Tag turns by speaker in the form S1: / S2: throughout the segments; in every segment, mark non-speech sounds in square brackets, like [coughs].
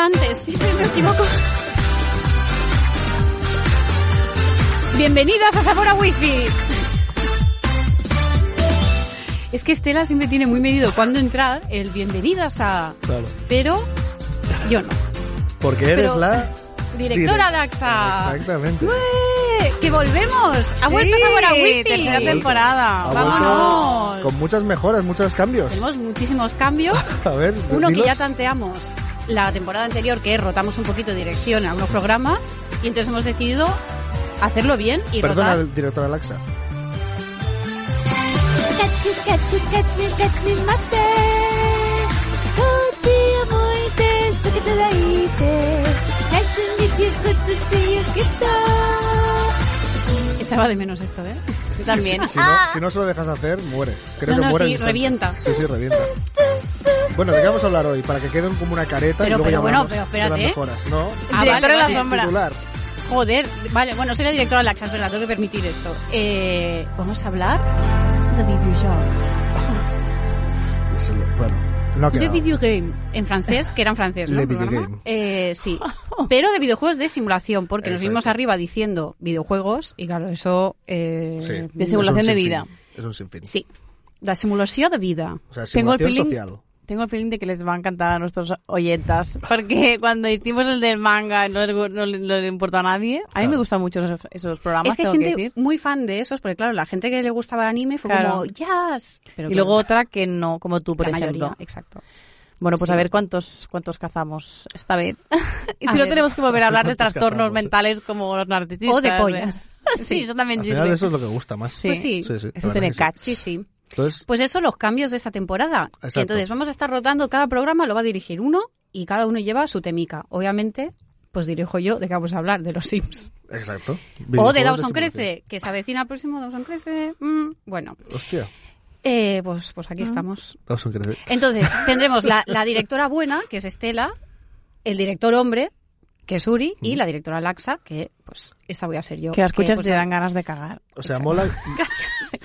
S1: Ah, antes, siempre me equivoco. Bienvenidas a Sabor a Wifi. Es que Estela siempre tiene muy medido cuándo entrar el bienvenidas a...
S2: Claro.
S1: Pero yo no.
S2: Porque eres
S1: Pero- ah.
S2: la...
S1: Directora
S2: direc-
S1: Daxa.
S2: Exactamente.
S1: ¡Ué! ¡Que volvemos! ¡Ha vuelto
S3: Sí,
S1: Sabor a Wifi!
S3: tercera
S2: Ha
S3: temporada.
S2: vuelto
S1: ¡Vámonos!
S2: Con muchas mejoras, muchos cambios.
S1: Tenemos muchísimos cambios.
S2: A ver,
S1: Uno que
S2: dilos.
S1: ya tanteamos la temporada anterior, que es rotamos un poquito de dirección a unos programas, y entonces hemos decidido hacerlo bien y
S2: Perdona,
S1: rotar.
S2: directora Laxa.
S4: Cachi, cachi, cachi, cachi, mate. Cochi, amoite, sakete daite. Nice to meet you, good to see you, Kito.
S1: Echaba de menos esto, ¿eh?
S2: [laughs]
S3: Yo también.
S2: Si no, si no se lo dejas hacer, muere. Creo
S1: Ah. No,
S2: que
S1: no,
S2: muere.
S1: sí,
S2: al instante.
S1: revienta.
S2: Sí, sí, revienta. Bueno, ¿de qué vamos a hablar hoy? Para que queden como una careta y
S1: Pero-
S2: luego
S1: pero
S2: ya
S1: bueno, pero
S2: hablamos de las
S1: espérate, ¿eh?
S2: mejoras, ¿no?
S1: Ah,
S3: Director
S1: vale,
S3: en la
S1: vale.
S3: sombra.
S2: Titular.
S1: Joder, vale, bueno, soy la directora Laxa, es verdad, tengo que permitir esto. Eh, vamos a hablar de videojuegos.
S2: Es el- Bueno, no ha
S1: De
S2: quedado.
S1: videogame. En francés, que era en francés, ¿no?
S2: Le
S1: el programa?
S2: videogame.
S1: Eh,
S3: [laughs]
S1: sí, pero de videojuegos de simulación, porque nos
S2: Exacto.
S1: vimos arriba diciendo videojuegos, y claro, eso... eh,
S2: Sí.
S1: no.
S2: Es un
S3: De simulación de
S2: sinfín.
S3: vida.
S2: Es un sinfín.
S1: Sí. La simulación de vida.
S2: O sea,
S3: Tengo el
S2: simulación
S3: feeling-
S2: social.
S3: Tengo el feeling de que les va a encantar a nuestros oyentas, porque [laughs] cuando hicimos el del manga no le, no le- no le importó a nadie. A mí
S2: Claro.
S3: me gustan mucho esos, esos programas,
S1: Es que hay
S3: tengo
S1: gente
S3: que decir.
S1: muy fan de esos, porque claro, la gente que le gustaba el anime fue
S3: Claro.
S1: como, ¡Yes! Pero
S3: y luego
S1: claro,
S3: otra que no, como tú, por
S1: la
S3: ejemplo.
S1: mayoría, exacto.
S3: Bueno, pues a
S1: Sí.
S3: ver cuántos cuántos cazamos esta vez.
S1: [laughs]
S3: [laughs] y
S1: A
S3: si no
S1: ver.
S3: tenemos que volver a hablar de
S2: ¿Cuántos
S3: trastornos
S2: cazamos?
S3: mentales como los narcisistas.
S1: O de
S3: ¿eh?
S1: pollas.
S3: [laughs] Sí, eso
S2: Al
S3: también
S2: final
S3: sirve.
S2: eso es lo que gusta más.
S3: Sí.
S1: Pues sí.
S2: Sí, sí,
S3: Eso
S2: la verdad
S3: tiene
S2: que sí.
S3: catch.
S1: Sí, sí.
S2: Entonces,
S1: Pues eso, los cambios de esta temporada.
S2: Exacto.
S1: Entonces vamos a estar rotando, cada programa lo va a dirigir uno y cada uno lleva su temica. Obviamente, pues dirijo yo de qué vamos a hablar, de los
S2: [laughs]
S1: Sims.
S2: exacto.
S1: O
S2: Videojuegos
S1: de Dawson
S2: simulación.
S1: Crece, que se avecina el próximo Dawson Crece. Mm, bueno,
S2: Hostia,
S1: eh, pues, pues
S3: Ah.
S1: aquí estamos.
S2: Dawson Crece.
S3: [laughs]
S1: Entonces, tendremos la, la directora buena, que es Estela, el director hombre, que es Uri, y la directora laxa, que pues esta voy a ser yo.
S3: Que la escuchas
S1: pues,
S3: te dan ganas de cagar.
S2: O
S1: [laughs]
S2: sea, mola,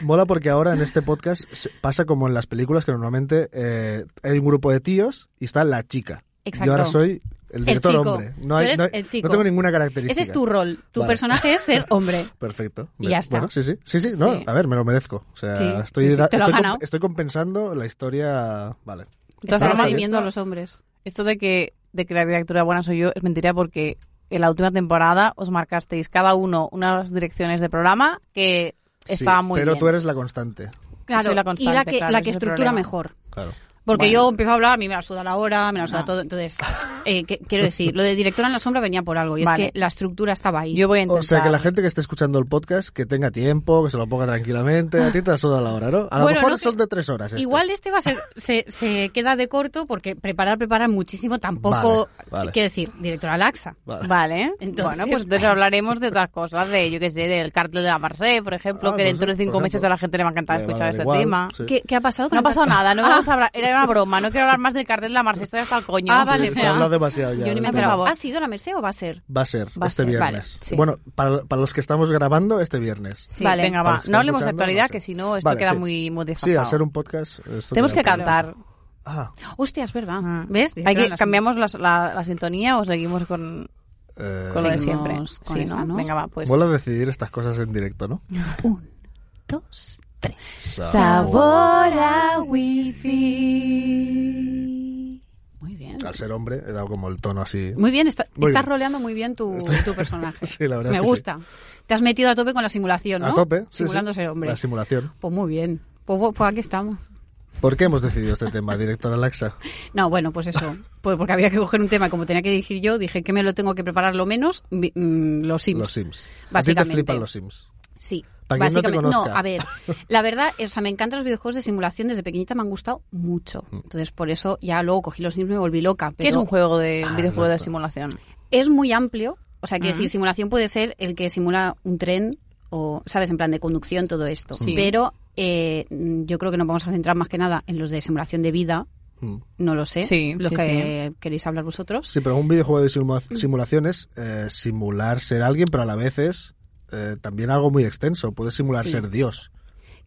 S2: mola porque ahora en este podcast se- pasa como en las películas que normalmente eh, hay un grupo de tíos y está la chica.
S1: Exacto.
S2: Yo ahora soy el director
S1: chico.
S2: hombre.
S1: Tú
S2: No, hay-
S1: eres
S2: no hay-
S1: el
S2: no
S1: chico.
S2: tengo ninguna característica.
S1: Ese es tu rol. Tu
S2: Vale.
S1: personaje es ser hombre.
S2: Perfecto.
S1: Y ya está.
S2: Bueno, sí, sí. Sí, sí. No,
S1: Sí.
S2: a ver, me lo merezco. O sea,
S1: Sí,
S2: estoy,
S1: sí, sí,
S2: da-
S1: te lo has
S2: estoy, comp-
S1: ganado.
S2: estoy compensando la historia. Vale.
S3: De todas
S1: Estamos
S2: formas,
S1: viviendo
S3: esto-
S1: a los hombres.
S3: Esto de que, de que la directora buena soy yo es mentira porque en la última temporada os marcasteis cada uno unas direcciones de programa que
S2: Sí,
S3: estaban muy
S2: Pero
S3: bien.
S2: tú eres la constante.
S1: Claro,
S3: soy la
S1: y la
S3: constante,
S1: que,
S3: claro,
S1: la
S3: ese
S1: que
S3: es el
S1: estructura
S3: problema.
S1: mejor.
S2: Claro.
S1: Porque
S3: Bueno.
S1: yo empiezo a hablar, a mí me la suda la hora, me la suda
S3: No.
S1: todo. Entonces, eh, que- quiero decir, lo de directora en la sombra venía por algo, y
S3: Vale.
S1: es que la estructura estaba ahí.
S3: Yo voy a intentar.
S2: O sea, que la gente que esté escuchando el podcast, que tenga tiempo, que se lo ponga tranquilamente. A ti te has dado la hora, ¿no? A lo
S1: Bueno,
S2: mejor
S1: no sé.
S2: son de tres horas. este.
S1: Igual este va a ser, se, se queda de corto porque preparar, preparar muchísimo tampoco.
S2: Vale, vale.
S1: Quiero decir, directora laxa.
S2: Vale. [laughs]
S3: Vale,
S1: Entonces,
S3: bueno, pues entonces hablaremos de otras cosas, de yo que sé, del cartel de la Marseille, por
S2: Ah,
S3: ejemplo, que
S2: pues
S3: dentro de
S2: sí,
S3: cinco
S2: por
S3: meses
S2: ejemplo.
S3: a la gente le va a encantar
S2: Le va a
S3: escuchar
S2: dar
S3: este
S2: igual,
S3: tema.
S2: sí.
S1: ¿Qué, qué ha pasado con
S3: No
S1: el
S3: ha pasado
S1: cartel?
S3: nada, no vamos a hablar, era una broma, no quiero hablar más del cartel de la Marseille, estoy hasta el coño.
S1: Ah, vale,
S2: Sí,
S1: o
S2: se
S1: sea,
S2: ha hablado demasiado ya.
S1: Yo ni me
S2: del
S3: Por
S2: tema.
S1: esperaba.
S3: favor.
S1: ¿Ha sido la Merced o va a ser?
S2: Va a ser
S3: Va a
S2: este
S3: ser,
S2: viernes.
S3: vale, sí.
S2: Bueno, para, para los que estamos grabando, este viernes.
S3: Sí,
S1: Vale.
S3: venga,
S2: Para
S3: va.
S2: los que
S3: No
S2: están
S3: hablemos de
S2: escuchando,
S3: actualidad,
S2: no sé.
S3: que si no, esto
S2: Vale,
S3: queda
S2: sí.
S3: muy, muy
S2: Sí,
S3: desfasado.
S2: al ser un podcast. esto tiene
S3: Tenemos que cantar.
S2: Ah,
S1: Hostia, es verdad.
S3: Ah.
S1: ¿Ves?
S3: Hay que,
S1: Directora laxa.
S3: ¿Cambiamos las- la, la sintonía o seguimos con,
S2: eh,
S3: con lo de
S1: Seguimos
S3: siempre?
S1: con
S3: Sí,
S1: esta,
S3: ¿no?
S1: ¿no?
S3: Venga, va, pues.
S2: mola decidir estas cosas en directo,
S3: [laughs]
S2: ¿no?
S1: Un, dos, tres.
S2: Ah.
S4: Sabor a wifi.
S1: Muy bien.
S2: Al ser hombre, he dado como el tono así.
S1: Muy bien, está-
S2: Muy
S1: estás
S2: bien.
S1: roleando muy bien tu, tu personaje.
S2: [laughs] Sí, la verdad
S1: Me
S2: es que
S1: gusta. Te has metido a tope con la simulación, ¿no?
S2: A tope. sí,
S1: Simulando
S2: sí.
S1: ser hombre.
S2: La simulación.
S1: Pues muy bien. Pues, pues aquí estamos.
S2: ¿Por qué hemos decidido este tema, directora Laxa?
S1: No, bueno, pues
S2: [laughs]
S1: eso. Pues porque había que coger un tema, como tenía que dirigir yo, dije que me lo tengo que preparar lo menos, mi- mm, los Sims.
S2: Los Sims. A ti te
S1: Básicamente.
S2: flipan los Sims.
S1: Sí.
S2: Para quien no te
S1: básicamente. No,
S2: conozca.
S1: a ver, la
S2: [laughs]
S1: verdad, o sea, me encantan los videojuegos de simulación, desde pequeñita me han gustado mucho.
S2: Mm.
S1: Entonces, por eso ya luego cogí los Sims y me volví loca.
S3: ¿Qué es
S1: pero
S3: un juego de
S2: Ah,
S3: videojuego de
S2: exacto.
S3: simulación?
S1: Es muy amplio, o sea, quiero
S3: Ah.
S1: decir, simulación puede ser el que simula un tren o, ¿sabes?, en plan de conducción, todo esto.
S3: Sí.
S1: Pero eh, mm, yo creo que nos vamos a centrar más que nada en los de simulación de vida,
S2: Mm.
S1: no lo sé,
S3: Sí,
S1: los
S3: sí,
S1: que queréis hablar vosotros.
S2: Sí, pero un videojuego de
S1: Mm.
S2: simulaciones simulación es eh, simular ser alguien, pero a la vez es eh, también algo muy extenso. Puedes simular
S1: Sí.
S2: ser Dios.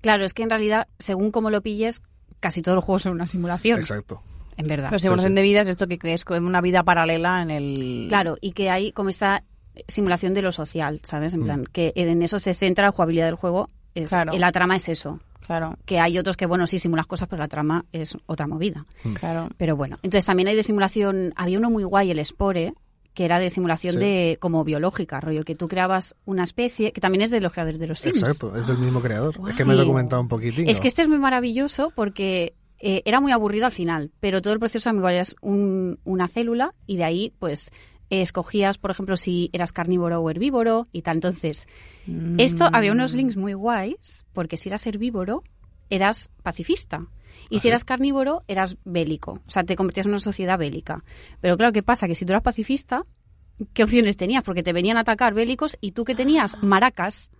S1: Claro, es que en realidad, según cómo lo pilles, casi todos los juegos son una simulación.
S2: Exacto.
S1: en verdad.
S3: Pero simulación de vida es esto que, que es como una vida paralela en el...
S1: Claro, y que hay como esta simulación de lo social, ¿sabes? En
S2: Mm.
S1: plan, que en eso se centra la jugabilidad del juego. Es,
S3: Claro.
S1: y La trama es eso.
S3: Claro,
S1: Que hay otros que, bueno, sí simulas cosas, pero la trama es otra movida.
S3: claro.
S1: Pero bueno, entonces también hay de simulación, había uno muy guay, el Spore, que era de simulación
S2: Sí.
S1: de como biológica, rollo, que tú creabas una especie, que también es de los creadores de los Sims. Ah,
S2: Exacto, es del mismo creador.
S1: Guau.
S2: Es que me he
S1: Sí.
S2: documentado un poquitín.
S1: Es que este es muy maravilloso porque eh, era muy aburrido al final, pero todo el proceso era muy guay. Eras un- una célula y de ahí, pues, eh, escogías, por ejemplo, si eras carnívoro o herbívoro y tal. Entonces, esto había unos links muy guays porque si eras herbívoro, eras pacifista. Y si eras carnívoro, eras bélico. O sea, te convertías en una sociedad bélica. Pero claro, ¿qué pasa? Que si tú eras pacifista, ¿qué opciones tenías? Porque te venían a atacar bélicos y tú que tenías maracas.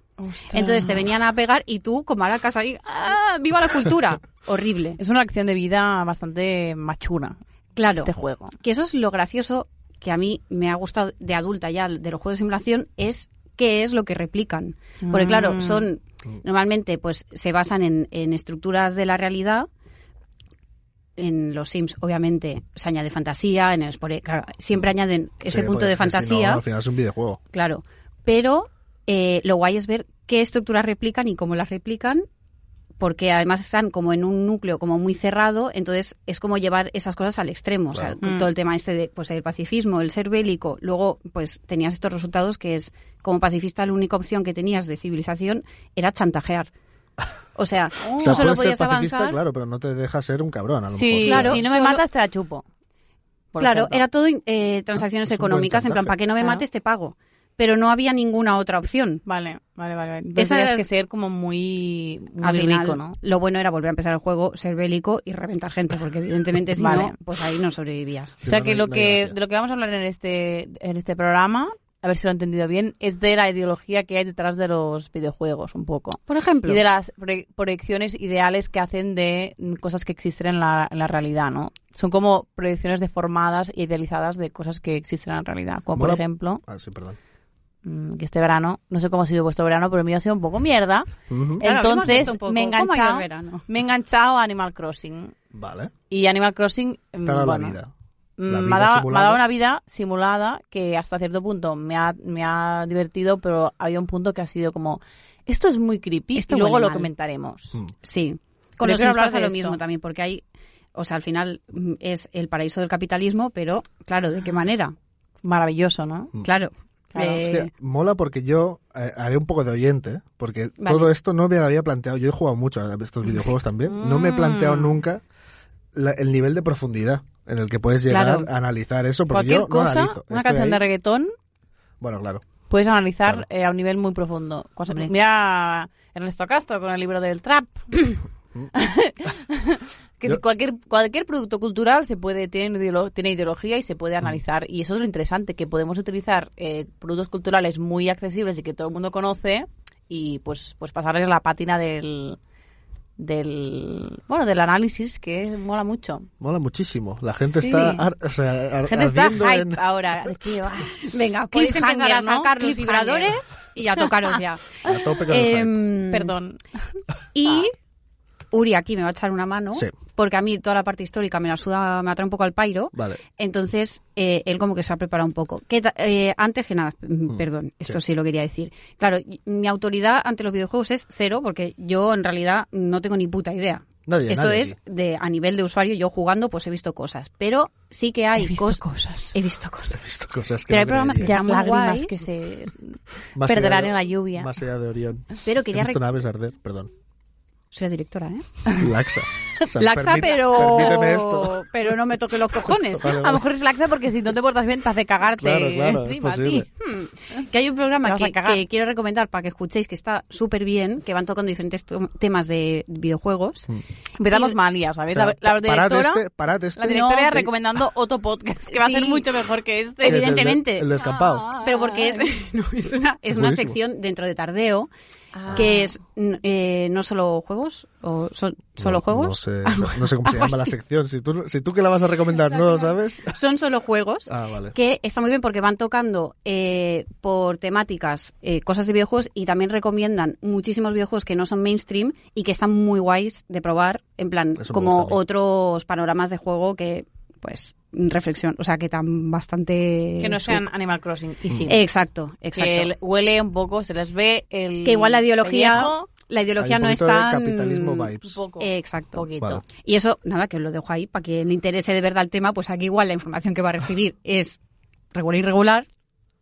S1: Entonces te venían a pegar y tú, como a la casa ahí, ¡ah! ¡Viva la cultura! Horrible.
S3: Es una acción de vida bastante machuna
S1: Claro.
S3: este juego.
S1: Que eso es lo gracioso que a mí me ha gustado de adulta ya de los juegos de simulación, es qué es lo que replican. Porque claro,
S3: Mm.
S1: son, normalmente pues se basan en, en estructuras de la realidad. En los Sims, obviamente, se añade fantasía, en el Spore, claro, siempre añaden ese
S2: Mm. Sí,
S1: punto
S2: porque
S1: de
S2: es que si no,
S1: fantasía.
S2: al final es un videojuego.
S1: Claro, pero eh, lo guay es ver qué estructuras replican y cómo las replican, porque además están como en un núcleo como muy cerrado, entonces es como llevar esas cosas al extremo, o sea,
S3: Claro.
S2: Mm.
S1: todo el tema este de pues el pacifismo, el ser bélico, luego pues tenías estos resultados que es como pacifista la única opción que tenías de civilización era chantajear. O sea,
S2: [laughs] O
S1: tú
S2: sea,
S1: solo
S2: puedes ser
S1: podías
S2: pacifista,
S1: avanzar.
S2: claro, pero no te deja ser un cabrón, a lo
S3: Sí,
S2: mejor.
S1: Claro,
S3: si no me
S1: solo-
S3: matas te la chupo. por
S1: claro,
S3: ejemplo.
S1: era todo eh, transacciones
S2: Es un buen
S1: económicas, en plan,
S2: chantaje.
S1: para que no me
S3: Claro.
S1: mates te pago, pero no había ninguna otra opción.
S3: Vale, vale, vale. vale.
S1: Esa
S3: Esa
S1: es-
S3: que ser como muy, muy
S1: al final,
S3: rico, ¿no?
S1: lo bueno era volver a empezar el juego, ser bélico y reventar gente, porque evidentemente si
S3: Vale.
S1: no, pues ahí no sobrevivías.
S2: Sí,
S3: o sea
S2: no,
S3: que
S2: no
S3: lo
S2: hay- no hay
S3: que
S2: gracia.
S3: de lo que vamos a hablar en este en este programa, a ver si lo he entendido bien, es de la ideología que hay detrás de los videojuegos un poco.
S1: Por ejemplo,
S3: Y de las proye- proyecciones ideales que hacen de mm, cosas que existen en la, en la realidad, ¿no? Son como proyecciones deformadas y idealizadas de cosas que existen en la realidad. Como
S2: Mola-
S3: por ejemplo,
S2: Ah, sí, perdón.
S3: mm, que este verano, no sé cómo ha sido vuestro verano, pero el mío ha sido un poco mierda.
S2: Ujú,
S1: Claro, hablemos de
S3: Entonces
S1: esto un poco.
S3: me he
S1: ¿Cómo ha ido el
S3: enganchado,
S1: verano?
S3: me he enganchado a Animal Crossing.
S2: Vale,
S3: Y Animal Crossing mm,
S2: te ha dado
S3: bueno,
S2: la vida.
S3: mm,
S2: La
S3: me,
S2: vida
S3: ha dado, me ha
S2: simulada.
S3: dado una vida simulada que hasta cierto punto me ha, me ha divertido, pero había un punto que ha sido como, esto es muy creepy
S1: Esto
S3: y luego
S1: huele
S3: lo
S1: mal.
S3: comentaremos.
S2: Mm.
S1: sí. Con
S3: Pero
S1: los
S3: quiero
S1: Sims
S3: hablar
S1: pasa
S3: de
S1: lo
S3: esto.
S1: mismo también, porque hay, o sea, al final mm, es el paraíso del capitalismo, pero claro, ¿de qué manera?
S3: Maravilloso, ¿no?
S1: Claro.
S3: Claro.
S1: Eh,
S2: Hostia, mola porque yo eh, haré un poco de oyente, porque
S1: Vale.
S2: todo esto no me lo había planteado. Yo he jugado mucho a estos videojuegos también. No me he planteado
S3: Mm.
S2: nunca la- el nivel de profundidad en el que puedes llegar
S1: Claro.
S2: a analizar eso, porque
S3: Cualquier
S2: yo no
S3: cosa,
S2: analizo.
S3: una
S2: Estoy
S3: canción
S2: ahí-
S3: de reggaetón,
S2: Bueno, claro.
S3: puedes analizar
S2: Claro.
S3: eh, a un nivel muy profundo. Cosa-
S1: Hombre.
S3: Mira Ernesto Castro con el libro
S1: [coughs]
S3: del trap. que
S2: Yo-
S3: cualquier, cualquier producto cultural se puede tiene, ideolo- tiene ideología y se
S1: Mm.
S3: puede analizar. Y eso es lo interesante, que podemos utilizar eh, productos culturales muy accesibles y que todo el mundo conoce y pues, pues pasarles la pátina del del bueno del análisis que mola mucho
S2: Mola muchísimo. La gente
S3: Sí.
S2: está, ar- o sea, ar-
S3: la gente está
S2: ardiendo
S3: hype
S2: en-
S3: ahora
S1: [coughs]
S3: de que, ah,
S1: Venga, podéis empezar a
S3: cliffhanger, ¿no?
S1: sacar los
S3: Cliffhanger.
S1: vibradores y a tocaros [laughs] ya.
S2: a tope con el hype.
S1: Em,
S3: perdón
S1: Y Uri aquí me va a echar una mano,
S2: Sí.
S1: porque a mí toda la parte histórica me la suda, me atrae un poco al pairo.
S2: Vale.
S1: Entonces, eh, él como que se ha preparado un poco. Que ta- eh, antes que nada, mm, perdón, esto sí. lo quería decir. Claro, y- mi autoridad ante los videojuegos es cero, porque yo en realidad no tengo ni puta idea.
S2: Nadie,
S1: esto
S2: nadie
S1: es
S2: aquí.
S1: de a nivel de usuario, yo jugando, pues he visto cosas. Pero sí que hay cos-
S3: cosas
S1: He visto cosas.
S2: Cosas que
S1: Pero
S2: no
S1: hay programas que
S2: creería.
S1: están
S3: ya
S1: muy
S3: lágrimas
S1: guays.
S3: que se
S2: Más allá
S3: perderán
S2: de-
S3: en la lluvia.
S2: Más allá de Orión.
S1: Pero
S2: He
S1: quería.
S2: visto
S1: rec-
S2: naves arder, perdón.
S1: Soy la directora, ¿eh?
S2: Laxa. O sea,
S1: Laxa,
S2: permite-
S1: pero.
S2: Permíteme esto.
S1: Pero no me toque los cojones.
S2: [laughs] Vale,
S3: a
S2: vale.
S3: lo mejor es laxa porque si no te portas bien te hace cagarte
S2: Claro, claro, es
S3: encima a ti.
S2: posible.
S1: Que hay un
S3: Te
S1: programa
S3: vas a
S1: que,
S3: cagar.
S1: que quiero recomendar para que escuchéis que está súper bien, que van tocando diferentes to- temas de videojuegos.
S3: Empezamos mal ya, ¿sabes?
S2: O sea,
S3: La- la,
S2: parad
S3: directora,
S2: este, parad este.
S3: la directora
S1: No,
S3: [laughs] recomendando otro podcast que va a ser
S1: Sí.
S3: mucho mejor que
S2: que es
S3: este.
S2: el de-
S1: evidentemente. Ah.
S2: El, descampado.
S1: Pero porque es, [laughs] no, es una, es una
S2: Buenísimo.
S1: sección dentro de Tardeo que es n- eh, no solo juegos, o son, solo
S2: No-
S1: juegos. Ah,
S2: No
S1: [laughs]
S2: sé, no sé cómo se llama la sección. Si tú, si tú que la vas a recomendar no
S1: [laughs]
S2: lo sabes.
S1: Son solo juegos
S2: Ah, vale.
S1: que está muy bien porque van tocando eh, por temáticas eh, cosas de videojuegos y también recomiendan muchísimos videojuegos que no son mainstream y que están muy guays de probar, en plan,
S2: Eso me gusta
S1: como
S2: a mí.
S1: otros panoramas de juego que pues reflexión, o sea, que tan bastante...
S3: Que no sean Animal Crossing y sí.
S1: Exacto, exacto.
S3: Eh, que el- huele un poco, se les ve el.
S1: Que igual la ideología,
S3: pellejo,
S1: la ideología
S2: Hay un
S1: no es
S2: poquito de
S1: tan...
S2: capitalismo
S3: un
S2: vibes.
S3: poco.
S1: Eh, Exacto.
S3: poquito.
S2: Vale.
S1: Y eso, nada, que os lo dejo ahí para quien le interese de verdad el tema, pues aquí igual la información que va a recibir es regular y regular,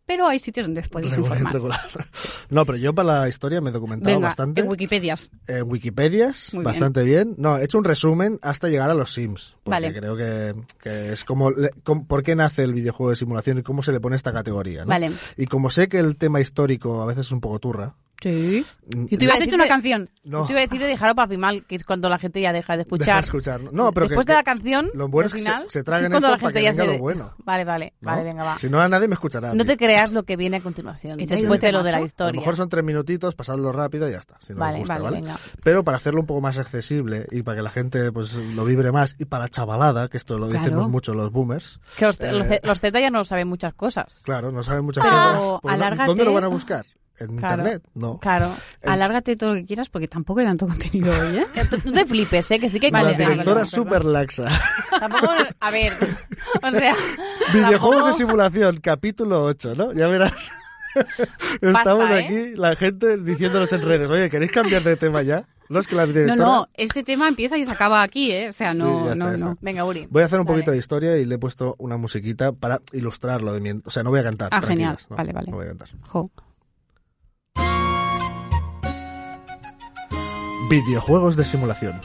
S1: pero hay sitios donde os podéis
S2: Regular,
S1: informar.
S2: regular. No, pero yo para la historia me he documentado
S1: Venga,
S2: bastante.
S1: en Wikipedias.
S2: en Wikipedias,
S1: Muy bien.
S2: bastante bien. No, he hecho un resumen hasta llegar a los Sims. Porque
S1: Vale.
S2: creo que, que es como, le- com- por qué nace el videojuego de simulación y cómo se le pone esta categoría. ¿no?
S1: Vale.
S2: Y como sé que el tema histórico a veces es un poco turra.
S1: Sí.
S2: mm,
S3: Yo te iba a
S1: Has
S3: decir
S1: hecho una
S3: que-
S1: canción.
S2: no,
S3: Te iba a decir de dejarlo para final, que es cuando la gente ya deja
S2: deja
S3: de
S2: de
S3: escuchar.
S2: escuchar. No, pero
S3: Después
S2: que,
S3: de
S2: que
S3: la canción,
S2: lo bueno
S3: al
S2: es que se-
S3: final,
S2: se tragan
S3: es cuando
S2: esto
S3: la gente
S2: para que
S3: ya
S2: venga
S3: se
S2: lo
S3: de-
S2: bueno.
S3: Vale, vale,
S2: ¿no?
S3: vale, venga, va.
S2: Si no, a nadie me escuchará.
S3: No
S2: tío.
S3: te creas lo que viene a continuación.
S1: Este
S2: es
S3: después
S2: un
S3: de lo de
S1: temazo.
S3: la
S2: A lo
S3: historia.
S2: mejor son tres minutitos, pasadlo rápido y ya está. si no
S3: Vale,
S2: os gusta,
S3: vale,
S2: ¿vale?
S3: venga.
S2: Pero para hacerlo un poco más accesible y para que la gente pues lo vibre más y para la chavalada, que esto lo
S1: Claro.
S2: decimos mucho los boomers,
S3: Que los,
S2: Eh,
S3: los Z- los Z ya no saben muchas cosas.
S2: claro, no saben muchas
S1: Pero
S2: cosas. Pues,
S1: alárgate.
S2: ¿Dónde lo van a
S3: [laughs]
S2: buscar? ¿En
S3: Claro.
S2: internet? No.
S3: Claro.
S2: Eh,
S1: Alárgate todo lo que quieras porque tampoco hay tanto [laughs] contenido hoy, ¿eh?
S3: No te flipes, ¿eh? que sí que hay
S2: La
S3: contenido.
S2: directora
S3: Perdón,
S2: es súper
S3: [laughs]
S2: laxa.
S3: Tampoco, a ver, [laughs] o sea,
S2: Videojuegos de
S3: tampoco-
S2: simulación, capítulo 8, ¿no? Ya
S3: [laughs]
S2: verás. Estamos
S3: Basta, ¿eh?
S2: aquí, la gente diciéndonos en redes, oye, ¿queréis cambiar de tema ya? No es que la
S1: No,
S2: directora...
S1: no, este tema empieza y se acaba aquí, ¿eh? O sea, no,
S2: Sí, ya está,
S1: no,
S2: ya
S1: no.
S2: está.
S3: Venga, Uri.
S2: Voy a hacer un
S3: Vale.
S2: poquito de historia y le he puesto una musiquita para ilustrarlo de mi... O sea, no voy a cantar.
S1: Ah, genial.
S2: tranquilas, no,
S1: Vale, vale.
S2: No voy a cantar.
S1: Jo.
S2: Videojuegos de simulación.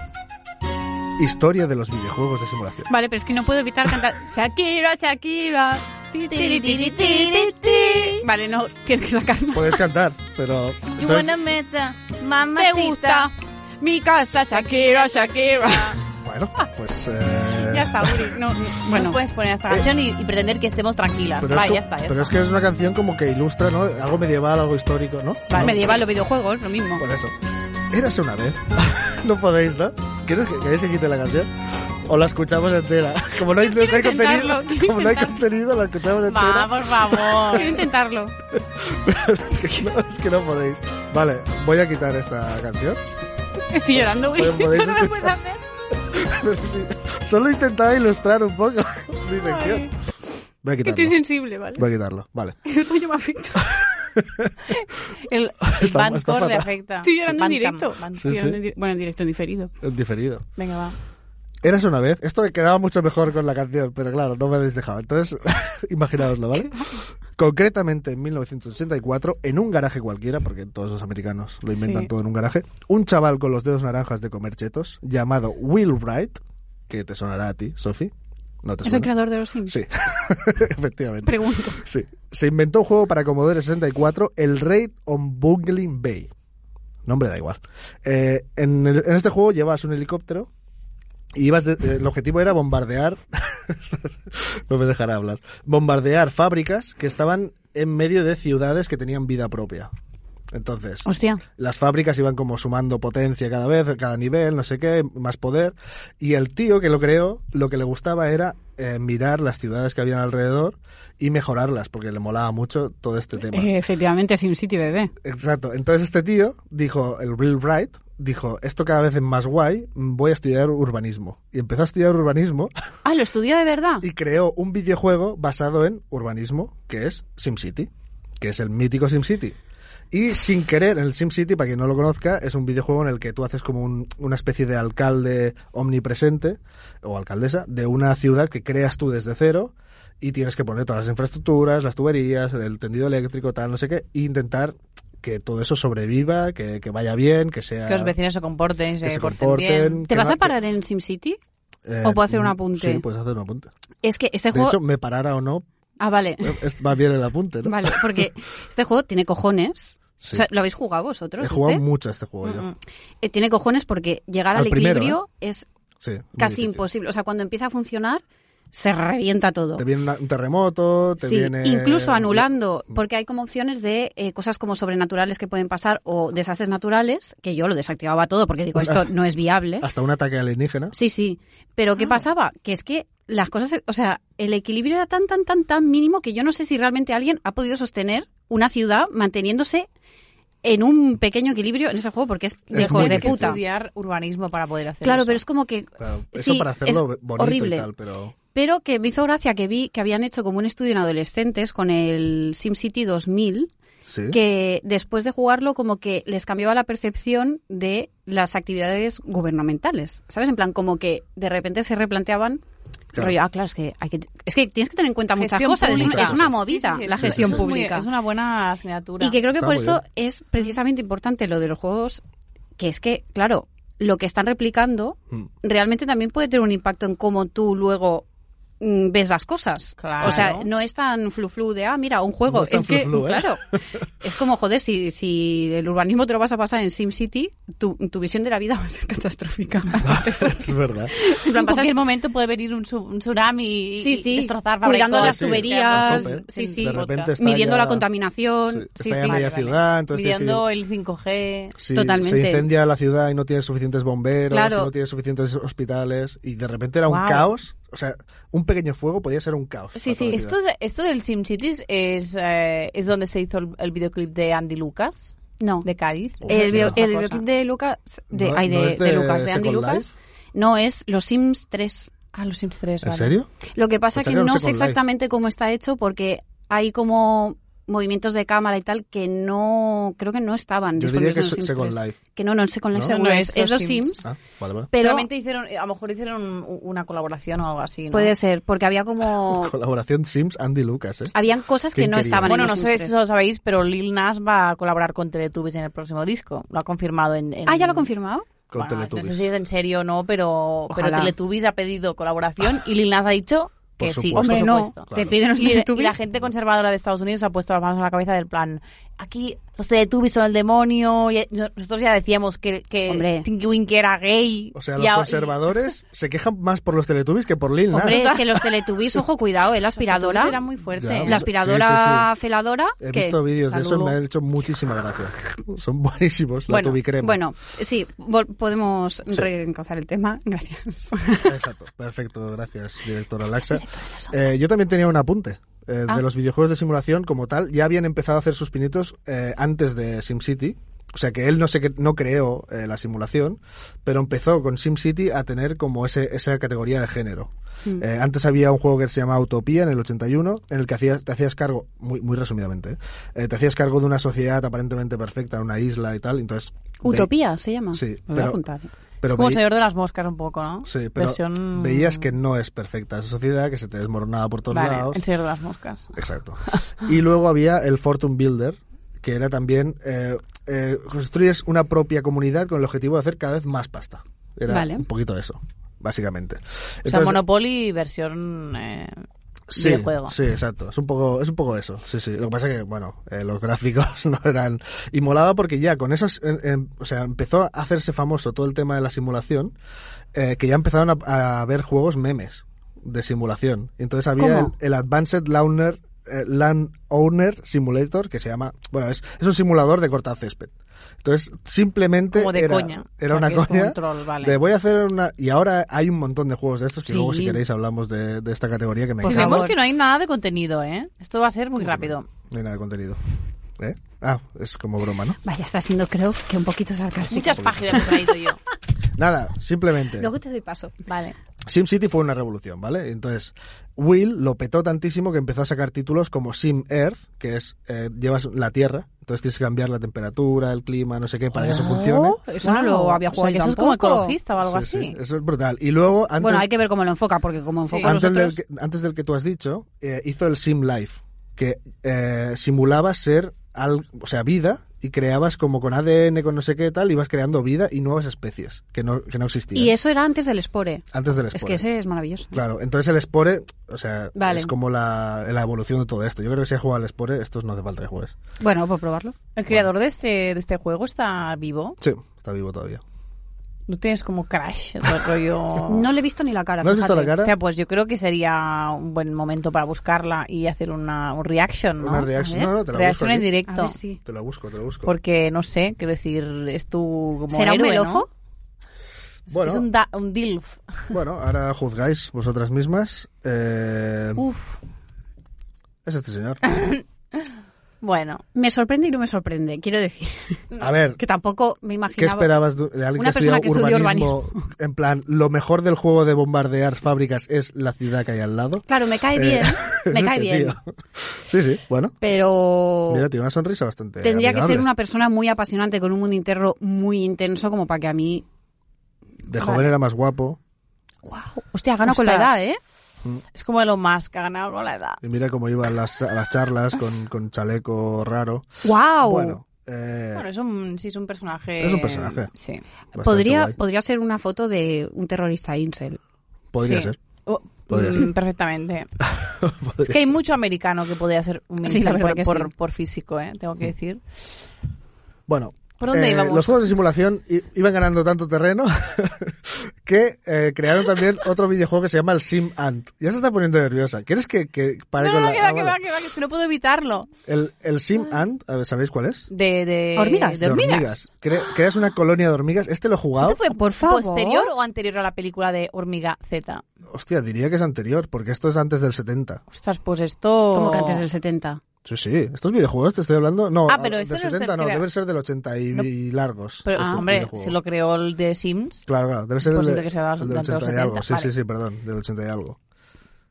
S2: Historia de los videojuegos de simulación.
S1: Vale, pero es que no puedo evitar cantar [laughs] Shakira, Shakira. Ti, ti, ti, ti, ti, ti, ti. Vale, no, tienes que sacarme.
S2: Podéis cantar,
S1: [laughs]
S2: pero...
S3: You
S2: entonces-
S3: wanna meta,
S1: Me
S3: mamacita.
S1: gusta mi casa, Shakira, Shakira.
S2: bueno, pues... eh,
S1: Ya está, Uri. No, no,
S3: Bueno,
S1: bueno,
S3: puedes poner esta canción y, y pretender que estemos tranquilas.
S2: Pero,
S3: Va,
S2: es, co-
S3: ya está, ya
S2: pero es
S3: está.
S2: que es una canción como que ilustra, ¿no? Algo medieval, algo histórico, ¿no?
S1: vale.
S2: ¿No?
S1: medieval los videojuegos, lo mismo.
S2: Por eso. Érase una vez. [laughs] no podéis, ¿no? ¿Quieres que, ¿Queréis que quite la canción? O la escuchamos entera. [laughs] Como no hay, no hay
S1: intentarlo,
S2: contenido,
S1: quiero
S2: como no hay
S1: intentarlo.
S2: contenido, la escuchamos entera.
S3: Va, por favor.
S2: [laughs]
S1: Quiero intentarlo.
S2: es, que no, es que no podéis. Vale, voy a quitar esta canción. [laughs]
S1: Estoy llorando, Uri.
S2: Pues podéis
S1: Esto no lo puedes
S2: escuchar.
S1: hacer.
S2: Sí, Solo intentaba ilustrar un poco [laughs] mi
S1: Ay,
S2: sección. Voy a
S1: que estoy
S2: quitarlo.
S1: sensible, ¿vale?
S2: Voy a quitarlo. Vale.
S1: El tuyo me afecta.
S3: El, el
S2: Está- está
S3: Bandcore le
S2: fatal.
S3: afecta.
S1: Estoy llorando en
S3: Bandcamp,
S1: directo.
S3: Bandcamp.
S2: Sí,
S1: Estoy llorando
S2: sí.
S1: en di- Bueno, en directo, en diferido.
S2: En diferido.
S3: Venga, va.
S2: Eras una vez. Esto me quedaba mucho mejor con la canción, pero claro, no me habéis dejado. Entonces, [laughs] imaginaoslo, ¿vale? Concretamente en 1984, en un garaje cualquiera, porque todos los americanos lo inventan
S1: Sí.
S2: todo en un garaje, un chaval con los dedos naranjas de comer chetos, llamado Will Wright, que te sonará a ti, Sophie. ¿No te
S1: ¿Es el
S2: suena?
S1: creador de los Sims?
S2: Sí, [laughs] efectivamente.
S1: Pregunto.
S2: Sí. Se inventó un juego para Commodore 64, el Raid on Bungling Bay. Nombre da igual. Eh, en, el- en este juego llevabas un helicóptero y ibas de- eh, el objetivo era bombardear. [laughs] no me dejará hablar. Bombardear fábricas que estaban en medio de ciudades que tenían vida propia. Entonces,
S1: Hostia.
S2: las fábricas iban como sumando potencia cada vez, cada nivel, no sé qué, más poder. Y el tío que lo creó, lo que le gustaba era eh, mirar las ciudades que habían alrededor y mejorarlas, porque le molaba mucho todo este tema.
S1: Eh, efectivamente, SimCity, bebé.
S2: Exacto. Entonces este tío dijo, el Bill Wright, dijo, esto cada vez es más guay, voy a estudiar urbanismo. Y empezó a estudiar urbanismo
S1: Ah, lo estudió de verdad.
S2: y creó un videojuego basado en urbanismo, que es SimCity, que es el mítico SimCity. Y sin querer, el SimCity, para quien no lo conozca, es un videojuego en el que tú haces como un- una especie de alcalde omnipresente o alcaldesa de una ciudad que creas tú desde cero y tienes que poner todas las infraestructuras, las tuberías, el tendido eléctrico, tal, no sé qué, e intentar que todo eso sobreviva, que, que vaya bien, que sea...
S3: Que los vecinos se comporten y se,
S2: que se
S3: porten bien.
S2: comporten.
S1: ¿Te
S2: que
S1: vas
S2: no-
S1: a parar en SimCity?
S2: que- eh,
S1: o puedo hacer un apunte?
S2: Sí, puedes hacer un apunte.
S1: Es que este
S2: De
S1: juego...
S2: hecho, me parara o no,
S1: Ah,
S2: [laughs]
S1: vale.
S2: es- va bien el apunte, ¿no?
S1: Vale, porque este juego tiene cojones. O
S2: Sí.
S1: sea, ¿lo habéis jugado vosotros?
S2: He jugado
S1: este?
S2: mucho a este juego yo.
S3: Mm, mm.
S1: Eh, tiene cojones porque llegar al,
S2: Al primero,
S1: equilibrio es
S2: Sí, muy
S1: casi
S2: difícil.
S1: imposible. O sea, cuando empieza a funcionar, se revienta todo.
S2: Te viene una- un terremoto, te
S1: Sí,
S2: viene. Mm.
S1: incluso anulando, porque hay como opciones de eh, cosas como sobrenaturales que pueden pasar o desastres naturales, que yo lo desactivaba todo porque digo, esto no es
S2: [laughs]
S1: viable.
S2: Hasta un ataque alienígena.
S1: Sí, sí. Pero ¿qué pasaba? Que es que las cosas, o sea, el equilibrio era tan, tan, tan, tan mínimo que yo no sé si realmente alguien ha podido sostener una ciudad manteniéndose en un pequeño equilibrio en ese juego porque es
S2: muy
S1: lejos de
S3: Tienes que
S2: difícil.
S1: puta.
S3: estudiar urbanismo para poder hacer
S1: Claro,
S3: eso.
S1: pero es como que
S2: Claro,
S1: Sí,
S2: eso para hacerlo
S1: es
S2: bonito
S1: horrible.
S2: y tal, pero.
S1: Pero que me hizo gracia que vi que habían hecho como un estudio en adolescentes con el SimCity 2000,
S2: Sí.
S1: que después de jugarlo como que les cambiaba la percepción de las actividades gubernamentales. ¿Sabes? En plan, como que de repente se replanteaban...
S2: Claro.
S1: rollo, ah, claro, es que, hay que, es que tienes que tener en cuenta muchas
S3: Gestión
S1: cosas. Es, un-
S3: pública.
S1: es una
S3: Sí, sí,
S1: movida
S3: sí, sí,
S1: la
S3: sí,
S1: gestión
S3: eso es muy-
S1: pública.
S3: es una buena asignatura.
S1: Y que creo que
S2: Está
S1: por
S2: muy
S1: eso
S2: bien.
S1: es precisamente importante lo de los juegos, que es que, claro, lo que están replicando
S2: Mm. [laughs]
S1: realmente también puede tener un impacto en cómo tú luego mm, ves las cosas.
S3: Claro.
S1: O sea, no es tan flu-flu de, ah, mira, un juego.
S2: No es tan
S1: que,
S2: flu-flu, ¿eh?
S1: claro, es como, joder, si, si el urbanismo te lo vas a pasar en SimCity, tu, tu visión de la vida [laughs] va a ser
S2: [laughs]
S1: catastrófica. Bastante fuerte.
S2: es verdad.
S1: [laughs] Si en plan
S3: en
S1: pasas-
S3: cualquier momento puede venir un, su- un tsunami y,
S1: Sí,
S3: y
S1: sí,
S3: destrozar
S1: cuidando
S3: fabricones.
S1: las
S2: Sí, sí,
S1: tuberías,
S2: a tope.
S1: sí, sí,
S2: De repente está
S1: midiendo
S2: ya-
S1: la contaminación.
S2: Sí,
S1: Sí,
S2: está ya
S1: sí.
S2: media ciudad, entonces tienes que
S3: Midiendo el 5G.
S2: Si
S1: Totalmente.
S2: se incendia la ciudad y no tienes suficientes bomberos,
S1: Claro.
S2: si no tienes suficientes hospitales, y de repente era un
S3: Guau.
S2: caos. O sea, un pequeño fuego podía ser un caos.
S1: Sí,
S2: para
S1: sí.
S2: toda la
S3: Esto,
S2: ciudad.
S3: es- esto del SimCities es, eh, es donde se hizo el, el videoclip de Andy Lucas,
S1: No.
S3: de Cádiz.
S2: Uf,
S1: El, video-
S2: video-
S1: el
S2: esa
S3: Otra cosa.
S1: videoclip de Lucas, de,
S2: No-
S1: ay,
S2: no
S1: de-
S2: es de
S1: de Lucas, de Andy
S2: Second
S1: Lucas, Pues no es Los Sims 3.
S3: Ah, los Sims 3,
S2: ¿En
S3: vale.
S2: serio?
S1: Lo que pasa
S2: Pensaba
S1: que
S2: que era Pues un
S1: no sé
S2: Second Life.
S1: exactamente cómo está hecho porque hay como movimientos de cámara y tal que no creo que no estaban
S2: Yo diría
S1: disponibles
S2: que
S1: en los
S2: es
S1: Sims
S2: Second
S1: 3.
S2: Life.
S1: Que no, no, el Second Life
S2: ¿No?
S1: seguro
S3: No,
S1: es, es los Sims,
S2: Ah, vale, vale.
S1: pero
S3: Solamente hicieron, a lo mejor hicieron un- una colaboración o algo así, ¿no?
S1: puede ser porque había como
S2: [laughs]
S1: Ah,
S2: Colaboración Sims Andy Lucas, ¿eh?
S1: habían cosas que
S2: ¿Quién
S1: no
S2: quería?
S1: estaban
S3: Bueno,
S1: en
S3: no
S1: los
S3: sé
S1: Sims
S3: si
S1: 3.
S3: lo sabéis, pero Lil Nas va a colaborar con Teletubbies en el próximo disco. Lo ha confirmado en... en-
S1: Ah, ya lo he confirmado.
S2: Con
S3: Bueno,
S2: Teletubbies.
S3: No sé si es en serio o no, pero, pero
S1: Ojalá.
S3: Teletubbies ha pedido colaboración y Lil Nas ha dicho
S2: Por
S3: que sí,
S2: supuesto.
S1: Hombre,
S3: por
S1: no,
S3: supuesto.
S1: te
S2: Claro.
S1: piden los
S3: Y, y
S1: Teletubbies.
S3: la gente conservadora de Estados Unidos ha puesto las manos a la cabeza del plan, aquí los Teletubbies son el demonio, y nosotros ya decíamos que, que
S1: Hombre.
S3: Tinky Winky era gay.
S2: O sea,
S3: y
S2: los
S3: a-
S1: [laughs]
S3: y-
S2: conservadores se quejan más por los Teletubbies que por Lil Nas.
S1: Hombre, es que
S2: [laughs]
S1: los Teletubbies, ojo, cuidado, ¿eh? la aspiradora,
S3: Teletubbies Era muy fuerte.
S2: Ya,
S1: la
S2: hombre.
S1: aspiradora feladora
S2: He
S1: que
S2: visto vídeos de eso y
S3: Saludo.
S2: me han hecho
S1: [laughs]
S2: muchísima gracia. Son buenísimos, la
S3: Bueno,
S2: tubicrema.
S1: Bueno, sí, vol- podemos
S2: Sí.
S1: reencauzar el tema. [laughs] Gracias.
S2: Exacto, perfecto, gracias, directora Laxa. Eh, yo también tenía un apunte. eh,
S1: Ah.
S2: De los videojuegos de simulación, como tal, ya habían empezado a hacer sus pinitos eh, antes de SimCity. O sea que él no, se, cre- no creó eh, la simulación, pero empezó con SimCity a tener como ese, esa categoría de género.
S3: Mm.
S2: Eh, antes había un juego que se llamaba Utopía en el 81, en el que hacías, te hacías cargo, muy, muy resumidamente, ¿eh? Eh, te hacías cargo de una sociedad aparentemente perfecta, una isla y tal. Entonces, ve-
S1: Utopía se llama. Me
S2: Sí,
S1: lo voy
S2: pero-
S1: a apuntar.
S2: pero
S3: es como
S2: veí-
S3: el señor de las moscas un poco, ¿no?
S2: Sí, pero
S3: Versión-
S2: veías que no es perfecta esa sociedad, que se te desmoronaba por todos
S3: Vale,
S2: lados.
S3: el señor de las moscas.
S2: Exacto. Y luego había el Fortune Builder, que era también eh, eh, construyes una propia comunidad con el objetivo de hacer cada vez más pasta. Era
S1: Vale.
S2: un poquito eso, básicamente.
S3: O sea, Monopoly versión eh,
S2: sí,
S3: videojuego.
S2: sí, exacto. Es un poco, es un poco eso. Sí, sí. Lo que pasa que, bueno, eh, los gráficos [laughs] no eran. Y molaba porque ya con esos, en- en- o sea, empezó a hacerse famoso todo el tema de la simulación, eh, que ya empezaron a, a ver juegos memes de simulación. Entonces había el,
S1: ¿Cómo?
S2: el Advanced Launer. eh, Land Owner Simulator que se llama bueno es, es un simulador de cortar césped entonces simplemente
S3: Como de
S2: era,
S3: coña.
S2: era
S3: O sea,
S2: una
S3: que es como
S2: coña
S3: un troll, vale.
S2: de voy a hacer una y ahora hay un montón de juegos de estos que
S1: Sí.
S2: luego si queréis hablamos de, de esta categoría que me
S1: Por
S2: encanta
S3: Vemos
S1: favor.
S3: que no hay nada de contenido, ¿eh? Esto va a ser muy rápido.
S2: No hay nada de contenido. ¿Eh? Ah, es como broma, ¿no?
S1: Vaya, está siendo creo que un poquito sarcástico.
S3: Muchas páginas he traído yo.
S2: Nada, simplemente.
S1: Luego te doy paso.
S3: [laughs] Vale.
S2: SimCity fue una revolución, ¿vale? Entonces, Will lo petó tantísimo que empezó a sacar títulos como Sim Earth, que es eh, llevas la Tierra, entonces tienes que cambiar la temperatura, el clima, no sé qué, para que eso funcione.
S1: Oh, eso no lo había jugado
S3: O sea, que
S1: yo
S3: eso es como
S1: tampoco.
S3: ecologista o algo
S2: Sí,
S3: así.
S2: sí, eso es brutal. Y luego, antes,
S1: Bueno, hay que ver cómo lo enfoca, porque como
S3: Sí.
S1: enfoca
S2: antes,
S1: nosotros...
S2: del que, antes del que tú has dicho, eh, hizo el Sim Life, que eh, simulaba ser, al, o sea, vida y creabas como con ADN, con no sé qué tal, ibas creando vida y nuevas especies que no, que no existían.
S1: Y eso era antes del Spore.
S2: Antes del
S1: Es
S2: Ah, Spore.
S1: que ese es maravilloso.
S2: Claro, entonces el Spore, o sea,
S1: Vale.
S2: es como la, la evolución de todo esto. Yo creo que si has jugado al Spore, estos no hace falta que juegues.
S1: Bueno, por probarlo.
S3: El creador de este, de este juego está vivo.
S2: Sí, está vivo todavía.
S3: No tienes como Crash, [laughs] el rollo.
S1: No le he visto ni la cara.
S2: Oh. ¿No has visto
S1: fíjate.
S2: la cara?
S3: O sea, pues yo creo que sería un buen momento para buscarla y hacer una, un reaction, ¿no?
S2: Una
S1: A
S2: reaction,
S1: ver.
S2: no, no, te la busco.
S3: reaction en
S2: aquí.
S1: A
S3: directo.
S1: ver si...
S2: Te la busco, te la busco.
S3: Porque, no sé, quiero decir, es tu como
S1: ¿Será un
S3: héroe, ¿no?
S1: melofo?
S2: Bueno,
S3: Es un, da- un DILF. [laughs]
S2: bueno, ahora juzgáis vosotras mismas. Eh,
S3: Uf.
S1: [laughs]
S2: Es este señor.
S3: Bueno,
S1: Me sorprende y no me sorprende, quiero decir. [laughs]
S2: A ver,
S1: Que tampoco me
S2: ¿qué
S1: imaginaba.
S2: esperabas du- de alguien
S1: Una
S2: que
S1: persona
S2: estudió
S1: que estudió
S2: urbanismo, En plan, lo mejor del juego de bombardear fábricas es la ciudad que hay al lado.
S1: Claro, me cae
S2: Eh, [laughs]
S1: bien,
S2: es
S1: me
S2: este
S1: cae bien,
S2: tío. [laughs] Sí, sí, bueno.
S1: pero
S2: Mira, tiene una sonrisa bastante.
S1: tendría que ser
S2: amigable.
S1: una persona muy apasionante con un mundo interno muy intenso como para que a mí,
S2: De joven
S1: Vale.
S2: era más guapo.
S1: wow, hostia, gano con la
S3: Ostras.
S1: edad, ¿eh?
S3: es como Elon Musk, ha ganado con la edad.
S2: Y mira cómo iba a las, a las charlas
S1: [laughs]
S2: con, con chaleco raro.
S1: Wow.
S2: Bueno, eh,
S3: Bueno, es un, sí, es un personaje.
S2: Es un personaje.
S3: Sí.
S2: bastante
S1: podría
S2: guay.
S1: podría ser una foto de un terrorista incel.
S2: Podría
S3: sí.
S2: ser.
S3: Oh,
S2: Podría
S3: mm,
S2: ser. [laughs]
S3: perfectamente. es que hay mucho americano que podría ser un
S1: Sí, la
S3: militar
S1: verdad
S3: por,
S1: que
S3: por,
S1: sí.
S3: por físico, ¿eh? tengo
S2: Mm.
S3: que decir.
S2: Bueno,
S3: ¿Por dónde
S2: eh,
S3: íbamos?
S2: los juegos de simulación i- iban ganando tanto terreno [laughs] que eh, crearon también otro videojuego que se llama el Sim Ant. Ya se está poniendo nerviosa. ¿Quieres que, que pare
S3: No,
S2: con
S3: no,
S2: la-
S3: que va,
S2: ah,
S3: que
S2: vale.
S3: va, que va, que si no puedo evitarlo.
S2: El, el Sim Ant, a ver, ¿sabéis cuál es?
S3: Ah. De, de
S1: Hormigas.
S3: De hormigas.
S2: Cre- creas una colonia de hormigas. Este lo he jugado.
S3: ¿Eso fue
S1: Por favor.
S3: posterior o anterior a la película de Hormiga Z?
S2: Hostia, diría que es anterior, porque esto es antes del 70.
S3: Ostras, pues esto.
S1: Como que
S2: Oh.
S1: antes del 70.
S2: Sí, sí. Estos videojuegos te estoy hablando. No,
S3: Ah, pero
S2: del
S3: este no es
S2: 70 no,
S3: del-
S2: deben ser del 80 y,
S3: No.
S2: y largos.
S3: Pero, ah,
S2: estos
S3: hombre,
S2: videojuegos.
S3: se lo creó el de Sims.
S2: Claro, claro, debe ser el,
S3: Imposible
S2: de-
S3: que sea de los-
S2: el del
S3: durante
S2: 80
S3: los
S2: y algo.
S3: 70,
S2: Sí, sí,
S3: vale.
S2: sí, perdón, del 80 y algo.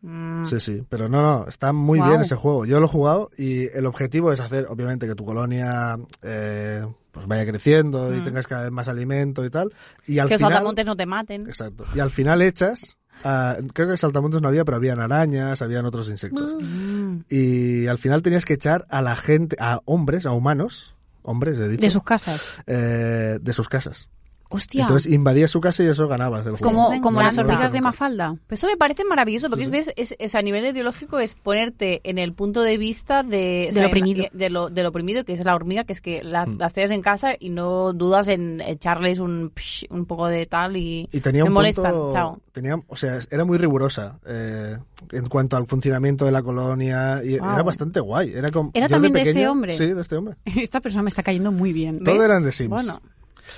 S3: Mm,
S2: Sí, sí, pero no, no, está muy
S1: Guau.
S2: bien ese juego. Yo lo he jugado y el objetivo es hacer, obviamente, que tu colonia eh, pues vaya creciendo y tengas cada vez más alimento y tal. Y al
S3: Mm. que los
S2: final,
S3: saltamontes no te maten.
S2: Exacto. Y al final echas, ah, creo que saltamontes no había, pero habían arañas, habían otros insectos.
S3: Mm.
S2: Y al final tenías que echar a la gente, a hombres, a humanos, hombres, he dicho,
S1: De sus casas.
S2: eh, de sus casas.
S1: Hostia.
S2: Entonces invadías su casa y eso ganabas el juego.
S1: como
S3: me
S1: como
S2: No
S1: las
S2: lo
S3: encanta.
S1: hormigas
S2: sabes
S1: de
S2: nunca.
S1: Mafalda. [laughs]
S3: Pues Eso me parece maravilloso, porque ves, es, es- a nivel ideológico es ponerte en el punto de vista de,
S1: Del oprimido.
S3: en- de lo, del oprimido, que es la hormiga, que es que la,
S2: Mm.
S3: la haces en casa y no dudas en echarles un, psh, un poco de tal y,
S2: Y tenía
S3: me
S2: un
S3: molestan.
S2: punto,
S3: Chao.
S2: tenía, o sea, era muy rigurosa eh, en cuanto al funcionamiento de la colonia y
S3: Wow.
S2: era bastante guay. Era, como,
S1: ¿Era
S2: yo
S1: también de este
S2: pequeño-
S1: hombre?
S2: Sí, de este hombre.
S1: Esta persona me está cayendo muy bien.
S2: Todo
S3: ¿Ves?
S2: eran de Sims.
S3: Bueno,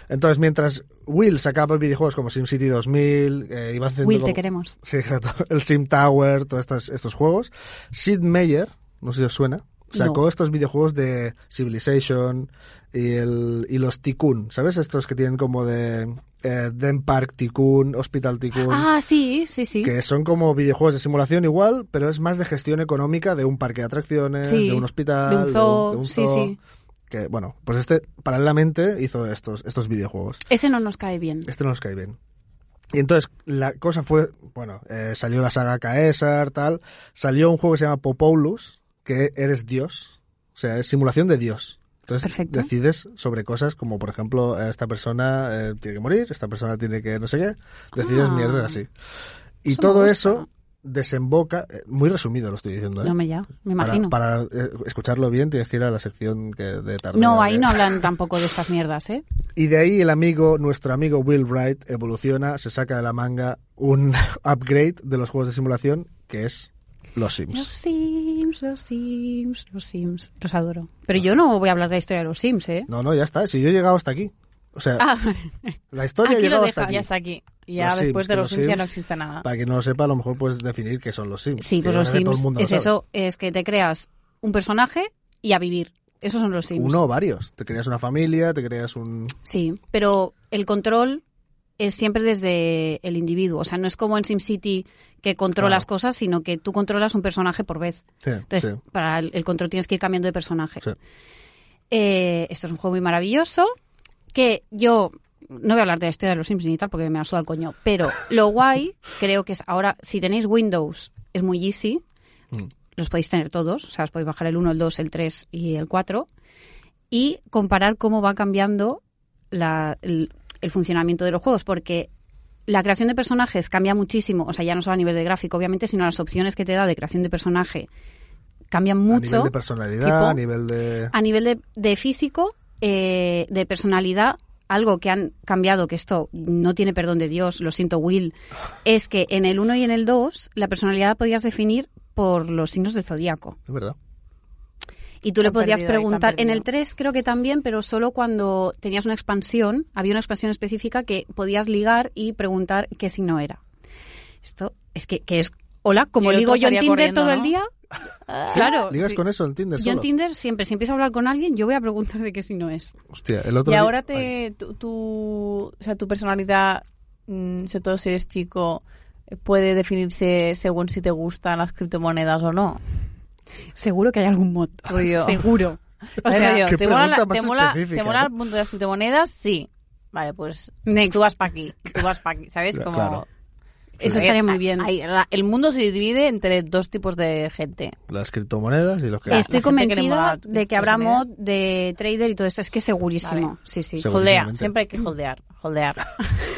S2: Entonces, mientras Will sacaba videojuegos como SimCity 2000, eh, iba haciendo
S1: Will, te
S2: como-
S1: queremos.
S2: Sí, [laughs] exacto. El Sim Tower, todos estos, estos juegos. Sid Meier, no sé si os suena, sacó
S1: No.
S2: estos videojuegos de Civilization y, el, y los Tycoon, ¿sabes? Estos que tienen como de eh, Den Park Tycoon, Hospital Tycoon.
S1: Ah, sí, sí, sí.
S2: Que son como videojuegos de simulación igual, pero es más de gestión económica de un parque de atracciones,
S1: Sí,
S2: de un hospital,
S1: de un zoo,
S2: de un
S1: sí,
S2: zoo.
S1: sí.
S2: Que bueno, pues este paralelamente hizo estos, estos videojuegos.
S1: Ese no nos cae bien.
S2: Este no nos cae bien. Y entonces la cosa fue, bueno, eh, salió la saga Caesar, tal, salió un juego que se llama Popolus, que eres Dios, o sea, es simulación de Dios. Entonces
S1: Perfecto.
S2: decides sobre cosas como, por ejemplo, eh, esta persona eh, tiene que morir, esta persona tiene que no sé qué, decides
S1: Ah.
S2: mierdas así. Y
S1: Eso me
S2: todo
S1: gusta.
S2: eso desemboca, eh, muy resumido lo estoy diciendo, ¿eh?
S1: No me ya, me
S2: Para-
S1: imagino.
S2: Para, eh, escucharlo bien tienes que ir a la sección que de tarde.
S1: No, ahí
S2: de-
S1: no hablan tampoco de estas mierdas, ¿eh?
S2: y de ahí el amigo, nuestro amigo Will Wright, evoluciona, se saca de la manga un [laughs] upgrade de los juegos de simulación, que es los
S1: Los
S2: Sims.
S1: Sims, los Sims, los Sims. Los adoro. Pero yo no voy a hablar de la historia de los Sims, ¿eh?
S2: Ah. No, no, ya está. Si yo he llegado hasta aquí. O sea,
S1: Ah,
S2: la historia ha
S1: aquí lo
S2: llegado
S1: dejas,
S2: hasta aquí.
S3: ya está aquí. Ya
S2: Los
S3: después
S2: Sims,
S3: de
S2: que
S3: los
S2: los
S3: Sims, ya
S2: Sims-
S3: no existe nada.
S2: Para quien no lo sepa, a lo mejor puedes definir qué son los Sims.
S1: sí,
S2: que
S1: pues
S2: yo
S1: los
S2: creo que todo el
S1: Sims
S2: mundo lo
S1: es
S2: sabe.
S1: eso, es que te creas un personaje y a vivir. Esos son los Sims.
S2: Uno o varios. Te creas una familia, te creas un...
S1: Sí, pero el control es siempre desde el individuo. O sea, no es como en SimCity que controlas
S2: Claro.
S1: cosas, sino que tú controlas un personaje por vez.
S2: Sí,
S1: Entonces,
S2: sí.
S1: para el, el control tienes que ir cambiando de personaje.
S2: Sí.
S1: Eh, esto es un juego muy maravilloso que yo no voy a hablar de la historia de los Sims ni tal porque me la suda el coño, pero lo guay creo que es ahora, si tenéis Windows es muy easy,
S2: Mm.
S1: los podéis tener todos, o sea, os podéis bajar el 1, el 2, el 3 y el 4 y comparar cómo va cambiando la- el, el funcionamiento de los juegos porque la creación de personajes cambia muchísimo, o sea, ya no solo a nivel de gráfico, obviamente, sino las opciones que te da de creación de personaje cambian
S2: A
S1: mucho
S2: nivel de personalidad,
S1: tipo-
S2: a nivel de...
S1: a nivel de, de físico, eh, de personalidad, algo que han cambiado, que esto no tiene perdón de Dios, lo siento Will, es que en el 1 y en el 2 la personalidad la podías definir por los signos del zodíaco.
S2: Es verdad.
S1: Y tú le
S3: Tan
S1: podías
S3: perdido ahí, tan
S1: preguntar, en
S3: perdido.
S1: el 3 creo que también, pero solo cuando tenías una expansión, había una expansión específica que podías ligar y preguntar qué signo era. Esto es que, que es, hola, como
S3: Y el
S1: digo
S3: otro
S1: yo en
S3: salía
S1: Tinder
S3: corriendo,
S1: todo el
S3: ¿no?
S1: día, Claro.
S2: ¿Ligas
S1: sí.
S2: Ah, con eso en Tinder
S1: Yo en
S2: solo?
S1: Tinder siempre, si empiezo a hablar con alguien, yo voy a preguntar de qué si no es.
S2: Hostia, el otro
S3: Y
S2: día-
S3: ahora
S2: Ay,
S3: te, tu, tu- o sea, tu personalidad, mm, sobre todo si eres chico, eh, puede definirse según si te gustan las criptomonedas o no.
S1: Seguro que hay algún mod.
S3: Rollo.
S1: Seguro. O
S3: En
S1: sea,
S3: serio,
S2: qué
S3: ¿te mola, la-
S2: pregunta más
S3: te, mola,
S2: específica,
S3: ¿te mola
S2: ¿eh?
S3: el mundo de las criptomonedas? Sí. Vale, pues
S1: next.
S3: tú vas para aquí, tú vas para aquí, ¿sabes?
S2: Claro.
S3: Como,
S1: Eso
S3: Eh,
S1: estaría
S3: hay-
S1: muy bien.
S3: hay- la- el mundo se divide entre dos tipos de gente.
S2: Las criptomonedas y los que...
S3: la-
S1: Estoy
S3: la gente que le
S1: convencida
S3: mola
S1: de que habrá
S3: criptomonedas.
S1: mod de trader y todo esto. Es que segurísimo.
S3: Vale.
S1: Sí, sí.
S2: Seguro.
S3: Holdea,
S2: Segurísimamente.
S3: siempre hay que holdear,
S2: [laughs]
S3: holdear.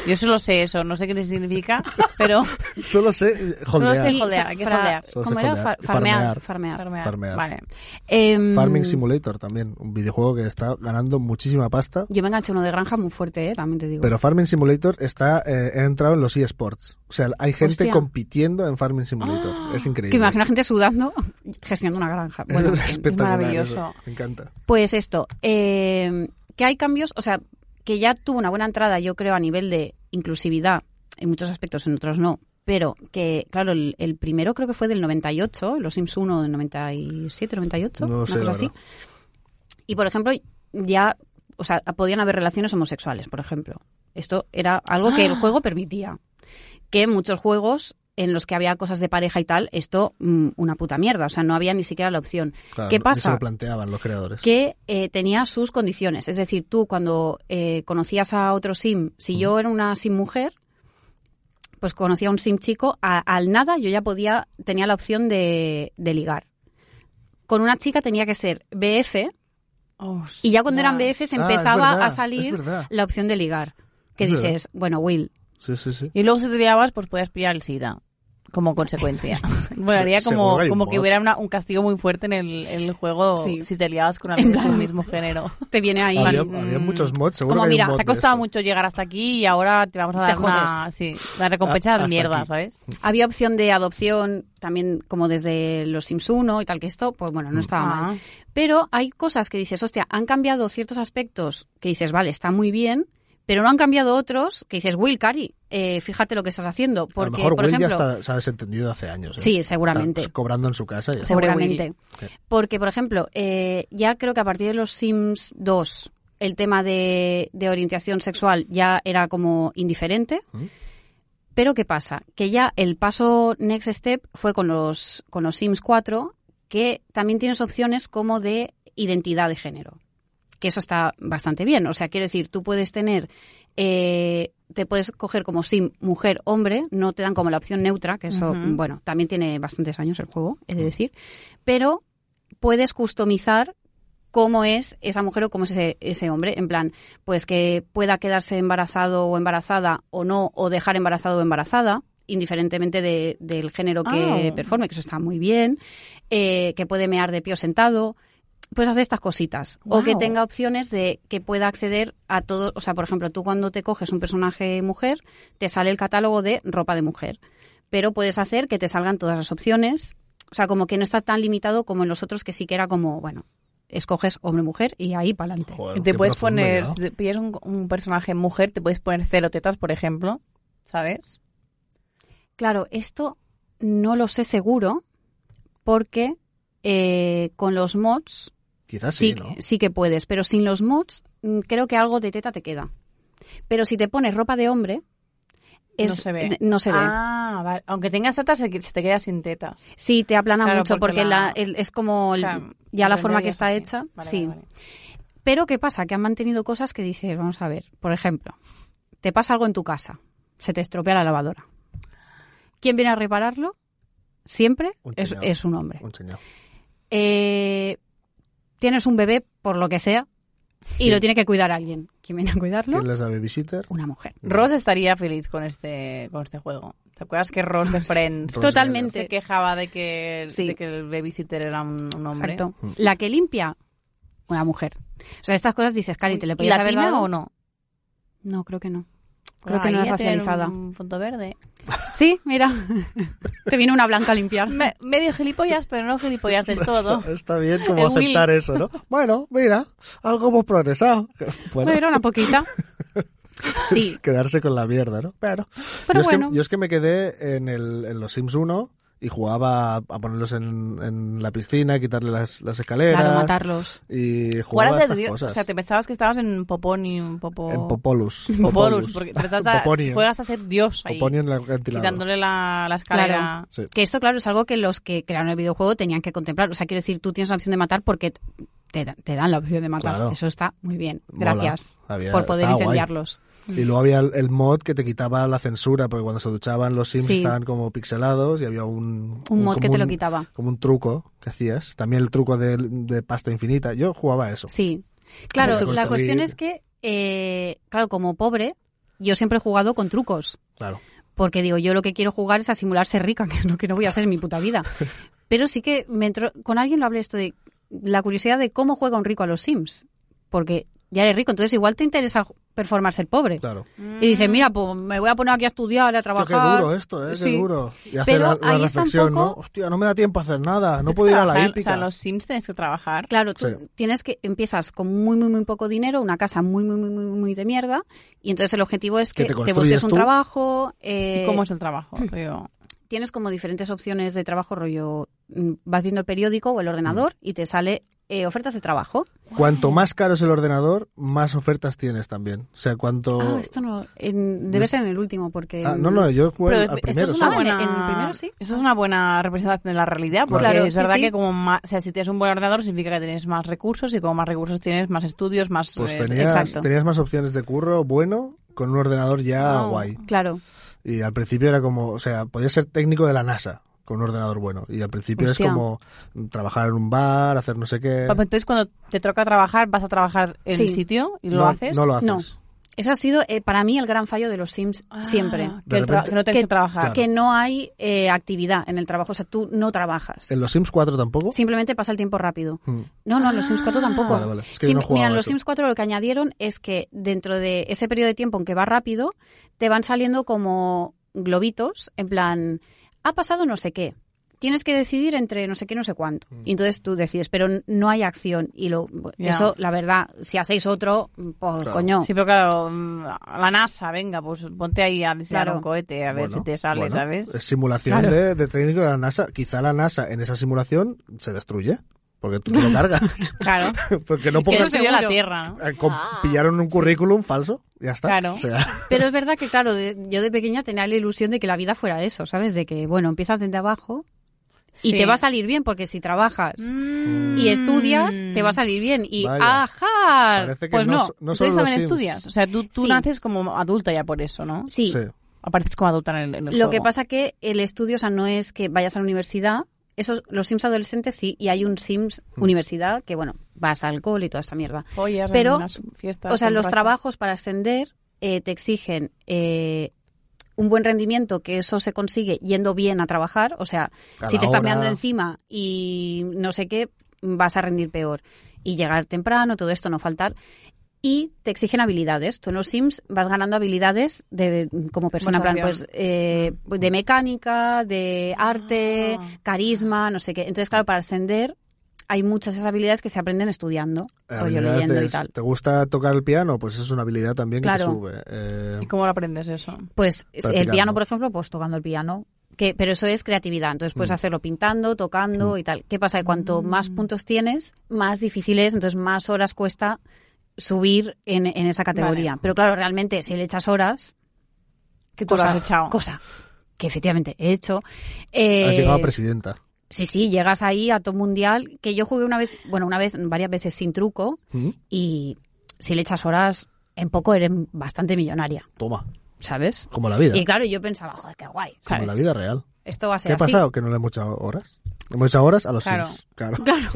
S3: Yo solo sé eso, no sé qué significa, pero
S2: Solo sé
S3: Solo sé
S2: holdear.
S1: Y
S3: Holdear,
S1: fa-
S3: hay que
S1: fra-
S3: holdear.
S2: Solo
S1: ¿Cómo
S2: se
S1: era?
S2: holdear.
S1: Fa- farmear.
S2: Farmear.
S1: Farmear.
S2: Farmear.
S3: Vale.
S1: Em,
S2: Farming Simulator también, un videojuego que está ganando muchísima pasta.
S1: Yo me enganché a uno de granja muy fuerte, eh, también te digo.
S2: Pero Farming Simulator está eh, ha entrado en los eSports. O sea, hay gente
S1: Hostia. Ah,
S2: compitiendo en Farming Simulator. es increíble.
S1: que imagino gente sudando [laughs] gestionando una granja. Bueno,
S2: es
S1: bien, es
S2: espectacular.
S1: maravilloso.
S2: eso.
S3: maravilloso.
S2: Me encanta.
S1: Pues esto, eh, que hay cambios, o sea, que ya tuvo una buena entrada, yo creo, a nivel de inclusividad, en muchos aspectos, en otros no, pero que, claro, el, el primero creo que fue del 98, los Sims 1 del 97, 98,
S2: No
S1: una
S2: sé,
S1: cosa
S2: la
S1: así.
S2: verdad.
S1: Y, por ejemplo, ya, o sea, podían haber relaciones homosexuales, por ejemplo. Esto era algo que el juego permitía. Que muchos juegos en los que había cosas de pareja y tal, esto, mm, una puta mierda, o sea, no había ni siquiera la opción
S2: Claro,
S1: ¿Qué
S2: ni
S1: pasa?
S2: Se lo planteaban los creadores. Ah,
S1: que eh, tenía sus condiciones. Es decir, tú cuando eh, conocías a otro sim, si yo era una sim mujer, pues conocía a un sim chico, a- al nada yo ya podía, tenía la opción de, de ligar. Con una chica tenía que ser BF y ya cuando eran BF se
S2: Ah, es
S1: empezaba
S2: verdad,
S1: a
S2: es
S1: salir
S2: verdad.
S1: la opción de ligar. Que
S2: Es verdad.
S1: dices, bueno, Will,
S2: Sí, sí, sí.
S3: Y luego si te liabas, pues podías pillar el SIDA
S2: [laughs]
S3: como consecuencia. bueno, haría
S2: Se- seguro
S3: como,
S2: que hay un
S3: como que
S2: mod.
S3: hubiera una- un castigo muy fuerte en el, en el juego
S1: Sí.
S3: si te liabas con
S1: En
S3: alguien
S1: plan-
S3: [laughs] del mismo género.
S1: te viene ahí.
S2: Había,
S1: mm,
S2: había muchos mods, seguro
S1: como
S2: que hay un
S1: mira,
S2: mod
S3: Te ha
S2: de
S3: costado
S2: esto.
S3: mucho llegar hasta aquí y ahora te vamos a
S1: Te
S3: dar una,
S1: jodes.
S3: sí, una recompensa
S2: Ha-
S3: de
S2: hasta
S3: mierda,
S2: aquí.
S3: ¿sabes?
S1: Había opción de adopción también como desde los Sims 1 y tal que esto, pues bueno, no estaba mal.
S3: Ah.
S1: Pero hay cosas que dices, hostia, han cambiado ciertos aspectos que dices, vale, está muy bien, pero no han cambiado otros que dices, Will, Cari, eh, fíjate lo que estás haciendo.
S2: a lo
S1: Porque,
S2: mejor
S1: por
S2: Will
S1: ejemplo,
S2: ya está, se ha desentendido hace años. ¿eh?
S1: Sí, seguramente.
S2: Está, pues, cobrando en su casa. y ya está.
S3: Seguro. Pobre
S1: seguramente.
S2: Will.
S1: Porque, por ejemplo, eh, ya creo que a partir de los Sims 2 el tema de, de orientación sexual ya era como indiferente.
S2: ¿Mm?
S1: Pero ¿qué pasa? Que ya el paso next step fue con los, con los Sims 4, que también tienes opciones como de identidad de género. Que eso está bastante bien. O sea, quiero decir, tú puedes tener, eh, te puedes coger como Sim mujer, hombre, no te dan como la opción neutra, que eso,
S3: Ujú. Mm.
S1: bueno, también tiene bastantes años el juego, es decir. Pero puedes customizar cómo es esa mujer o cómo es ese, ese hombre. En plan, pues que pueda quedarse embarazado o embarazada o no, o dejar embarazado o embarazada, indiferentemente de- del género que
S3: Ah.
S1: performe, que eso está muy bien. eh, que puede mear de pie o sentado. Pues hace estas cositas. O que
S3: Guau.
S1: tenga opciones de que pueda acceder a todo. O sea, por ejemplo, tú cuando te coges un personaje mujer, te sale el catálogo de ropa de mujer. Pero puedes hacer que te salgan todas las opciones. O sea, como que no está tan limitado como en los otros que sí que era como, bueno, escoges hombre-mujer y ahí para adelante.
S2: Joder,
S3: te
S2: qué
S3: puedes
S2: profundo
S3: poner,
S2: ya,
S3: si
S2: ¿no?
S3: te pillas un, un personaje mujer, te puedes poner cero tetas, por ejemplo, ¿sabes?
S1: Claro, esto no lo sé seguro porque eh, con los mods
S2: Quizás
S1: sí,
S2: sí, ¿no?
S1: sí que puedes, pero sin los mods mm, creo que algo de teta te queda. Pero si te pones ropa de hombre, es-
S3: No se ve.
S1: n- no se ve.
S3: Ah, vale. Aunque tengas tetas, se, se te queda sin tetas.
S1: Sí, te aplana
S3: Claro,
S1: mucho porque,
S3: porque
S1: la-
S3: la-
S1: el- es como el-
S3: Claro,
S1: ya la
S3: depende
S1: forma
S3: de
S1: que
S3: eso,
S1: está
S3: sí.
S1: hecha.
S3: Vale,
S1: sí.
S3: vale, vale.
S1: Pero ¿qué pasa? Que han mantenido cosas que dices, vamos a ver, por ejemplo, te pasa algo en tu casa, se te estropea la lavadora. ¿Quién viene a repararlo? Siempre
S2: Un
S1: es,
S2: señor.
S1: es un hombre.
S2: Un señor.
S1: Eh, tienes un bebé, por lo que sea, y lo tiene que cuidar alguien. ¿Quién viene a cuidarlo?
S2: ¿Quién les da babysitter?
S1: Una mujer.
S3: Ross estaría feliz con este, con este juego. ¿Te acuerdas que
S1: [laughs]
S3: Ross de Friends
S2: Ross
S1: Totalmente.
S3: se quejaba de que,
S1: Sí.
S3: de que el babysitter era un, un hombre?
S1: Exacto. La que limpia, una mujer. O sea, estas cosas dices, Cari, ¿te le
S3: ¿Y
S1: podías haber
S3: latina
S1: dado?
S3: o no?
S1: No, creo que no. Creo que no
S3: Ahí
S1: es
S3: ya tienen
S1: racializada.
S3: Un punto verde.
S1: Sí, [laughs] mira. Te viene una blanca a limpiar.
S3: Me- medio gilipollas, pero no
S2: [laughs]
S3: gilipollas del todo.
S2: Está, está bien como
S3: El
S2: aceptar eso, ¿no? Bueno, mira, algo hemos progresado. Bueno,
S1: Bueno, una [laughs] poquita. Sí,
S2: [laughs] quedarse con la mierda, ¿no? Pero,
S1: Pero
S2: yo, es
S1: bueno.
S2: que, yo es que me quedé en, el, en los Sims 1 y jugaba a, a ponerlos en, en la piscina, quitarle las, las escaleras.
S1: Claro, matarlos.
S2: Y jugaba
S3: Jugaras
S2: estas
S3: de Dios. O
S2: cosas.
S3: sea, te pensabas que estabas en Popón y un popo...
S2: En Popolus.
S3: Popolus, porque
S2: [laughs]
S3: te pensabas a-
S2: Poponian.
S3: juegas a ser Dios ahí.
S2: Poponian la- ventilado.
S3: Quitándole la, la escalera.
S1: Claro.
S2: Sí.
S1: Que esto, claro, es algo que los que crearon el videojuego tenían que contemplar. O sea, quiero decir, tú tienes la opción de matar porque t- te, da- te dan la opción de matar.
S2: Claro.
S1: Eso está muy bien.
S2: Mola.
S1: Gracias
S2: Había-
S1: por poder
S2: estaba guay.
S1: incendiarlos.
S2: Y luego había el, el mod que te quitaba la censura, porque cuando se duchaban los sims
S1: Sí.
S2: estaban como pixelados y había un...
S1: Un mod
S2: como
S1: que te lo quitaba.
S2: Como un truco que hacías. También el truco de, de pasta infinita. Yo jugaba a eso.
S1: Sí. Claro,
S2: Como que
S1: la cuestión
S2: construir-
S1: es que, eh, claro, como pobre, yo siempre he jugado con trucos.
S2: Claro.
S1: Porque digo, yo lo que quiero jugar es a simularse rica, [laughs] que es lo que no voy a hacer en mi puta
S2: [laughs]
S1: vida. Pero sí que me entró, con alguien lo hablé esto de la curiosidad de cómo juega un rico a los Sims. Porque ya eres rico, entonces igual te interesa ju- performar ser pobre.
S2: Claro.
S1: Y
S3: Mm.
S1: dices, mira, pues me voy a poner aquí a estudiar, a
S2: Tío, qué
S1: trabajar.
S2: duro esto, ¿eh? Qué
S1: Sí.
S2: duro. Y hacer
S1: Pero
S2: la, la
S1: ahí está un
S2: reflexión,
S1: poco-
S2: ¿no? Hostia, no me da tiempo a hacer nada. No
S3: Tienes
S2: puedo
S3: que
S2: ir a la
S3: trabajar,
S2: hípica.
S3: O sea, los Sims tenés que trabajar.
S1: Claro, tú
S2: Sí.
S1: tienes que empiezas con muy muy muy poco dinero, una casa muy muy muy muy muy de mierda y entonces el objetivo es
S2: Que
S1: que,
S2: te
S1: te
S2: construyes
S1: busques un
S2: tú.
S1: trabajo, eh,
S3: ¿Y cómo es el [clears throat] trabajo? Yo-
S1: tienes como diferentes opciones de trabajo rollo, mm, vas viendo el periódico o el ordenador
S2: Mm.
S1: y te sale eh, ofertas de trabajo.
S2: Cuanto más caro es el ordenador, más ofertas tienes también. O sea, cuanto...
S1: Ah, esto no, en- debe
S2: Es-
S1: ser en el último porque
S2: Oh. Ah, no, no, yo jugué
S3: Pero
S2: al
S3: esto
S2: primero.
S3: es una
S2: solo.
S1: en-
S3: buena,
S1: en primero sí.
S3: Esto es una buena representación de la realidad, porque
S1: Claro,
S3: es
S1: sí,
S3: verdad
S1: sí.
S3: que como más, o sea, si tienes un buen ordenador significa que tienes más recursos y como más recursos tienes más estudios, más
S2: Pues
S3: eh,
S2: tenías,
S1: exacto.
S2: tenías más opciones de curro bueno con un ordenador ya
S1: Ah.
S3: No.
S2: guay.
S1: mm, claro,
S2: Y al principio era como, o sea, podías ser técnico de la NASA con un ordenador bueno. Y al principio
S1: Hostia.
S2: es como trabajar en un bar, hacer no sé qué.
S3: Papá, entonces cuando te toca trabajar, vas a trabajar en
S1: Sí.
S3: el sitio y lo
S2: no,
S3: haces.
S2: No lo haces.
S1: No. ese ha sido eh, para mí el gran fallo de los Sims
S3: Ah,
S1: siempre.
S3: Que, el tra-
S2: repente-
S3: que no tienes
S1: Que-
S3: que trabajar.
S2: Claro.
S1: Que no hay eh, actividad en el trabajo, o sea, tú no trabajas.
S2: ¿En los Sims 4 tampoco?
S1: Simplemente pasa el tiempo rápido.
S2: Mm.
S1: No, no, los Sims 4 tampoco.
S2: Vale, vale. Es que yo
S1: Sim-
S2: no jugaba
S1: mira,
S2: a
S1: en los
S2: eso.
S1: Sims 4 lo que añadieron es que dentro de ese periodo de tiempo en que va rápido, te van saliendo como globitos, en plan, ha pasado no sé qué. Tienes que decidir entre no sé qué, no sé cuánto.
S2: Mm.
S1: Y entonces tú decides, pero n- no hay acción. Y lo,
S3: Ya.
S1: eso, la verdad, si hacéis otro, pues
S2: Claro.
S1: coño.
S3: Sí, pero claro, mm, a la NASA, venga, pues ponte ahí a diseñar
S1: Claro.
S3: un cohete, a ver
S2: Bueno,
S3: si te sale,
S2: bueno,
S3: ¿sabes?
S2: [laughs] es Simulación
S3: Claro.
S2: de, de técnico de la NASA. Quizá la NASA en esa simulación se destruye. Porque tú te lo cargas.
S3: [laughs]
S2: [laughs]
S3: Claro.
S2: porque no
S3: que
S2: puedo...
S3: eso sería la
S1: seguro.
S3: Tierra, ¿no?
S2: pillaron un currículum falso. Ya está.
S3: Claro.
S2: O sea,
S1: Pero es verdad que, claro, de- yo de pequeña tenía la ilusión de que la vida fuera eso, ¿sabes? De que, bueno, empiezas desde abajo y
S3: Sí.
S1: te va a salir bien, porque si trabajas
S3: Mm.
S1: y estudias, te va a salir bien. Y
S2: Vaya.
S1: ¡ajá!
S2: parece que
S3: Pues no,
S2: no, no solo
S3: entonces
S2: los
S3: también
S2: Sims.
S3: estudias. O sea, tú, tú
S1: Sí.
S3: naces como adulta ya por eso, ¿no?
S1: Sí,
S2: Sí.
S3: Apareces como adulta en el, en el
S1: lo que
S3: juego.
S1: pasa que el estudio, o sea, no es que vayas a la universidad. Esos, los Sims adolescentes sí, y hay un Sims
S2: Mm.
S1: universidad que, bueno, vas a alcohol y toda esta mierda.
S3: Follas en
S1: pero,
S3: unas fiestas
S1: O sea,
S3: con
S1: los
S3: borrachos.
S1: trabajos para ascender eh, te exigen eh, un buen rendimiento, que eso se consigue yendo bien a trabajar. O sea,
S2: A
S1: si
S2: la
S1: te estás
S2: hora.
S1: meando encima y no sé qué, vas a rendir peor. Y llegar temprano, todo esto, no faltar. Y te exigen habilidades. Tú en los Sims vas ganando habilidades de, como persona, en plan, pues,
S3: Conversación.
S1: eh, de mecánica, de arte,
S3: Ah.
S1: carisma, no sé qué. Entonces, claro, para ascender hay muchas de esas habilidades que se aprenden estudiando, rollo
S2: Eh, Habilidades
S1: leyendo
S2: de-
S1: y tal.
S2: ¿Te gusta tocar el piano? Pues es una habilidad también que
S1: Claro.
S2: te sube. Eh,
S3: ¿Y cómo lo aprendes eso?
S1: Pues el
S2: Practicando.
S1: piano, por ejemplo, pues tocando el piano. Que, pero eso es creatividad, entonces puedes
S2: Mm.
S1: hacerlo pintando, tocando y tal. ¿Qué pasa? Que cuanto más puntos tienes, más difícil es, entonces más horas cuesta subir en, en esa categoría. Pero claro, realmente si le echas horas,
S3: Que tú
S1: cosa,
S3: lo Pues has echado.
S1: cosa que efectivamente he hecho. eh,
S2: Has llegado a presidenta.
S1: sí, sí, llegas ahí a top mundial, que yo jugué una vez, bueno, una vez, varias veces sin truco,
S2: ¿Mm?
S1: y si le echas horas, en poco eres bastante millonaria,
S2: Toma,
S1: ¿sabes?
S2: como la vida.
S1: Y claro, yo pensaba, joder, qué guay.
S2: como
S1: ¿sabes?
S2: la vida real.
S1: Esto va a ser
S2: ¿Qué ha
S1: así.
S2: pasado? Que no le hemos echado horas. Hemos echado horas a los
S3: Claro.
S2: Sims. Claro.
S1: [laughs] Claro,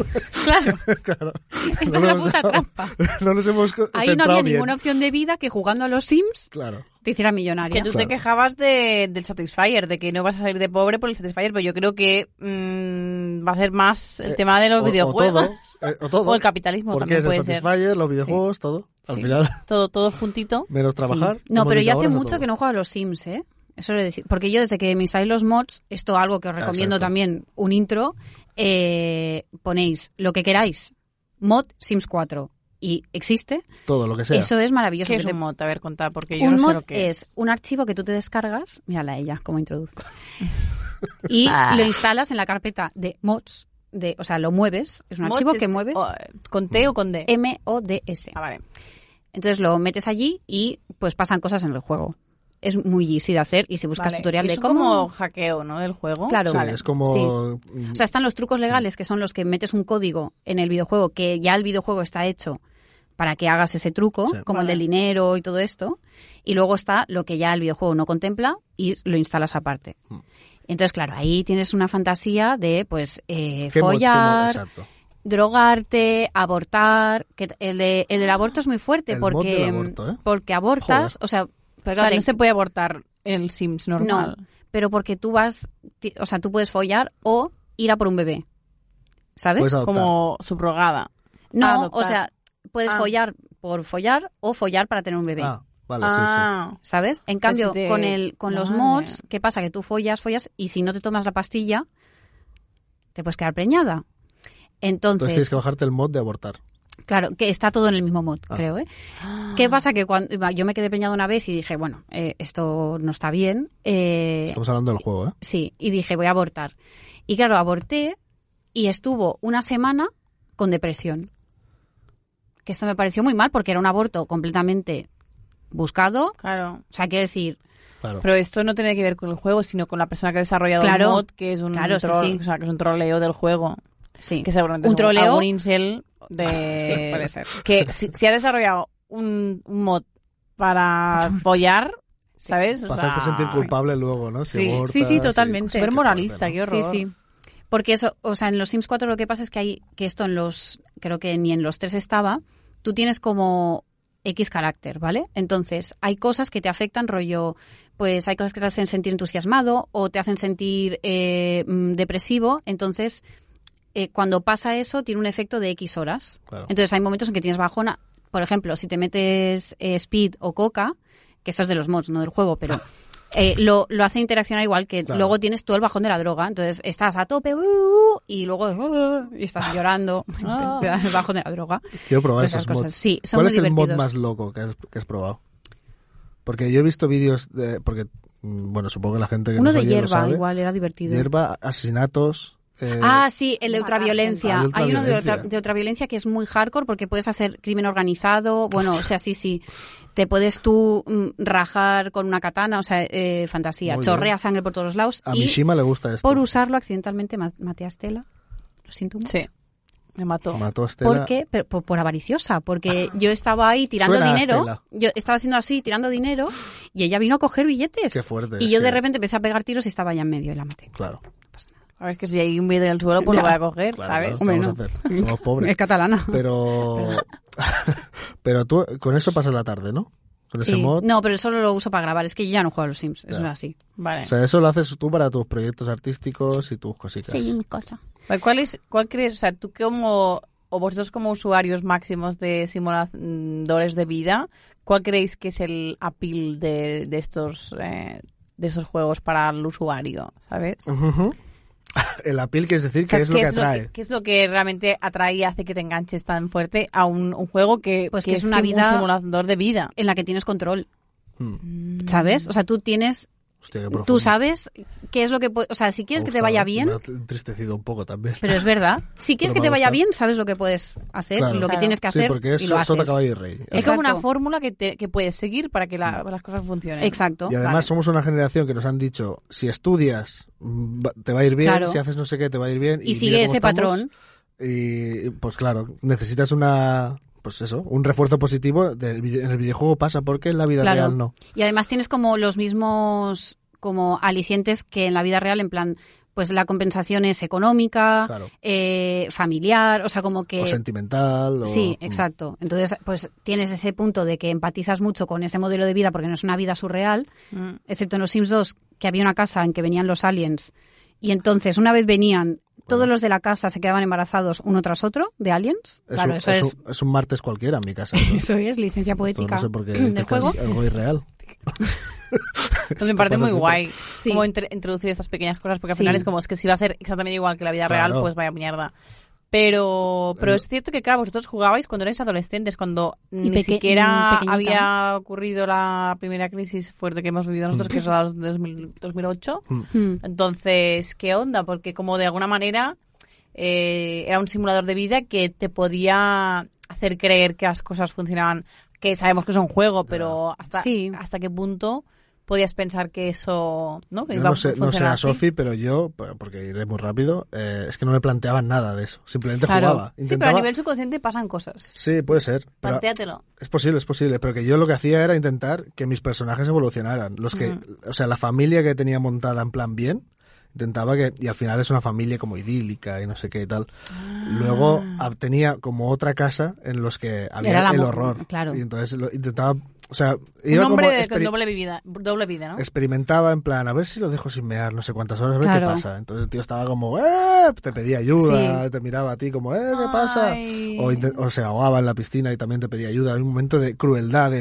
S1: claro.
S2: [laughs] Claro.
S1: Esta
S2: No
S1: es la
S2: nos
S1: puta
S2: hemos-
S1: trampa.
S2: [laughs] No nos hemos
S1: Ahí no
S2: centrado
S1: había
S2: bien.
S1: ninguna opción de vida que jugando a los Sims
S2: Claro.
S1: te hiciera
S3: Que
S1: millonaria.
S3: tú
S2: Claro.
S3: te quejabas de, del Satisfyer, de que no vas a salir de pobre por el Satisfyer, pero yo creo que mm, va a ser más el
S2: Eh,
S3: tema de los
S2: o, o
S3: videojuegos.
S2: todo, eh, o todo.
S3: O el capitalismo
S2: Porque
S3: también
S2: es el
S3: puede ser.
S2: Satisfyer, los videojuegos, todo. Al
S3: Sí.
S2: final, [laughs]
S3: [laughs] Todo, todo juntito.
S2: menos trabajar.
S1: Sí. No,
S2: hemos
S1: pero yo
S2: dedicado
S1: hace
S2: horas a
S1: mucho
S2: todo.
S1: que no juego a los Sims, ¿eh? Eso lo he de decir. Porque yo desde que me instaléis los mods, esto algo que os
S2: Ah,
S1: recomiendo
S2: exacto.
S1: también, un intro, eh, ponéis lo que queráis. Mod Sims 4. y existe,
S2: todo lo que sea.
S1: eso es maravilloso.
S3: ¿Qué
S1: que
S3: es
S1: te-
S3: un mod? A ver, contá, porque yo
S1: un
S3: no
S1: mod
S3: sé lo que
S1: es un archivo que tú te descargas, mírala ella como
S3: [laughs]
S1: introduce, y
S3: Ah.
S1: lo instalas en la carpeta de mods, de, o sea, lo mueves, es un
S3: Mods
S1: archivo
S3: es-
S1: que mueves,
S3: o, Oh, ¿Con T o con
S1: Eh,
S3: D?
S1: M-O-D-S.
S3: Ah, vale.
S1: Entonces lo metes allí y pues pasan cosas en el juego. Es muy easy de hacer y si buscas
S3: Vale.
S1: tutorial
S3: Es
S1: de cómo...
S3: como hackeo, ¿no? Del juego.
S1: Claro,
S2: Sí,
S1: vale.
S2: es como... mm,
S1: Sí. O sea, están los trucos legales que son los que metes un código en el videojuego que ya el videojuego está hecho para que hagas ese truco,
S2: Sí.
S1: como
S3: Vale.
S1: el del dinero y todo esto. Y luego está lo que ya el videojuego no contempla y lo instalas aparte.
S2: Mm.
S1: Entonces, claro, ahí tienes una fantasía de, pues, eh,
S2: ¿qué mods, qué mods?
S1: follar,
S2: Exacto.
S1: drogarte, abortar. Que el, de- el
S3: Ah.
S1: del aborto es muy fuerte
S2: El mod
S1: porque, mm,
S2: del aborto, ¿eh?
S1: porque abortas,
S2: Joder.
S1: o sea,
S3: Pero claro,
S1: Vale.
S3: no se puede abortar en el Sims normal.
S1: no, pero porque tú vas, ti- o sea, tú puedes follar o ir a por un bebé. ¿Sabes?
S2: Puedes adoptar.
S3: Como subrogada.
S1: No,
S3: Adoptar.
S1: o sea, puedes
S3: Ah.
S1: follar por follar o follar para tener un bebé.
S2: Ah, vale,
S3: ah,
S1: ¿Sabes? En cambio,
S3: Pues te-
S1: con el con los
S3: Madre.
S1: mods, ¿qué pasa? Que tú follas, follas y si no te tomas la pastilla, te puedes quedar preñada.
S2: sí, sí. Entonces
S1: Entonces,
S2: tienes que bajarte el mod de abortar.
S1: claro, que está todo en el mismo mod,
S2: Ah.
S1: creo, ¿eh?
S3: Ah.
S1: ¿Qué pasa? Que cuando iba- yo me quedé preñada una vez y dije, bueno, eh, esto no está bien. eh,
S2: Estamos hablando del juego, ¿eh?
S1: sí, y dije, voy a abortar. Y claro, aborté y estuvo una semana con depresión. Que esto me pareció muy mal porque era un aborto completamente buscado.
S3: Claro.
S1: O sea, quiero decir,
S2: Claro.
S3: Pero esto no tiene que ver con el juego, sino con la persona que ha desarrollado el
S1: Claro.
S3: mod, que es un
S1: Claro, sí,
S3: troll,
S1: sí.
S3: o sea, que es un troleo del juego,
S1: sí.
S3: que seguramente
S1: Un
S3: es
S1: troleo.
S3: algún incel
S1: [laughs]
S3: de
S1: Sí, puede ser.
S3: que si, si ha desarrollado un, un mod para follar, ¿sabes? O
S2: Para hacerte
S3: sea,
S2: sentir culpable luego, ¿no?
S3: Sí.
S2: abortas,
S1: Sí, sí, totalmente.
S2: qué
S3: Súper moralista,
S2: fuerte,
S3: qué horror.
S1: Sí, sí. Porque eso, o sea, en los Sims 4 lo que pasa es que hay, que esto en los, creo que ni en los 3 estaba, tú tienes como X carácter, ¿vale? Entonces, hay cosas que te afectan, rollo, pues hay cosas que te hacen sentir entusiasmado o te hacen sentir eh, mm, depresivo, entonces, eh, cuando pasa eso, tiene un efecto de X horas.
S2: Claro.
S1: Entonces, hay momentos en que tienes bajona, por ejemplo, si te metes eh, Speed o Coca, que esto es de los mods, no del juego, pero... [laughs] eh, lo, lo hace interaccionar igual que
S2: Claro.
S1: luego tienes tú el bajón de la droga. Entonces estás a tope uh, uh, y luego uh, y
S2: Ah.
S1: estás llorando. [laughs] te, te da el bajón de la droga.
S2: Quiero probar
S1: Pues Esas
S2: esos
S1: cosas.
S2: mods.
S1: Sí, son
S2: ¿Cuál
S1: muy
S2: es el mod
S1: divertidos.
S2: más loco que has, que has probado? Porque yo he visto vídeos de... Porque, mm, bueno, supongo que la gente que
S1: Uno
S2: nos
S1: de
S2: oye lo
S1: hierba
S2: sabe.
S1: igual era divertido.
S2: Hierba, asesinatos... eh,
S1: Ah, sí, el de ultraviolencia.
S2: Hay
S1: Hay, uno de,
S2: Ah, ultraviolencia.
S1: ultra- de ultraviolencia que es muy hardcore porque puedes hacer crimen organizado. Bueno, o sea, sí, sí. Te puedes tú mm, rajar con una katana, o sea, eh, fantasía.
S2: Muy
S1: Chorrea
S2: bien.
S1: sangre por todos los lados.
S2: a
S1: y
S2: Mishima le gusta esto.
S1: por usarlo accidentalmente, ma- maté a Estela. Lo siento mucho.
S3: Sí, me mató.
S2: Mató a Estela.
S1: ¿Por qué? Pero por, por avariciosa, porque yo estaba ahí tirando
S2: Ah, Suena a Estela.
S1: dinero, yo estaba haciendo así, tirando dinero, y ella vino a coger billetes.
S2: Qué fuerte,
S1: Y yo
S2: sí.
S1: de repente empecé a pegar tiros y estaba ya en medio y la maté.
S2: Claro.
S3: A ver, que si hay un vídeo en el suelo, pues
S1: Ya.
S3: lo voy a coger,
S2: Claro,
S3: ¿sabes?
S2: claro, ¿qué
S1: Hombre,
S2: vamos a
S1: no. [laughs]
S2: hacer? Somos pobres.
S1: Es catalana.
S2: Pero. [laughs] pero tú, con eso pasas la tarde, ¿no? Con ese
S1: Sí.
S2: mod.
S1: No, pero solo lo uso para grabar, es que yo ya no juego a los Sims, eso
S2: Ya.
S1: es así.
S3: Vale.
S2: O sea, eso lo haces tú para tus proyectos artísticos y tus cositas.
S1: Sí, mi cosa.
S3: Vale, ¿Cuál, es, ¿Cuál crees, o sea, tú como, o vosotros como usuarios máximos de simuladores de vida, cuál creéis que es el appeal de, de estos eh, de estos juegos para el usuario, ¿sabes?
S2: Ujú. [laughs] El apil, que es decir,
S3: O sea,
S2: que es lo que atrae.
S3: ¿Qué es lo que realmente atrae y hace que te enganches tan fuerte a un, un juego que,
S1: Pues
S3: que
S1: que es una
S3: sim-
S1: vida-
S3: un simulador de vida?
S1: En la que tienes control,
S2: Mm.
S1: ¿sabes? O sea, tú tienes,
S2: Hostia, qué profundo.
S1: tú sabes qué es lo que, pu- o sea, si quieres
S2: Me
S1: que te
S2: ha
S1: vaya bien,
S2: gustado, Me ha entristecido un poco también.
S1: pero es
S2: [laughs]
S1: verdad, si quieres
S2: Pero
S1: que
S2: me
S1: te
S2: ha
S1: vaya
S2: gustado.
S1: bien, sabes lo que puedes hacer
S2: Claro.
S1: y lo que
S3: Claro.
S1: tienes que hacer
S2: sí, porque es
S1: y lo haces.
S2: sota, caballo y rey.
S3: Es
S1: Exacto.
S3: como una fórmula que, te- que puedes seguir para que
S2: Mm.
S3: la- las cosas funcionen.
S1: Exacto.
S2: Y además
S1: Vale.
S2: somos una generación que nos han dicho, si estudias mm, va- te va a ir bien,
S1: Claro.
S2: si haces no sé qué te va a ir bien.
S1: Y
S2: mira
S1: sigue
S2: cómo
S1: ese
S2: estamos.
S1: patrón.
S2: Y pues claro, necesitas una... Pues eso, un refuerzo positivo del vide- en el videojuego pasa porque en la vida
S1: Claro.
S2: real no.
S1: Y además tienes como los mismos como alicientes que en la vida real, en plan, pues la compensación es económica,
S2: Claro. Pues
S1: eh, familiar, o sea, como que...
S2: o sentimental.
S1: eh,
S2: O, mm.
S1: Sí, exacto. Entonces, pues tienes ese punto de que empatizas mucho con ese modelo de vida porque no es una vida surreal,
S2: [laughs]
S3: Mm.
S1: excepto en los Sims 2, que había una casa en que venían los aliens. Y entonces, una vez venían, todos los de la casa se quedaban embarazados uno tras otro de aliens.
S2: Es
S1: claro,
S2: un,
S1: eso
S2: es
S1: es, [laughs]
S2: un- es un martes cualquiera en mi casa. ¿no?
S1: eso es licencia poética
S2: no sé por qué
S1: del
S2: dices que
S1: juego.
S2: es algo irreal.
S3: Entonces Pues me parece
S2: pasa
S3: muy
S2: siempre.
S3: guay
S1: Sí.
S3: como introducir estas pequeñas cosas porque al
S1: Sí.
S3: final es como es que si va a ser exactamente igual que la vida
S2: Claro.
S3: real, pues vaya mierda. Pero, pero es cierto que, claro, vosotros jugabais cuando erais adolescentes, cuando ni
S1: peque-
S3: siquiera
S1: pequeñita.
S3: había ocurrido la primera crisis fuerte que hemos vivido nosotros, que es la
S2: Mm.
S3: del 2000 2008.
S1: Mm.
S3: Entonces, ¿qué onda? Porque como de alguna manera eh, era un simulador de vida que te podía hacer creer que las cosas funcionaban, que sabemos que es un juego, pero hasta,
S1: Sí.
S3: hasta qué punto podías pensar que eso, ¿no? Que
S2: Yo
S3: iba a
S2: no sé, no sé
S3: funcionar
S2: a
S3: así.
S2: Sofi, pero yo, p- porque iré muy rápido, eh, es que no me planteaban nada de eso. Simplemente
S1: Claro.
S2: jugaba.
S3: Sí, pero a
S2: Intentaba...
S3: nivel subconsciente pasan cosas.
S2: Sí, puede ser. pero-
S3: Plantéatelo.
S2: Es posible, es posible, pero que yo lo que hacía era intentar que mis personajes evolucionaran. Los que, o sea, la familia que tenía montada en plan bien, intentaba que, y al final es una familia como idílica y no sé qué y tal.
S3: Ah.
S2: Luego ab- tenía como otra casa en los que
S1: Era
S2: había
S1: la
S2: el
S1: mo-
S2: horror.
S1: claro.
S2: Y entonces lo intentaba, o sea,
S3: Un
S2: iba como
S3: hombre de- con
S2: experi-
S3: doble vida, doble vida, ¿no?
S2: experimentaba en plan, a ver si lo dejo sin mear no sé cuántas horas, a ver
S1: Claro.
S2: qué pasa. Entonces el tío estaba como, ¡eh! Te pedía ayuda,
S1: Sí.
S2: te miraba a ti como, ¡eh! ¿Qué pasa?
S3: Ay.
S2: O, inte- o se ahogaba en la piscina y también te pedía ayuda. Hay un momento de crueldad, de,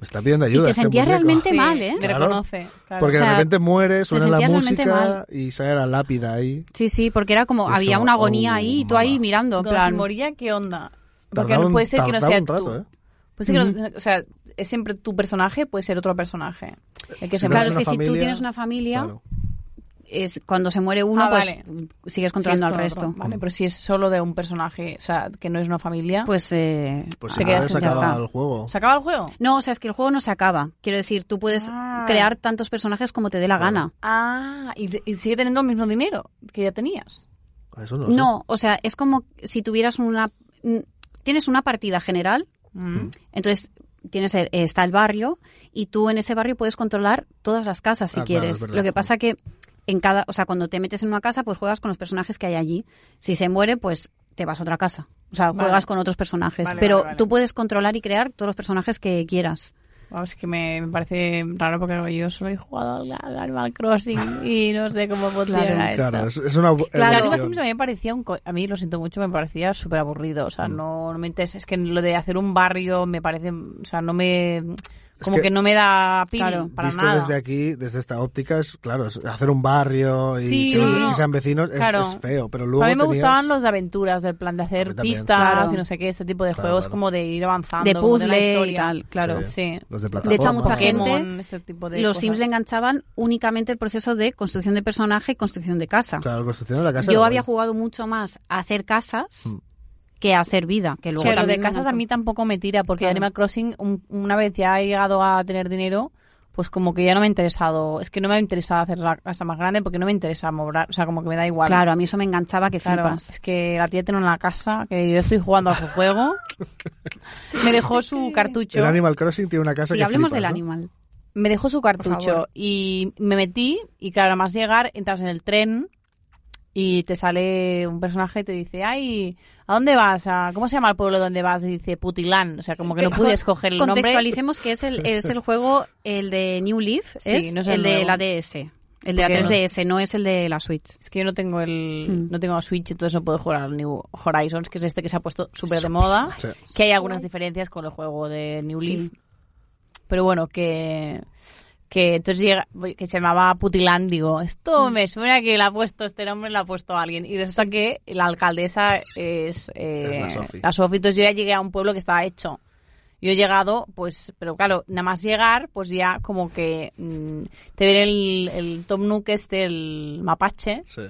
S2: me está pidiendo ayuda.
S1: te
S2: este
S1: sentías
S2: muñeco".
S1: realmente mal, ¿eh?
S3: Te
S2: Claro.
S3: reconoce. claro.
S2: Porque
S1: O sea,
S2: de repente muere, suena la
S1: sentías realmente
S2: música
S1: mal.
S2: y sale la lápida ahí.
S1: Sí, sí, porque era como,
S2: Y es
S1: había
S2: como,
S1: una agonía
S2: "Oh,
S1: ahí y tú
S2: mamá".
S1: ahí mirando, en
S3: Cuando se
S1: plan,
S3: moría, ¿qué onda? Porque
S2: Tardaba
S3: no
S2: un-
S3: puede ser que no
S2: tardaba
S3: sea
S2: un
S3: tú.
S2: rato, ¿eh?
S3: Puede ser Pues que no- o sea, es siempre tu personaje, puede ser otro personaje. El que
S2: Si
S3: se
S2: no
S1: claro,
S2: es
S1: es
S2: una
S1: que si tú
S2: familia,
S1: tienes una familia,
S2: Claro.
S1: es cuando se muere uno,
S3: Ah,
S1: pues
S3: vale.
S1: mm, sigues controlando
S3: Sí,
S1: al
S3: es con
S1: resto.
S3: otro. Vale, pero si es solo de un personaje, o sea, que no es una familia, pues
S1: Pues, eh,
S2: Pues
S1: ah,
S2: si
S3: te quedas
S2: no, se
S1: ya
S2: acaba
S1: está.
S2: el juego.
S3: se acaba el juego.
S1: No, o sea, es que el juego no se acaba. Quiero decir, tú puedes
S3: Ah.
S1: crear tantos personajes como te dé la gana.
S3: Ah, y, te- y sigue teniendo el mismo dinero que ya tenías.
S2: Eso no, lo sé.
S1: No, o sea, es como si tuvieras una... mm, Tienes una partida general,
S3: Mm.
S1: entonces tienes el- está el barrio y tú en ese barrio puedes controlar todas las casas si
S2: Ah, claro,
S1: quieres.
S2: es verdad.
S1: Lo que pasa que en cada, o sea, cuando te metes en una casa, pues juegas con los personajes que hay allí. Si se muere, pues te vas a otra casa. O sea,
S3: Vale.
S1: juegas con otros personajes,
S3: Vale,
S1: pero
S3: vale, vale.
S1: tú puedes controlar y crear todos los personajes que quieras.
S3: Vamos, que me, me parece raro porque yo solo he jugado al al Animal Crossing y no sé cómo funciona esto.
S2: Claro, es, es una
S1: Claro.
S2: bu-
S3: Claro,
S2: evolución.
S3: Animal Crossing a mí me parecía un co- a mí lo siento mucho, me parecía súper aburrido, o
S2: Mm.
S3: sea, no, no me interesa, es que lo de hacer un barrio me parece, o sea, no me como
S2: que-
S3: que, no me da pil
S1: Claro.
S3: para
S2: Visto
S3: nada.
S2: desde aquí, desde esta óptica, es, claro, es hacer un barrio y
S3: Sí,
S2: que, los-
S3: no, no.
S2: y sean vecinos es,
S3: Claro.
S2: es feo, pero luego
S3: a mí me
S2: tenías-
S3: gustaban los de aventuras, del plan de
S2: A mí
S3: hacer
S2: también, sí.
S3: pistas
S1: Claro.
S3: y no sé qué, este tipo de
S2: Claro,
S3: juegos
S2: claro.
S3: como de ir avanzando,
S1: De
S3: como una
S1: puzzle y
S3: historia.
S1: tal, claro.
S3: Sí.
S2: Los de
S1: De hecho, a mucha
S2: plataforma.
S1: gente-
S3: Pokémon, ese tipo de
S1: los
S3: cosas.
S1: Sims le enganchaban únicamente el proceso de construcción de personaje y construcción de casa.
S2: Claro, construcción de la casa.
S1: Yo
S2: era
S1: había
S2: guay.
S1: jugado mucho más a hacer casas
S2: Mm.
S1: que a hacer vida, que
S3: Es
S1: luego
S3: que lo
S1: también
S3: de
S1: me
S3: casas a
S1: enganchó.
S3: mí tampoco me tira, porque
S1: Claro.
S3: Animal Crossing, un- una vez ya he llegado a tener dinero, pues como que ya no me ha interesado. Es que no me ha interesado hacer la casa más grande porque no me interesa mover, o sea, como que me da igual.
S1: Claro, a mí eso me enganchaba que
S3: Claro,
S1: flipas.
S3: es que la tía tiene una casa, que yo estoy jugando a su
S2: [laughs]
S3: juego. me dejó su cartucho.
S2: El Animal Crossing tiene una casa
S1: Sí,
S2: que
S1: hablemos
S2: flipas,
S1: del
S2: ¿no?
S1: animal.
S3: Me dejó su cartucho
S1: favor.
S3: y me metí y claro, más llegar, entras en el tren y te sale un personaje y te dice, ay, ¿a dónde vas? ¿A- ¿Cómo se llama el pueblo donde vas? Y dice Putilán, o sea, como que no
S1: Eh,
S3: pude
S1: con-
S3: escoger el nombre.
S1: Contextualicemos que es el, es el juego, el de New Leaf,
S3: Sí,
S1: es,
S3: no es
S1: el,
S3: el
S1: de
S3: nuevo.
S1: la DS. El de la
S3: Porque-
S1: 3DS, no es el de la Switch.
S3: Es que yo no tengo el
S1: Hmm.
S3: no tengo la Switch, entonces no puedo jugar al New Horizons, que es este que se ha puesto súper de moda,
S2: Sí.
S3: que hay algunas diferencias con el juego de New
S1: Sí.
S3: Leaf. Pero bueno, que que entonces llega que se llamaba Putilán, digo,
S1: Mm.
S3: esto me suena que le ha puesto este nombre, le ha puesto alguien y de eso que la alcaldesa es, eh,
S2: Es la Sofi.
S3: la Sofi, entonces yo ya llegué a un pueblo que estaba hecho. Yo he llegado, pues, pero claro, nada más llegar, pues ya como que mm, te viene el, el Tom Nook este, el mapache,
S2: Sí.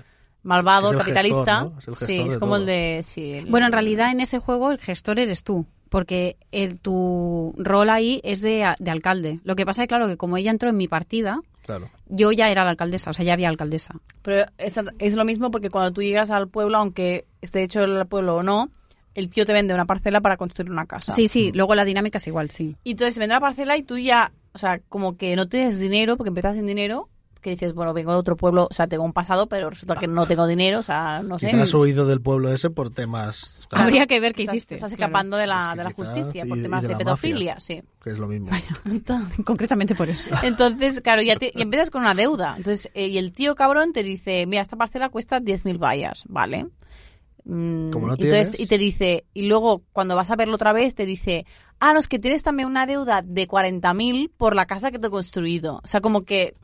S3: malvado,
S2: Es el
S3: capitalista.
S2: gestor, ¿no? Es el
S3: sí,
S2: gestor
S3: es
S2: de
S3: como
S2: todo.
S3: el de. sí, el-
S1: Bueno, en realidad en ese juego el gestor eres tú, porque el, tu rol ahí es de, de alcalde. Lo que pasa es, claro, que como ella entró en mi partida,
S2: Claro.
S1: yo ya era la alcaldesa, o sea, ya había alcaldesa.
S3: Pero es, es lo mismo porque cuando tú llegas al pueblo, aunque esté hecho el pueblo o no, el tío te vende una parcela para construir una casa.
S1: Sí, sí, luego la dinámica es igual, sí. [laughs]
S3: Y entonces vende la parcela y tú ya, o sea, como que no tienes dinero porque empiezas sin dinero. Que dices, bueno, vengo de otro pueblo, o sea, tengo un pasado, pero resulta que no tengo dinero, o sea, no sé.
S2: Quizás has huido del pueblo ese por temas. claro,
S1: Habría que ver qué
S3: Estás-
S1: hiciste.
S3: Estás
S1: claro.
S3: escapando de la,
S2: Es que
S3: de la
S2: quizás,
S3: justicia
S2: y-
S3: por
S2: y
S3: temas
S2: de
S3: de,
S2: la
S1: [laughs]
S3: pedofilia, sí.
S2: Que es lo mismo.
S1: Concretamente por eso.
S3: Entonces, claro, ya te- y empiezas con una deuda. Entonces, eh, y el tío cabrón te dice, mira, esta parcela cuesta 10.000 vallas, ¿vale? Mm,
S2: Como no
S3: entonces,
S2: tienes-
S3: y te dice, y luego cuando vas a verlo otra vez, te dice, ah, no, es que tienes también una deuda de 40.000 por la casa que te he construido. O sea, como que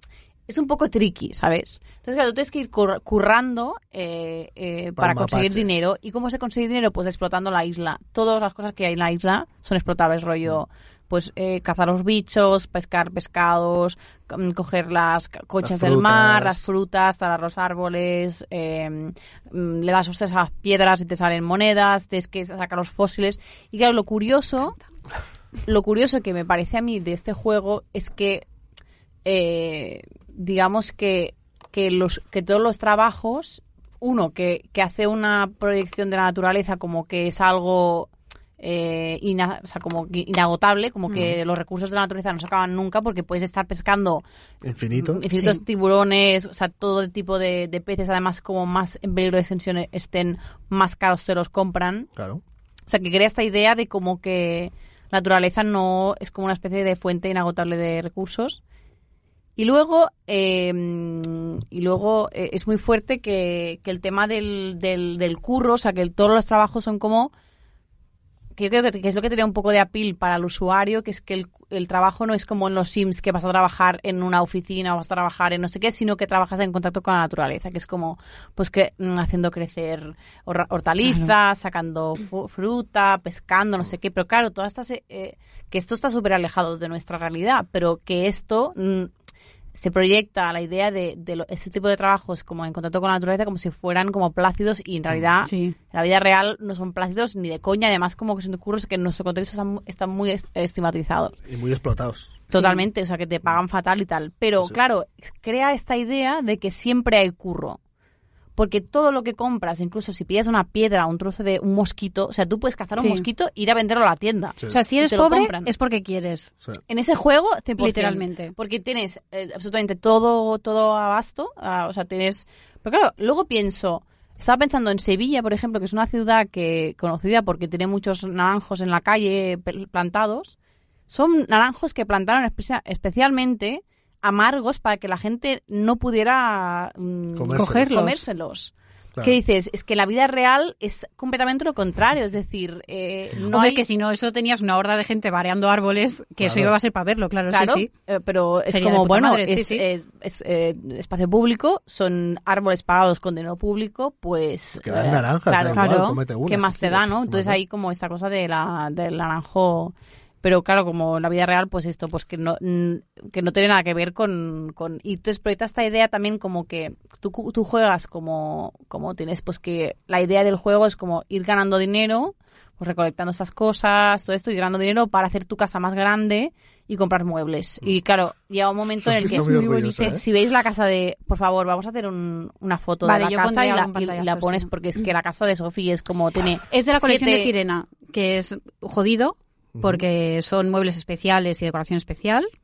S3: es un poco tricky, ¿sabes? Entonces, claro, tú tienes que ir cur- currando eh, eh, para
S2: Palma
S3: conseguir
S2: Apache.
S3: dinero. ¿Y cómo se consigue dinero? Pues explotando la isla. Todas las cosas que hay en la isla son explotables, rollo, pues eh, cazar los bichos, pescar pescados, co- coger las c- conchas del mar,
S2: frutas.
S3: las frutas, talar los árboles, eh, mm, le das hostias a las piedras y te salen monedas, tienes que sacar los fósiles. Y claro, lo curioso, lo curioso que me parece a mí de este juego es que eh, digamos que, que, los, que todos los trabajos, uno, que, que hace una proyección de la naturaleza como que es algo eh, ina- o sea, como que inagotable, como que los recursos de la naturaleza no se acaban nunca porque puedes estar pescando
S2: Infinito.
S3: infinitos
S1: Sí.
S3: tiburones, o sea, todo tipo de, de peces, además como más en peligro de extinción estén, más caros se los compran.
S2: Claro.
S3: O sea, que crea esta idea de como que la naturaleza no es como una especie de fuente inagotable de recursos. Y luego, eh, y luego eh, es muy fuerte que, que el tema del, del, del curro, o sea, que el- todos los trabajos son como... Que yo creo que, que es lo que tenía un poco de apil para el usuario, que es que el, el trabajo no es como en los Sims, que vas a trabajar en una oficina o vas a trabajar en no sé qué, sino que trabajas en contacto con la naturaleza, que es como pues que mm, haciendo crecer horra- hortalizas, sacando fu- fruta, pescando, no sé qué, pero claro, todas estas eh, eh, que esto está súper alejado de nuestra realidad, pero que esto mm, se proyecta a la idea de, de lo- este tipo de trabajos como en contacto con la naturaleza como si fueran como plácidos y en realidad
S1: Sí.
S3: en la vida real no son plácidos ni de coña, además como que son cursos que en nuestro contexto están, mu- están muy est- estigmatizados.
S2: Y muy explotados.
S3: Totalmente, o sea, que te pagan fatal y tal. Pero
S2: Eso.
S3: claro, crea esta idea de que siempre hay curro. Porque todo lo que compras, incluso si pillas una piedra, un trozo de un mosquito, o sea, tú puedes cazar
S1: Sí.
S3: un mosquito e ir a venderlo a la tienda.
S2: Sí.
S1: O sea, si eres
S3: te lo
S1: pobre
S3: compran.
S1: es porque quieres.
S2: Sí.
S3: En ese juego, 100%.
S1: Literalmente.
S3: Porque tienes eh, absolutamente todo, todo abasto. ah, o sea, tienes. Pero claro, luego pienso. Estaba pensando en Sevilla, por ejemplo, que es una ciudad que conocida porque tiene muchos naranjos en la calle pe- plantados. Son naranjos que plantaron espe- especialmente amargos para que la gente no pudiera mm,
S2: Comérselos.
S1: Cogerlos.
S3: comérselos.
S2: Claro.
S3: ¿Qué dices? Es que la vida real es completamente lo contrario. Es decir, eh, no
S1: Hombre,
S3: hay...
S1: que si no, eso tenías una horda de gente bareando árboles, que eso
S2: Claro.
S1: iba a ser para verlo, claro,
S3: Claro,
S1: sí, sí.
S3: eh, pero es
S1: Sería de
S3: como,
S1: puta
S3: bueno,
S1: madre, sí,
S3: es,
S1: sí.
S3: eh, es, eh, espacio público, son árboles pagados con dinero público, pues...
S2: Que dan
S3: eh,
S2: naranjas, da igual,
S1: claro.
S2: cómete una.
S3: ¿Qué
S2: si
S3: más te
S2: quieres.
S3: da, no? Entonces
S2: Claro.
S3: hay como esta cosa de la, del naranjo... Pero claro, como en la vida real, pues esto, pues que no, mm, que no tiene nada que ver con... con y entonces proyecta esta idea también como que tú, cu- tú juegas como, como tienes, pues que la idea del juego es como ir ganando dinero, pues recolectando estas cosas, todo esto, y ganando dinero para hacer tu casa más grande y comprar muebles. Y claro, llega un momento en el que...
S2: Está Mm. muy orgullosa,
S3: Si,
S2: ¿eh?
S3: si veis la casa de... Por favor, vamos a hacer un- una foto
S1: Vale,
S3: de
S1: yo
S3: la casa
S1: pondré
S3: y la,
S1: algún
S3: y- y la
S1: pantallazo,
S3: pones
S1: sí.
S3: porque es que la casa de Sofía es como tiene...
S1: Es de la colección de
S3: siete-
S1: Sirena, que es jodido, porque son muebles especiales y decoración especial. Pero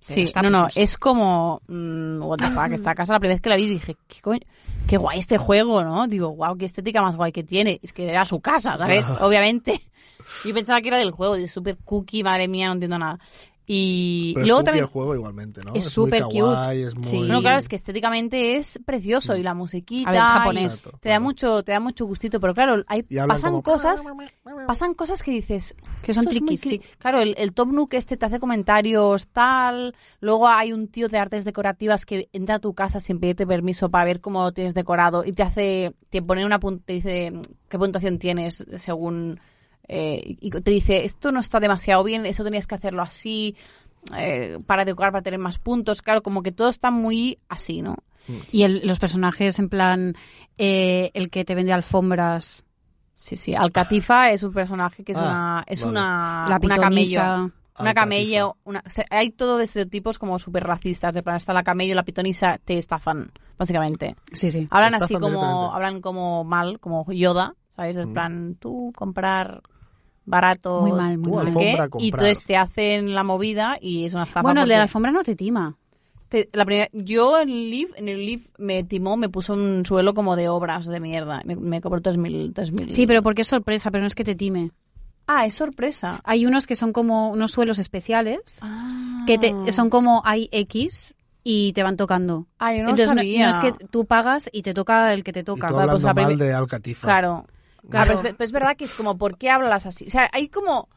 S3: Sí,
S1: está
S3: no, no,
S1: precioso.
S3: es como... mm, what the fuck, esta casa, la primera vez que la vi dije, qué coño, qué guay este juego, ¿no? Digo, wow, qué estética más guay que tiene. Es que era su casa, ¿sabes? Obviamente. [laughs] Yo pensaba que era del juego, de super cookie, madre mía, no entiendo nada. Y
S2: Pero es
S3: luego
S2: cookie
S3: también...
S2: el juego igualmente, ¿no?
S1: es
S2: muy
S1: súper cute.
S2: kawaii, es muy...
S1: Sí.
S3: No, claro, es que estéticamente es precioso y la musiquita
S1: A ver, es
S3: y
S1: japonés.
S2: Exacto,
S3: te da
S2: claro.
S3: mucho, te da mucho gustito, pero claro, hay,
S2: Y hablan
S3: pasan
S2: como-
S3: cosas, pasan cosas que dices "Uf,
S1: Que son
S3: esto es muy
S1: triquis, sí.
S3: cri-". Claro, el, el Tom Nook este te hace comentarios tal, luego hay un tío de artes decorativas que entra a tu casa sin pedirte permiso para ver cómo lo tienes decorado y te hace, te pone una pun- te dice qué puntuación tienes según eh, y te dice esto no está demasiado bien, eso tenías que hacerlo así. eh, para decorar, para tener más puntos, claro, como que todo está muy así, ¿no?
S1: Y el- los personajes, en plan, eh, el que te vende alfombras,
S3: Sí, sí. Alcatifa es un personaje que es
S2: Ah,
S3: una. Es
S2: vale.
S3: una.
S1: la
S3: Ah, una camello.
S1: pitonisa.
S3: Una
S2: Alcatifa.
S3: camello. Una, o sea, hay todo de estereotipos como súper racistas. De plan, está la camello, la pitonisa, te estafan, básicamente.
S1: Sí, sí.
S3: Hablan
S2: Estafan
S3: así como.
S2: directamente.
S3: Hablan como mal, como Yoda, ¿sabes? En
S2: Mm.
S3: plan, tú comprar barato.
S1: Muy mal, muy
S3: no sé
S1: mal.
S2: alfombra
S3: qué,
S2: comprar.
S3: Y entonces te hacen la movida y es una estafa.
S1: Bueno, el de
S3: porque-
S1: la alfombra no te tima.
S3: Mm. te- la primera, yo en el Leaf, en el Leaf me timó, me puso un suelo como de obras de mierda. Me, me cobró 3.000, 3.000.
S1: Sí, pero porque es sorpresa, pero no es que te time.
S3: Ah, es sorpresa.
S1: Hay unos que son como unos suelos especiales,
S3: Ah.
S1: que te, son como hay X y te van tocando.
S3: Ah, yo no
S1: Entonces, no-
S3: sabía.
S1: no es que tú pagas y te toca el que te
S2: Y tú
S1: toca.
S3: va,
S2: hablando
S3: pues la
S2: mal
S3: primer-
S2: de Alcatifa.
S3: Claro. pues,
S1: Claro.
S3: Claro, pero es, ve- pero es verdad que es como, ¿por qué hablas así? O sea, hay como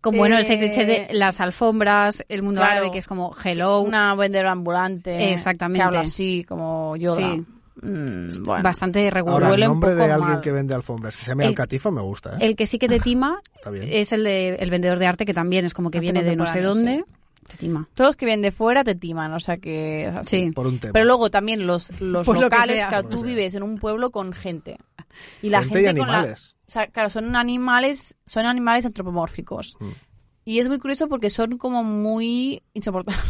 S1: Como bueno, ese
S3: Eh,
S1: cliché de las alfombras, el mundo
S3: claro.
S1: árabe, que es como hello,
S3: Una vendedora ambulante.
S1: Exactamente.
S3: Que habla así, como yo.
S1: Sí.
S3: bueno.
S1: bastante regular.
S2: Ahora, el
S3: huele un
S2: nombre de
S3: poco
S2: alguien
S3: mal.
S2: que vende alfombras, que se llame
S1: El-
S2: Alcatifa, me gusta, ¿eh?
S1: El que sí que te tima
S2: Está [laughs] bien.
S3: eh,
S1: es el de el vendedor de arte, que también es como que
S3: Arte
S1: viene de no sé
S3: contemporáneo,
S1: dónde. Te
S2: [laughs]
S1: tima.
S3: Todos que vienen de fuera te timan, o sea que. es así.
S1: Sí.
S2: Por un tema.
S3: Pero luego también [laughs] los, los
S1: Por lo que
S3: locales,
S1: sea.
S3: claro,
S2: Por lo
S3: tú
S2: que sea.
S3: vives en un pueblo con gente. Y la
S2: Pues Gente
S3: gente,
S2: y
S3: con la-
S2: animales.
S3: o sea, claro, son animales, son animales antropomórficos.
S2: Mm.
S3: Y es muy curioso porque son como muy insoportables.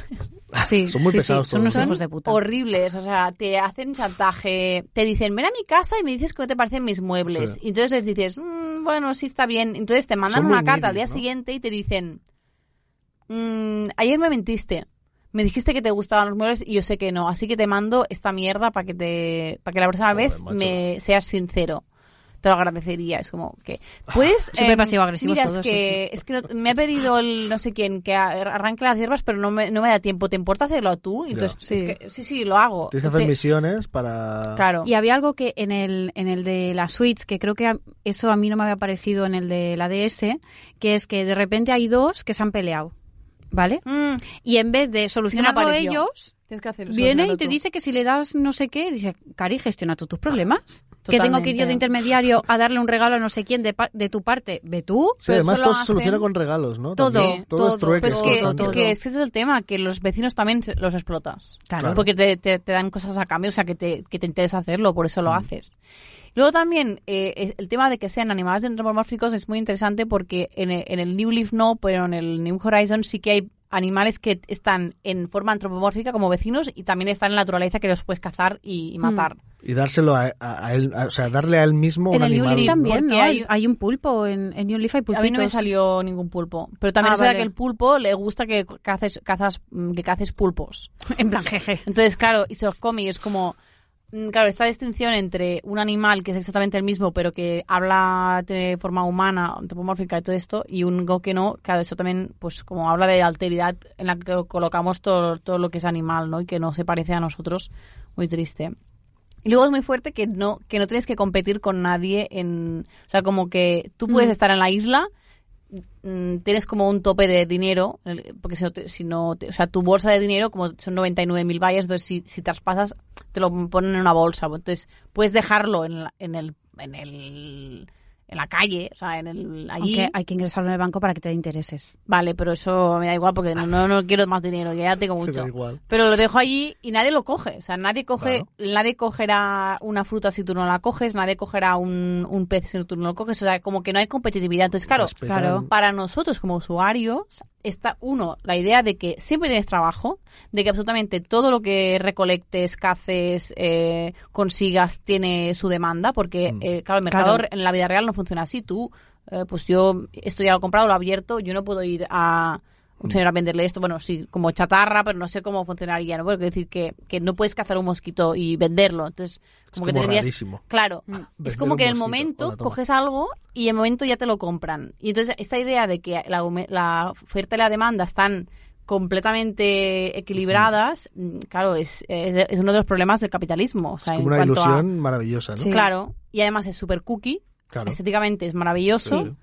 S1: Sí,
S2: Son muy
S1: sí, sí,
S2: pesados
S1: Son unos
S2: todos, ¿eh?
S1: hijos de puta.
S3: horribles, o sea, te hacen chantaje, te dicen, ven a mi casa y me dices qué te parecen mis muebles.
S2: Sí.
S3: Y entonces les dices, "Mm, bueno, sí está bien. Entonces te mandan
S2: Son muy
S3: una carta al día
S2: ninis, ¿no?
S3: siguiente y te dicen, "Mm, ayer me mentiste. Me dijiste que te gustaban los muebles y yo sé que no, así que te mando esta mierda para que te para que la próxima
S2: Joder,
S3: vez
S2: macho.
S3: me seas sincero. Te lo agradecería, es como que puedes
S1: [laughs] Súper
S3: em,
S1: pasivo-agresivos
S3: Mira,
S1: todos,
S3: es que es que no- me ha pedido el no sé quién que a- arranque las hierbas, pero no me, no me da tiempo. ¿Te importa hacerlo tú? Entonces,
S1: Sí.
S3: sí. sí, sí, lo hago.
S2: Tienes que hacer
S3: Te-
S2: misiones para...
S3: Claro.
S1: Y había algo que en el, en el de la Switch, que creo que a- eso a mí no me había parecido en el de la DS, que es que de repente hay dos que se han peleado, ¿vale?
S3: Mm,
S1: Y en vez de solucionarlo
S3: apareció.
S1: ellos,
S3: tienes que hacerlo.
S1: viene y
S3: solucionarlo
S1: te
S3: tú.
S1: dice que si le das no sé qué, dice, Cari, gestiona tú tus problemas. Que
S3: Totalmente.
S1: tengo que ir yo de intermediario a darle un regalo a no sé quién de, pa- de tu parte, ve tú.
S2: Sí,
S3: Pero
S2: además
S3: solo
S2: todo se
S3: hacen-
S2: soluciona con regalos, ¿no?
S1: Todo,
S2: También. todo, es
S1: todo,
S2: trueque.
S3: Pues
S1: todo,
S3: que,
S1: todo,
S3: es
S2: bastante.
S3: que es que ese es el tema, que los vecinos también se- los explotas.
S2: Claro.
S3: Porque te, te- te dan cosas a cambio, o sea, que te, que te interesa hacerlo, por eso lo haces. Luego también eh, eh, el tema de que sean animales antropomórficos es muy interesante porque en e- en el, New Leaf no, pero en el New Horizon sí que hay animales que están en forma antropomórfica como vecinos y también están en la naturaleza que los puedes cazar y,
S1: Mm,
S3: y matar.
S2: Y dárselo a, a- a él, a- o sea, darle a él mismo
S1: En
S2: un
S1: el New
S2: animal.
S1: Leaf
S3: Sí,
S1: también,
S3: porque
S1: ¿no?
S3: hay-
S1: Hay, hay un pulpo, en, en New Leaf hay pulpitos.
S3: A mí no me salió ningún pulpo, pero también
S1: Ah,
S3: es verdad
S1: vale.
S3: que el pulpo le gusta que caces, cazas, mm, que caces pulpos.
S1: [laughs] En plan, jeje.
S3: Entonces, claro, y se los come y es como... mm, Claro, esta distinción entre un animal que es exactamente el mismo, pero que habla de forma humana, antropomórfica y todo esto, y un go que no, claro, eso también, pues como habla de alteridad en la que colocamos todo, todo lo que es animal, ¿no? Y que no se parece a nosotros, muy triste. Y luego es muy fuerte que no, que no tienes que competir con nadie en... O sea, como que tú puedes
S1: Mm.
S3: estar en la isla, mm, tienes como un tope de dinero, el- porque si no, te- si no te- o sea, tu bolsa de dinero, como son 99.000 vallas, entonces si, si traspasas, te lo ponen en una bolsa. Entonces puedes dejarlo en, la- en el... En el en la calle, o sea, en el allí.
S1: Aunque hay que ingresarlo en el banco para que te dé intereses.
S3: Vale, pero eso me da igual porque no, no, no quiero más dinero, que ya tengo
S2: Me da
S3: mucho.
S2: igual.
S3: Pero lo dejo allí y nadie lo coge. O sea, nadie coge, nadie cogerá una fruta si tú no la coges, nadie cogerá un, un pez si tú no lo coges. O sea, como que no hay competitividad. Entonces, claro,
S2: Respetan-
S1: claro.
S3: para nosotros como usuarios está, uno, la idea de que siempre tienes trabajo, de que absolutamente todo lo que recolectes, caces, eh, consigas, tiene su demanda, porque,
S2: Mm.
S3: eh, claro, el mercado
S1: Claro.
S3: en la vida real no funciona así. Tú, eh, pues yo, esto ya lo he comprado, lo he abierto, yo no puedo ir a un señor a venderle esto, bueno, sí, como chatarra, pero no sé cómo funcionaría, ¿no? Porque quiero decir que, que no puedes cazar un mosquito y venderlo, entonces, como, que
S2: como
S3: tendrías...
S2: rarísimo.
S3: Claro, es
S2: Vender
S3: como
S2: un
S3: que en el
S2: mosquito.
S3: momento
S2: Hola, toma.
S3: coges algo y en el momento ya te lo compran. Y entonces esta idea de que la, aume- la oferta y la demanda están completamente equilibradas, mm, claro, es, es, es uno de los problemas del capitalismo. O
S2: Es
S3: sea,
S2: como
S3: en
S2: una
S3: cuanto a-
S2: ilusión maravillosa, ¿no?
S1: Sí.
S3: Claro, y además es super cookie,
S2: Claro.
S3: estéticamente es maravilloso.
S2: Sí, sí.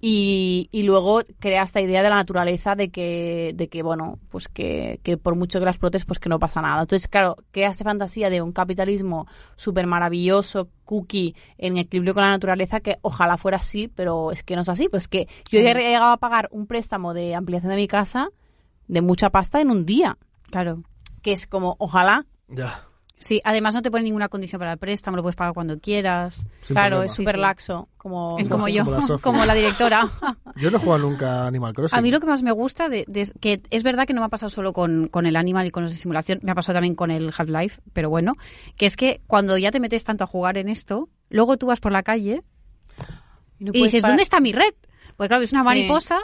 S3: Y, y luego crea esta idea de la naturaleza de que, de que bueno, pues que, que por mucho que las explotes, pues que no pasa nada. Entonces, claro, crea esta fantasía de un capitalismo súper maravilloso, cookie, en equilibrio con la naturaleza, que ojalá fuera así, pero es que no es así. Pues que yo
S2: Mm.
S3: ya he llegado a pagar un préstamo de ampliación de mi casa de mucha pasta en un día,
S1: Claro.
S3: que es como, ojalá.
S2: Ya.
S1: Sí, además no te pone ninguna condición para el préstamo, lo puedes pagar cuando quieras.
S2: sin
S3: claro,
S2: problema.
S3: es súper
S1: Sí, sí.
S3: laxo. Como,
S1: Es como
S2: Como
S1: yo,
S2: la Sophie.
S1: como la directora.
S2: Yo no he jugado nunca a Animal Crossing.
S1: A mí lo que más me gusta de, de- es que es verdad que no me ha pasado solo con, con el Animal y con los de simulación, me ha pasado también con el Half-Life, pero bueno, que es que cuando ya te metes tanto a jugar en esto, luego tú vas por la calle
S3: [laughs] Y no
S1: y
S3: puedes
S1: dices,
S3: parar-
S1: ¿dónde está mi red? Pues claro, es una
S3: Sí.
S1: mariposa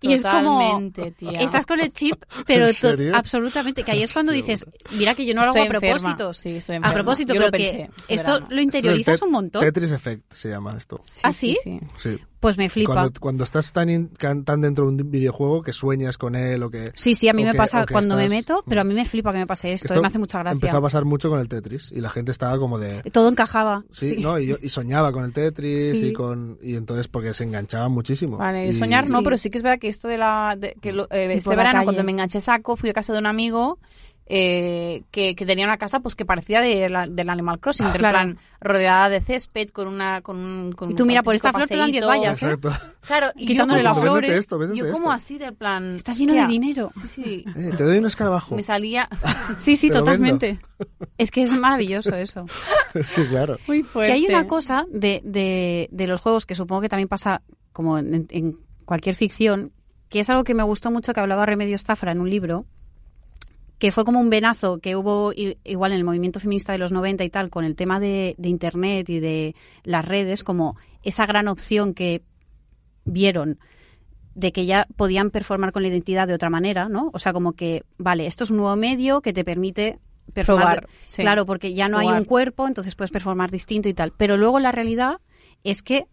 S1: y es como...
S3: Totalmente, tía.
S1: Estás con el chip, pero
S2: ¿En
S1: to-
S2: serio?
S1: absolutamente, que ahí es cuando
S2: Hostia
S1: dices, mira que yo no lo
S3: Estoy
S1: hago a
S3: enferma.
S1: propósito.
S3: Sí, estoy
S1: a
S3: enferma.
S1: propósito,
S3: Yo
S1: pero
S3: lo
S1: que
S3: pensé este
S1: esto
S3: verano.
S1: lo
S2: Esto es el
S1: interiorizas
S2: Tet-
S1: un montón.
S2: Tetris Effect se llama esto.
S1: ¿Ah, sí?
S2: Sí.
S1: Pues me flipa.
S2: Cuando, cuando estás tan, in- can- tan dentro de un videojuego que sueñas con él o que...
S1: Sí, sí, a mí
S2: o
S1: me
S2: que-
S1: pasa
S2: o que
S1: cuando me
S2: estás-
S1: meto, pero a mí me flipa que me pase esto, y me hace mucha gracia.
S2: Empezó a pasar mucho con el Tetris y la gente estaba como de...
S1: Todo encajaba.
S2: Sí,
S1: sí.
S2: ¿no? Y, yo- y soñaba con el Tetris
S1: Sí.
S2: y con y entonces porque se enganchaba muchísimo.
S3: Vale,
S2: Y-
S3: soñar no,
S1: Sí.
S3: pero sí que es verdad que esto de la de- que lo- eh, este
S1: por la
S3: verano
S1: calle.
S3: cuando me enganché saco fui a casa de un amigo eh, que, que tenía una casa pues que parecía de la- del Animal Crossing, en
S1: Claro.
S3: plan rodeada de césped con una con un con
S1: Y tú,
S3: un
S1: mira, por esta
S3: auténtico
S1: flor te dan 10
S3: paseíto.
S1: vallas, ¿eh?
S2: Exacto. [laughs]
S3: Claro, y yo
S1: Quitándole
S3: como,
S1: las
S2: flores. Véndete esto, véndete
S3: yo como
S2: esto.
S3: así del plan
S1: Está lleno de
S3: hostia,
S1: dinero.
S3: Sí,
S2: [laughs]
S3: sí.
S2: Eh, te doy un escarabajo. [laughs]
S3: Me salía
S1: Sí, sí,
S2: Te lo vendo.
S1: totalmente. [laughs] Es que es maravilloso eso.
S2: sí, claro.
S1: Eh,
S3: muy fuerte.
S1: Que hay una cosa de, de, de los juegos que supongo que también pasa como en, en cualquier ficción, que es algo que me gustó mucho que hablaba Remedios Zafra en un libro, que fue como un venazo que hubo i- igual en el movimiento feminista de los 90 y tal, con el tema de, de Internet y de las redes, como esa gran opción que vieron de que ya podían performar con la identidad de otra manera, ¿no? O sea, como que, vale, esto es un nuevo medio que te permite performar.
S3: Probar, sí.
S1: Claro, porque ya no hay
S3: Jugar.
S1: un cuerpo, entonces puedes performar distinto y tal. Pero luego la realidad es que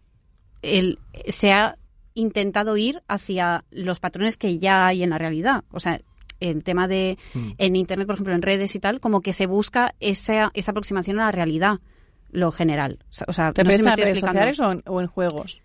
S1: el, se ha intentado ir hacia los patrones que ya hay en la realidad. O sea, el tema de
S2: Mm.
S1: en internet, por ejemplo, en redes y tal, como que se busca esa, esa aproximación a la realidad, lo general. O sea, O sea,
S3: ¿Te
S1: no sé si
S3: refieres
S1: me
S3: a
S1: estoy
S3: redes
S1: explicando.
S3: sociales o en, o en juegos?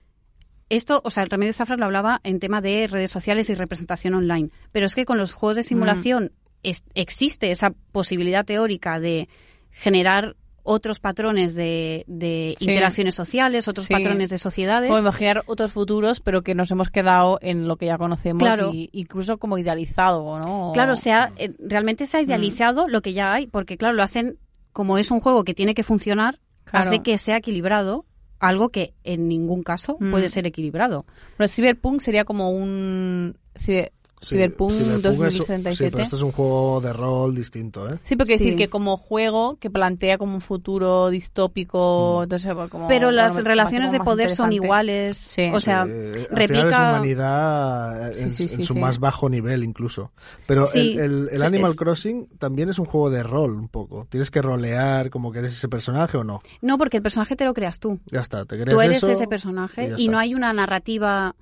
S1: Esto, o sea, el Remedio Zafra lo hablaba en tema de redes sociales y representación online. Pero es que con los
S3: Mm.
S1: juegos de simulación es- existe esa posibilidad teórica de generar otros patrones de, de
S3: Sí.
S1: interacciones sociales, otros
S3: Sí.
S1: patrones de sociedades.
S3: Como imaginar otros futuros, pero que nos hemos quedado en lo que ya conocemos
S1: Claro.
S3: y incluso como idealizado, ¿no?
S1: Claro, se
S3: Oh.
S1: ha- eh, realmente se ha idealizado
S3: Mm.
S1: lo que ya hay, porque claro, lo hacen como es un juego que tiene que funcionar,
S3: Claro.
S1: hace que sea equilibrado, algo que en ningún caso
S3: Mm.
S1: puede ser equilibrado.
S3: Pero Cyberpunk sería como un ciber-
S2: Sí,
S3: Cyberpunk
S2: Cyberpunk es un- Sí,
S3: 2077.
S2: pero esto es un juego de rol distinto, ¿eh?
S3: Sí, porque
S1: Sí.
S3: decir que como juego que plantea como un futuro
S2: Mm.
S3: distópico, entonces bueno, como
S1: Pero las
S3: Oh, bueno, me
S1: relaciones
S3: parece
S1: de
S3: como más
S1: poder son
S3: interesante.
S1: iguales,
S3: Sí.
S1: o sea,
S2: Sí, eh, al final es
S1: replica...
S2: humanidad en,
S3: Sí, sí, sí,
S2: en su
S3: sí.
S2: más bajo nivel incluso. Pero
S1: Sí.
S2: el, el- el
S1: O sea,
S2: Animal
S1: es-
S2: Crossing también es un juego de rol un poco. Tienes que rolear como que eres ese personaje o no.
S1: No, porque el personaje te lo creas tú.
S2: Ya está, te crees
S1: Tú eres
S2: eso
S1: ese personaje
S2: ya
S1: y,
S2: está.
S1: no hay una narrativa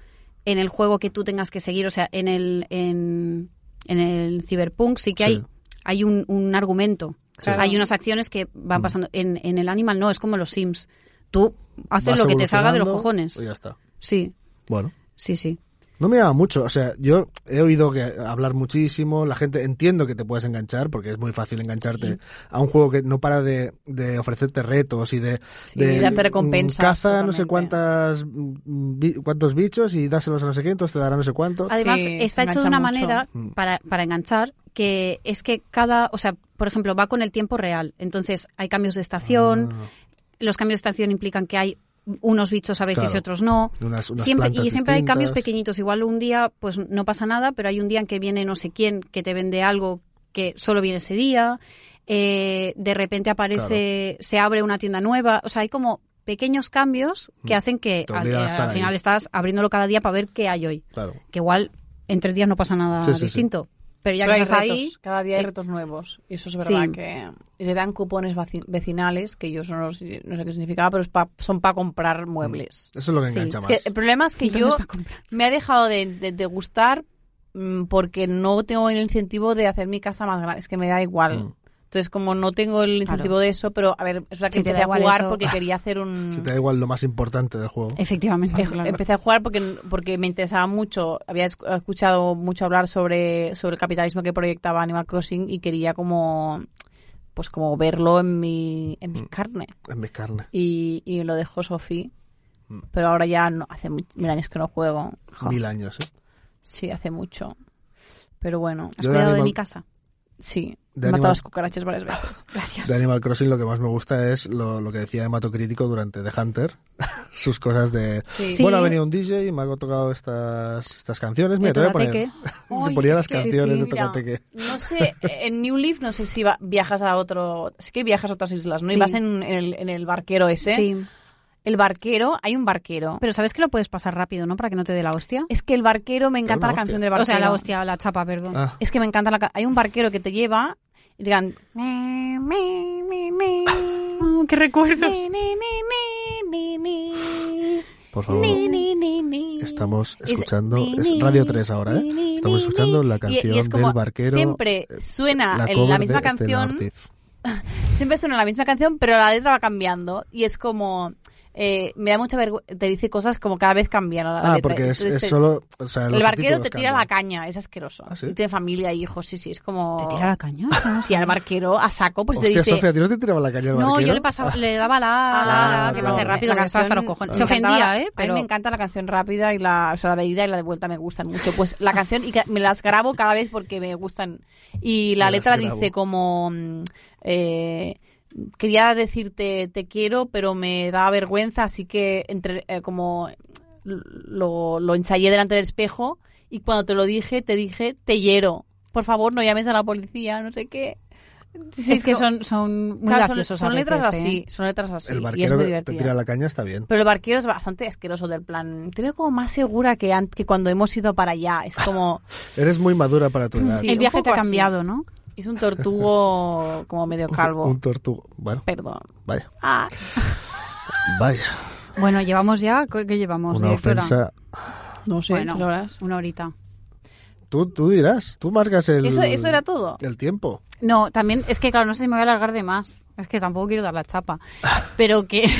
S1: en el juego que tú tengas que seguir. O sea, en el, en, en el Cyberpunk sí que
S2: Sí.
S1: hay, hay un, un argumento.
S2: Claro.
S1: Hay unas acciones que
S2: Mm.
S1: van pasando. En, en el Animal no, es como los Sims. Tú haces
S2: Vas
S1: lo que te salga de los
S2: evolucionando
S1: cojones.
S2: Y ya está.
S1: Sí,
S2: Bueno.
S1: sí, sí.
S2: No me llama mucho, o sea, yo he oído que hablar muchísimo, la gente entiendo que te puedes enganchar, porque es muy fácil engancharte a un juego que no para de, de ofrecerte retos y de,
S3: Sí,
S2: de
S3: darte
S2: mm,
S3: recompensas,
S2: caza no sé
S3: totalmente.
S2: cuántas mm, bi- cuántos bichos y dáselos a no sé qué, entonces te dará no sé cuántos.
S1: Además,
S3: Sí,
S1: está
S3: se
S1: hecho de una
S3: engancha
S1: manera
S2: mucho. Mm.
S1: para, para enganchar que es que cada, o sea, por ejemplo, va con el tiempo real. Entonces, hay cambios de estación,
S2: Ah,
S1: los cambios de estación implican que hay unos bichos a veces
S2: Claro.
S1: y otros no.
S2: de unas- unas
S1: siempre,
S2: plantas
S1: y siempre hay cambios
S2: distintas.
S1: pequeñitos. Igual un día pues no pasa nada, pero hay un día en que viene no sé quién que te vende algo que solo viene ese día. Eh, de repente aparece, se abre una tienda nueva. O sea, hay como pequeños cambios que
S2: Mm.
S1: hacen que
S2: Te
S1: al,
S2: obligan a
S1: eh,
S2: estar
S1: al
S2: ahí.
S1: final estás abriéndolo cada día para ver qué hay hoy.
S2: Claro.
S1: Que igual entre días no pasa nada
S2: Sí, sí, sí.
S1: distinto. Pero ya
S3: Pero
S1: que
S3: hay
S1: estás
S3: retos,
S1: ahí,
S3: cada día hay
S1: eh,
S3: retos nuevos. Y eso es verdad
S1: sí.
S3: que y le dan cupones vaci- vecinales que yo no, los- no sé qué significaba, pero es pa- son para comprar muebles.
S2: Eso es lo que
S1: Sí,
S2: engancha
S1: es eh,
S3: Es
S2: más.
S3: que el problema es que yo
S1: entonces va a comprar.
S3: me ha dejado de, de- de gustar mm, porque no tengo el incentivo de hacer mi casa más grande. Es que me da igual.
S2: Mm.
S3: Entonces, como no tengo el incentivo de eso, pero a ver, es verdad que
S1: Si te da
S3: empecé a
S1: igual
S3: jugar
S1: eso.
S3: porque quería hacer un.
S2: Si te da igual lo más importante del juego.
S1: Efectivamente.
S3: Eh, Empecé a jugar porque, porque me interesaba mucho, había esc- escuchado mucho hablar sobre, sobre el capitalismo que proyectaba Animal Crossing y quería como pues como verlo en mi,
S2: Mm.
S3: en mi carne.
S2: En mi carne.
S3: Y, y lo dejó Sofi.
S2: Mm.
S3: Pero ahora ya no, hace mu- mil años que no juego. Jo,
S2: Mil años, ¿eh?
S3: Sí, hace mucho. Pero bueno,
S1: Has
S2: Yo de
S1: cuidado de
S2: Animal-
S1: mi casa.
S3: sí.
S2: De
S3: He matado
S2: Animal-
S3: las cucarachas varias
S2: [laughs]
S3: veces.
S1: Gracias.
S2: De Animal Crossing lo que más me gusta es lo, lo que decía Hemato Crítico durante The Hunter. [laughs] Sus cosas de...
S1: Sí.
S2: Bueno, ha venido un DJ y me ha tocado estas, estas canciones. Mira,
S1: De
S2: te voy a poner...
S1: Tocateque.
S2: [laughs] Se
S3: Ay,
S2: ponía
S3: es
S2: las
S3: que-
S2: canciones
S1: sí,
S2: de
S3: Mira,
S2: Tocateque.
S3: no sé, en New Leaf no sé si va- viajas a otro... Sí que viajas a otras islas, ¿no? Y
S1: Sí.
S3: vas en, en el, en el barquero ese.
S1: Sí.
S3: El barquero, hay un barquero.
S1: Pero sabes que lo puedes pasar rápido, ¿no? Para que no te dé la hostia.
S3: Es que el barquero, me
S2: Pero
S3: encanta
S2: una
S3: la canción
S2: hostia.
S3: del barquero.
S1: O sea, la hostia, la chapa, perdón.
S2: Ah,
S3: Es que me encanta la ca- Hay un barquero que te lleva y te cantan... [laughs] "Me, me, me, [laughs] me,
S1: Oh, ¡Qué recuerdos!
S3: me, me, me, me, me, me".
S2: por favor.
S3: Ni, ni, ni,
S2: Oh. Estamos
S3: Es-
S2: escuchando, es Radio 3 ahora, ¿eh? Estamos escuchando la
S3: Y-
S2: canción
S3: y es como
S2: del barquero. eh,
S3: siempre suena
S2: la, cover
S3: el- la,
S2: de este
S3: misma
S2: Estela
S3: canción, Ah,
S2: Ortiz.
S3: siempre suena la misma canción, pero la letra va cambiando y es como eh, me da mucha vergüenza, te dice cosas como cada vez cambian la
S2: Ah,
S3: letra.
S2: porque es,
S3: Entonces,
S2: es
S3: eh,
S2: solo. o sea,
S3: el
S2: los
S3: barquero
S2: subtítulos
S3: te tira
S2: cambian.
S3: la caña, es asqueroso.
S2: ¿Ah, sí?
S3: Y tiene familia y hijos, sí, sí, es como
S1: ¿Te tira la caña?
S3: [laughs] Sí, al barquero a saco, pues te
S2: Hostia,
S3: dice
S2: Sofía, ¿a ti no te tiraba la caña el
S1: No,
S2: barquero?
S1: yo le, pasaba, le daba la, la,
S2: Ah,
S1: que
S2: vale.
S1: pase rápido,
S3: La
S1: que estaba hasta los
S3: canción-
S1: cojones.
S3: me
S1: Se
S3: encantaba
S1: ofendía,
S3: la-
S1: ¿eh?
S3: A
S1: Pero
S3: mí me encanta la canción rápida y la, o sea, la de ida y la de vuelta me gustan mucho. Pues la canción y ca- me las grabo cada vez porque me gustan. Y la
S2: Me las
S3: letra
S2: grabo.
S3: dice como mm, eh, quería decirte te quiero, pero me da vergüenza, así que entre eh, como lo, lo ensayé delante del espejo y cuando te lo dije te dije te hiero. Por favor, no llames a la policía, no sé qué. Sí,
S1: es que
S3: como-
S1: son, son muy
S3: claro, son-
S1: graciosos
S3: son,
S1: a veces,
S3: letras
S1: ¿eh?
S3: así, son letras así.
S2: El
S3: y es
S2: barquero
S3: muy
S2: que te
S3: divertida.
S2: tira la caña está bien.
S3: Pero el barquero es bastante asqueroso del plan. Te veo como más segura que, an- que cuando hemos ido para allá. Es como... [laughs]
S2: Eres muy madura para tu edad.
S3: Sí,
S1: El
S3: un
S1: viaje te ha
S3: poco así.
S1: cambiado, ¿no?
S3: Es un tortugo como medio calvo.
S2: Un tortugo. Bueno,
S3: Perdón.
S2: vaya,
S3: Ah,
S2: vaya.
S1: Bueno, llevamos ya, ¿qué qué llevamos?
S2: Una
S1: directora?
S2: ofensa.
S3: no sé.
S1: Bueno,
S3: ¿qué horas?
S1: una horita.
S2: Tú, tú dirás, tú marcas el.
S3: Eso, eso era todo.
S2: El tiempo.
S1: No, también, es que claro, no sé si me voy a alargar de más. Es que tampoco quiero dar la chapa. Pero que...
S3: Eso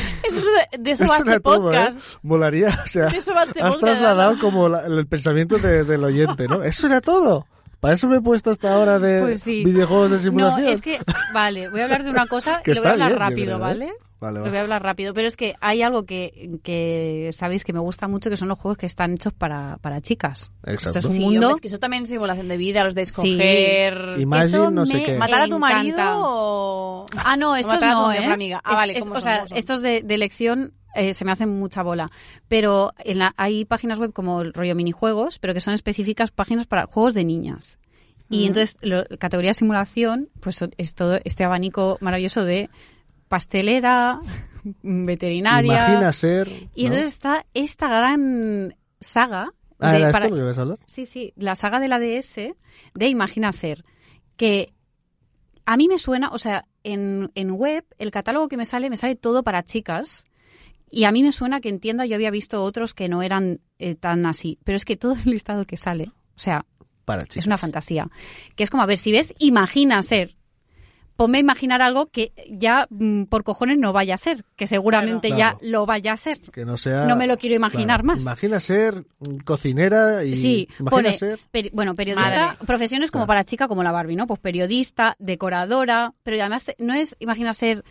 S3: de, de eso, va
S2: Eso
S3: este
S2: era todo, ¿eh?
S3: podcast.
S2: Molaría, o sea,
S3: De eso va este
S2: has
S3: podcast,
S2: trasladado como la- el pensamiento de- del oyente, ¿no? Eso era todo. Para eso me he puesto hasta ahora de
S1: Pues sí.
S2: videojuegos de
S1: No,
S2: simulación.
S1: es que, vale, voy a hablar de una cosa
S2: [laughs] Que
S1: y lo voy a
S2: está
S1: hablar
S2: bien, yo
S1: rápido,
S2: creo, ¿eh?
S1: ¿vale?
S2: Vale,
S1: Lo voy
S2: vale.
S1: a hablar rápido, pero es que hay algo que, que sabéis que me gusta mucho, que son los juegos que están hechos para, para chicas.
S2: Exacto.
S1: Esto es un
S3: Sí,
S1: mundo...
S3: hombre, es que eso también es simulación de vida, los de
S1: Sí.
S3: escoger...
S2: Imagine,
S1: Esto
S2: no sé
S1: me
S2: qué.
S3: ¿Matar a tu
S1: encanta.
S3: marido o...?
S1: Ah,
S3: [laughs]
S1: no, estos
S3: matar a tu
S1: no,
S3: novia,
S1: ¿eh?
S3: una amiga. Ah, vale, ¿cómo
S1: o
S3: son?
S1: sea,
S3: ¿Cómo son?
S1: estos de, de elección eh, se me hacen mucha bola. Pero en la- hay páginas web como el rollo minijuegos, pero que son específicas páginas para juegos de niñas. Y
S3: Ujú.
S1: entonces, lo- categoría simulación, pues es todo este abanico maravilloso de pastelera, [laughs] veterinaria.
S2: Imagina ser.
S1: y
S2: ¿no?
S1: entonces está esta gran saga.
S2: Ah,
S1: de-
S2: ¿era
S1: para-
S2: esto lo que ibas a hablar?
S1: Sí, sí, la saga de la DS de Imagina Ser, que a mí me suena, o sea, en, en web el catálogo que me sale, me sale todo para chicas. Y a mí me suena que en tienda yo había visto otros que no eran eh, tan así. Pero es que todo el listado que sale, o sea,
S2: Para chicas.
S1: es una fantasía. Que es como, a ver, si ves, imagina ser. Ponme a imaginar algo que ya mm, por cojones no vaya a ser, que seguramente
S2: Claro.
S1: ya lo vaya a ser.
S2: Que no sea.
S1: No me lo quiero imaginar
S2: Claro.
S1: más.
S2: Imagina ser mm, cocinera y.
S1: Sí,
S2: imagina
S1: pone, eh,
S2: ser.
S1: peri- bueno, periodista,
S3: Madre.
S1: profesiones como
S2: Claro.
S1: para chica como la Barbie, ¿no? Pues periodista, decoradora, pero además te- no es, imagina ser,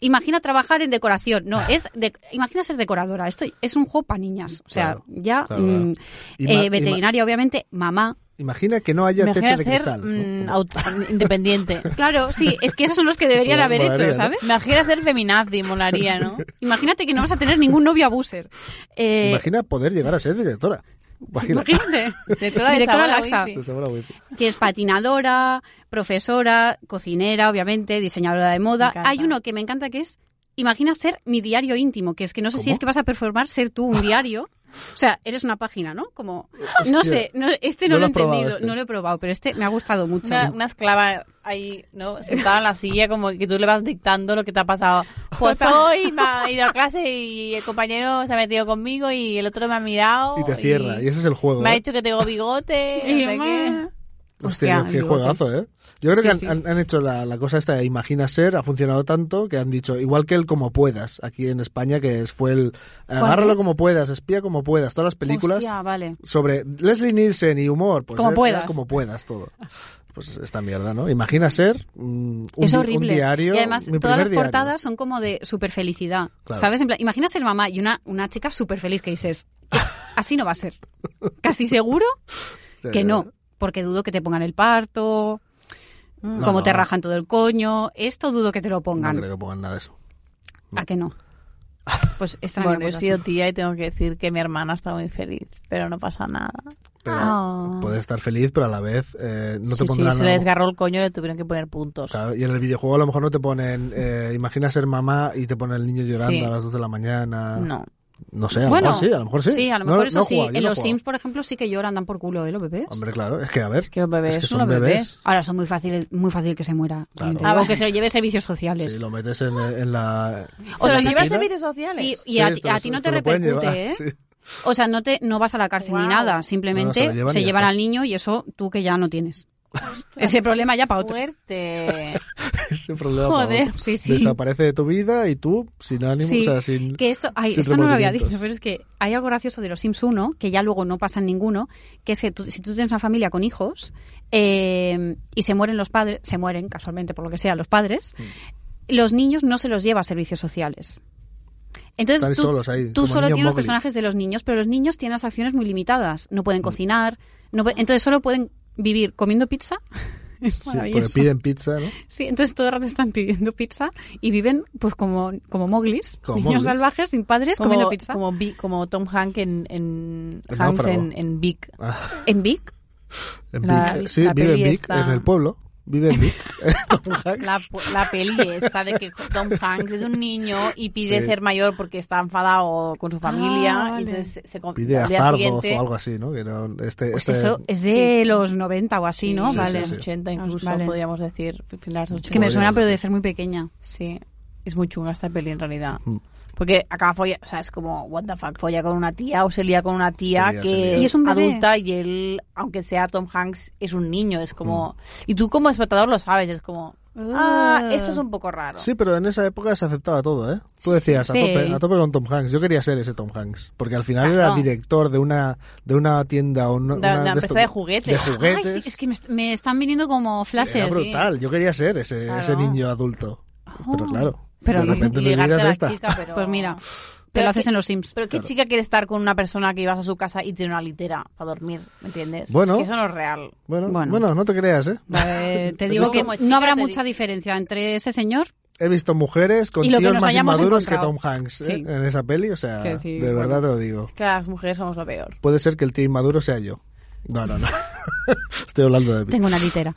S1: imagina trabajar en decoración, no,
S2: Ah.
S1: es, de- imagina ser decoradora, esto es un juego para niñas, o sea,
S2: Claro,
S1: ya,
S2: claro,
S1: mm,
S2: claro. Ima-
S1: eh,
S2: ima-
S1: veterinaria obviamente, mamá.
S2: Imagina que no haya
S3: Imagina
S2: techo de
S3: ser
S2: cristal. ¿no?
S3: mm,
S2: Como-
S3: auto- [laughs] independiente.
S1: Claro, sí, es que esos son los que deberían
S2: Joder,
S1: haber
S2: molaría,
S1: hecho,
S2: ¿no?
S1: ¿sabes?
S3: Imagina ser feminazi, molaría, ¿no?
S1: Imagínate que no vas a tener ningún novio abuser. Eh,
S2: Imagina poder llegar a ser directora. Imagina. [laughs]
S1: imagínate.
S3: Directora de
S1: Directora
S3: Sabana
S1: Laxa.
S3: Wifi.
S2: Te sobra wifi.
S1: que es patinadora, profesora, cocinera, obviamente, diseñadora de
S3: Me
S1: moda.
S3: encanta.
S1: Hay uno que me encanta que es, imagina ser mi diario íntimo, que es que no sé si
S2: ¿Cómo?
S1: es que vas a performar ser tú un diario. O sea, eres una página, ¿no? Como, [laughs] no sé, no- este no, lo he
S2: No lo has probado
S1: entendido,
S2: este.
S1: no lo he probado, pero este me ha gustado mucho.
S3: Una, una esclava ahí, ¿no? Sentada en la silla, como que tú le vas dictando lo que te
S2: [laughs]
S3: ha pasado. Pues
S1: Total.
S3: hoy me ha ido a clase y el compañero se ha metido conmigo y el otro me ha mirado.
S2: Y te cierra. Y ese es el juego.
S3: Me ha
S2: ¿eh?
S3: dicho que tengo
S2: [laughs]
S3: bigote.
S1: Y
S3: no sé
S1: más.
S2: Hostia,
S1: Hostia,
S2: qué
S1: el bigote.
S2: juegazo, ¿eh? Yo
S1: Sí,
S2: creo que han,
S1: sí.
S2: han- han hecho la, la cosa esta de Imagina Ser, ha funcionado tanto que han dicho, igual que el Como Puedas, aquí en España, que es- fue el agárralo
S1: es?
S2: como puedas, espía como puedas, todas las películas
S1: Hostia, vale.
S2: sobre Leslie Nielsen y humor, pues
S1: Como
S2: era-
S1: puedas.
S2: era como puedas todo. Pues esta mierda, ¿no? Imagina Ser, mm, un,
S1: es
S2: di-
S1: horrible.
S2: un diario,
S1: y además,
S2: mi
S1: todas
S2: primer
S1: las
S2: diario.
S1: portadas son como de super felicidad.
S2: Claro.
S1: ¿Sabes? En plan, imagina ser mamá y una, una chica súper feliz que dices, así no va a
S2: [laughs]
S1: ser. Casi seguro
S2: Sí,
S1: que
S2: sí,
S1: no, porque dudo que te pongan el parto,
S2: No,
S1: como te
S2: no,
S1: rajan todo el coño, esto dudo que te lo
S2: No
S1: pongan.
S2: creo que pongan nada de eso.
S1: ¿A que no? Pues esta
S3: qué.
S1: era mi
S3: Bueno, yo he
S1: aportación.
S3: sido tía y tengo que decir que mi hermana está muy feliz, pero no pasa nada.
S2: Pero
S1: Ah.
S2: puedes estar feliz, pero a la vez eh, no
S3: Sí,
S2: te
S3: sí,
S2: pondrán
S3: se le
S2: algo-
S3: desgarró el coño y le tuvieron que poner puntos.
S2: Claro, y en el videojuego a lo mejor no te ponen, eh, imagina ser mamá y te ponen el niño llorando
S3: Sí.
S2: a las 2 de la mañana.
S3: No.
S2: No sé, a lo
S1: Bueno,
S2: mejor sí, a lo mejor sí.
S1: Sí, a lo
S2: No,
S1: mejor
S2: no
S1: eso
S2: he
S1: sí.
S2: jugado, yo
S1: en
S2: no he
S1: los
S2: jugado.
S1: Sims, por ejemplo, sí que lloran, dan por culo, ¿eh? ¿Los bebés?
S2: Hombre, claro, es que a ver.
S3: Que los bebés
S2: es que son
S3: son los bebés.
S2: bebés.
S1: Ahora son muy fácil, muy fácil que se muera.
S2: Claro.
S1: Ah, O que se lo lleve a servicios sociales.
S2: Si lo metes en, en la.
S1: O sea,
S2: en la
S1: llevas
S2: piscina,
S3: sociales?
S1: Sí, y
S2: sí,
S1: a, ti-
S2: esto
S1: a
S2: lo-
S1: ti no
S2: esto
S1: te
S2: lo pueden
S1: repercute,
S2: llevar,
S1: ¿eh?
S2: [laughs] sí.
S1: O sea, no te no vas a la cárcel ni
S3: Guau.
S1: nada,
S2: No, no, se
S1: simplemente
S2: lo llevan
S1: se
S2: y ya
S1: llevan
S2: está.
S1: al niño y eso tú que ya no tienes. Ese problema ya para otro. [laughs]
S3: Fuerte.
S2: Ese problema. por
S3: Joder,
S2: favor.
S1: sí, sí.
S2: Desaparece de tu vida y tú sin ánimo,
S1: Sí,
S2: o sea, sin...
S1: Que esto, ay,
S2: sin
S1: esto no lo había dicho,
S2: remordimientos.
S1: pero es que hay algo gracioso de los Sims 1, que ya luego no pasa en ninguno, que es que tú- si tú tienes una familia con hijos eh, y se mueren los padres, se mueren casualmente por lo que sea los padres,
S2: Mm.
S1: los niños no se los lleva a servicios sociales. Entonces
S2: Están
S1: tú,
S2: solos ahí,
S1: tú
S2: como
S1: solo
S2: niño
S1: tienes los
S2: Mowgli.
S1: personajes de los niños, pero los niños tienen las acciones muy limitadas. No
S2: Mm.
S1: pueden cocinar, no pu- entonces solo pueden vivir comiendo pizza. [laughs] Es
S2: Sí, pues porque
S1: maravilloso.
S2: piden pizza, ¿no?
S1: Sí, entonces todo el rato están pidiendo pizza y viven pues como, como moglis,
S2: Como
S1: niños
S2: moglis.
S1: salvajes sin padres comiendo pizza.
S3: Como, Vi- como Tom Hanks en, en,
S2: El
S3: Hanks
S2: náufrago.
S3: en, en Big.
S2: Ah,
S1: En Vic,
S2: en
S3: La-
S2: Vic. Sí,
S3: la
S2: vive en
S3: peli
S2: Vic,
S3: está-
S2: en el pueblo. Vive
S3: [laughs]
S2: en Vic. [laughs] Tom Hanks.
S3: La, la peli esta de que Tom Hanks es un niño y pide
S2: Sí.
S3: ser mayor porque está enfadado con su familia.
S1: Ah, vale.
S3: y entonces se- se, com-
S2: Pide
S3: al día
S2: azardos
S3: siguiente- eh.
S2: o algo así, ¿no? Que no este,
S1: pues
S2: este-
S1: eso es de los 90 o así, ¿no?
S2: sí,
S1: vale. Ah,
S2: sí, sí.
S3: 80 incluso,
S1: Vale.
S3: podríamos decir. finales
S1: Es que me
S2: Podríamos
S1: suena, pero de
S2: decir.
S1: ser muy pequeña.
S3: Sí, es muy chunga esta peli en realidad.
S2: Mm.
S3: Porque acaba folla, o sea, es como, what the fuck, folla con una tía o se lía con una tía
S2: Se lía,
S3: que
S2: se lía.
S1: Y es un bebé.
S3: adulta y él, aunque sea Tom Hanks, es un niño. Es como,
S2: Mm.
S3: y tú como espectador lo sabes, es como, ah,
S1: Ah.
S3: esto es un poco raro.
S2: Sí, pero en esa época se aceptaba todo, ¿eh? Tú decías,
S1: Sí.
S2: a, tope, a tope con Tom Hanks. Yo quería ser ese Tom Hanks, porque al final era
S3: Claro.
S2: director de una, de una tienda o una,
S3: De una
S2: una
S3: empresa
S2: esto-
S3: de juguetes.
S2: De
S3: Ay,
S1: Ay,
S2: juguetes.
S1: sí, es que me, est- me están viniendo como
S2: era
S1: flashes.
S3: brut-
S2: brutal. Yo quería ser ese,
S3: Claro.
S2: ese niño adulto. Pero
S1: Oh.
S2: claro,
S1: Pero
S2: de
S1: no.
S2: repente mi
S3: Ligarte
S2: vida
S3: a
S2: es
S3: la
S2: esta.
S3: chica, pero-
S1: Pues mira, te
S3: Pero
S1: lo haces
S3: que-
S1: en los Sims.
S3: Pero qué
S2: Claro.
S3: chica quiere estar con una persona que ibas a su casa y tiene una litera para dormir, ¿me entiendes?
S2: Bueno.
S3: Es que eso no es real.
S2: Bueno,
S1: Bueno.
S2: bueno. no te creas, ¿eh?
S1: Eh, [laughs] te
S2: Pero
S1: digo
S2: esto-
S1: que
S3: como chica
S1: no habrá
S3: te
S1: mucha diferencia entre ese señor.
S2: He visto mujeres con
S1: Y lo que
S2: tíos
S1: nos
S2: más
S1: hayamos
S2: inmaduros que
S1: encontrado.
S2: Tom Hanks ¿eh?
S1: Sí.
S2: en esa peli. O sea,
S1: Que decir,
S2: de
S1: bueno.
S2: verdad te lo digo.
S3: Que las mujeres somos lo peor.
S2: Puede ser que el tío inmaduro sea yo. No, no, [laughs] no. Estoy hablando de mí.
S1: Tengo una litera.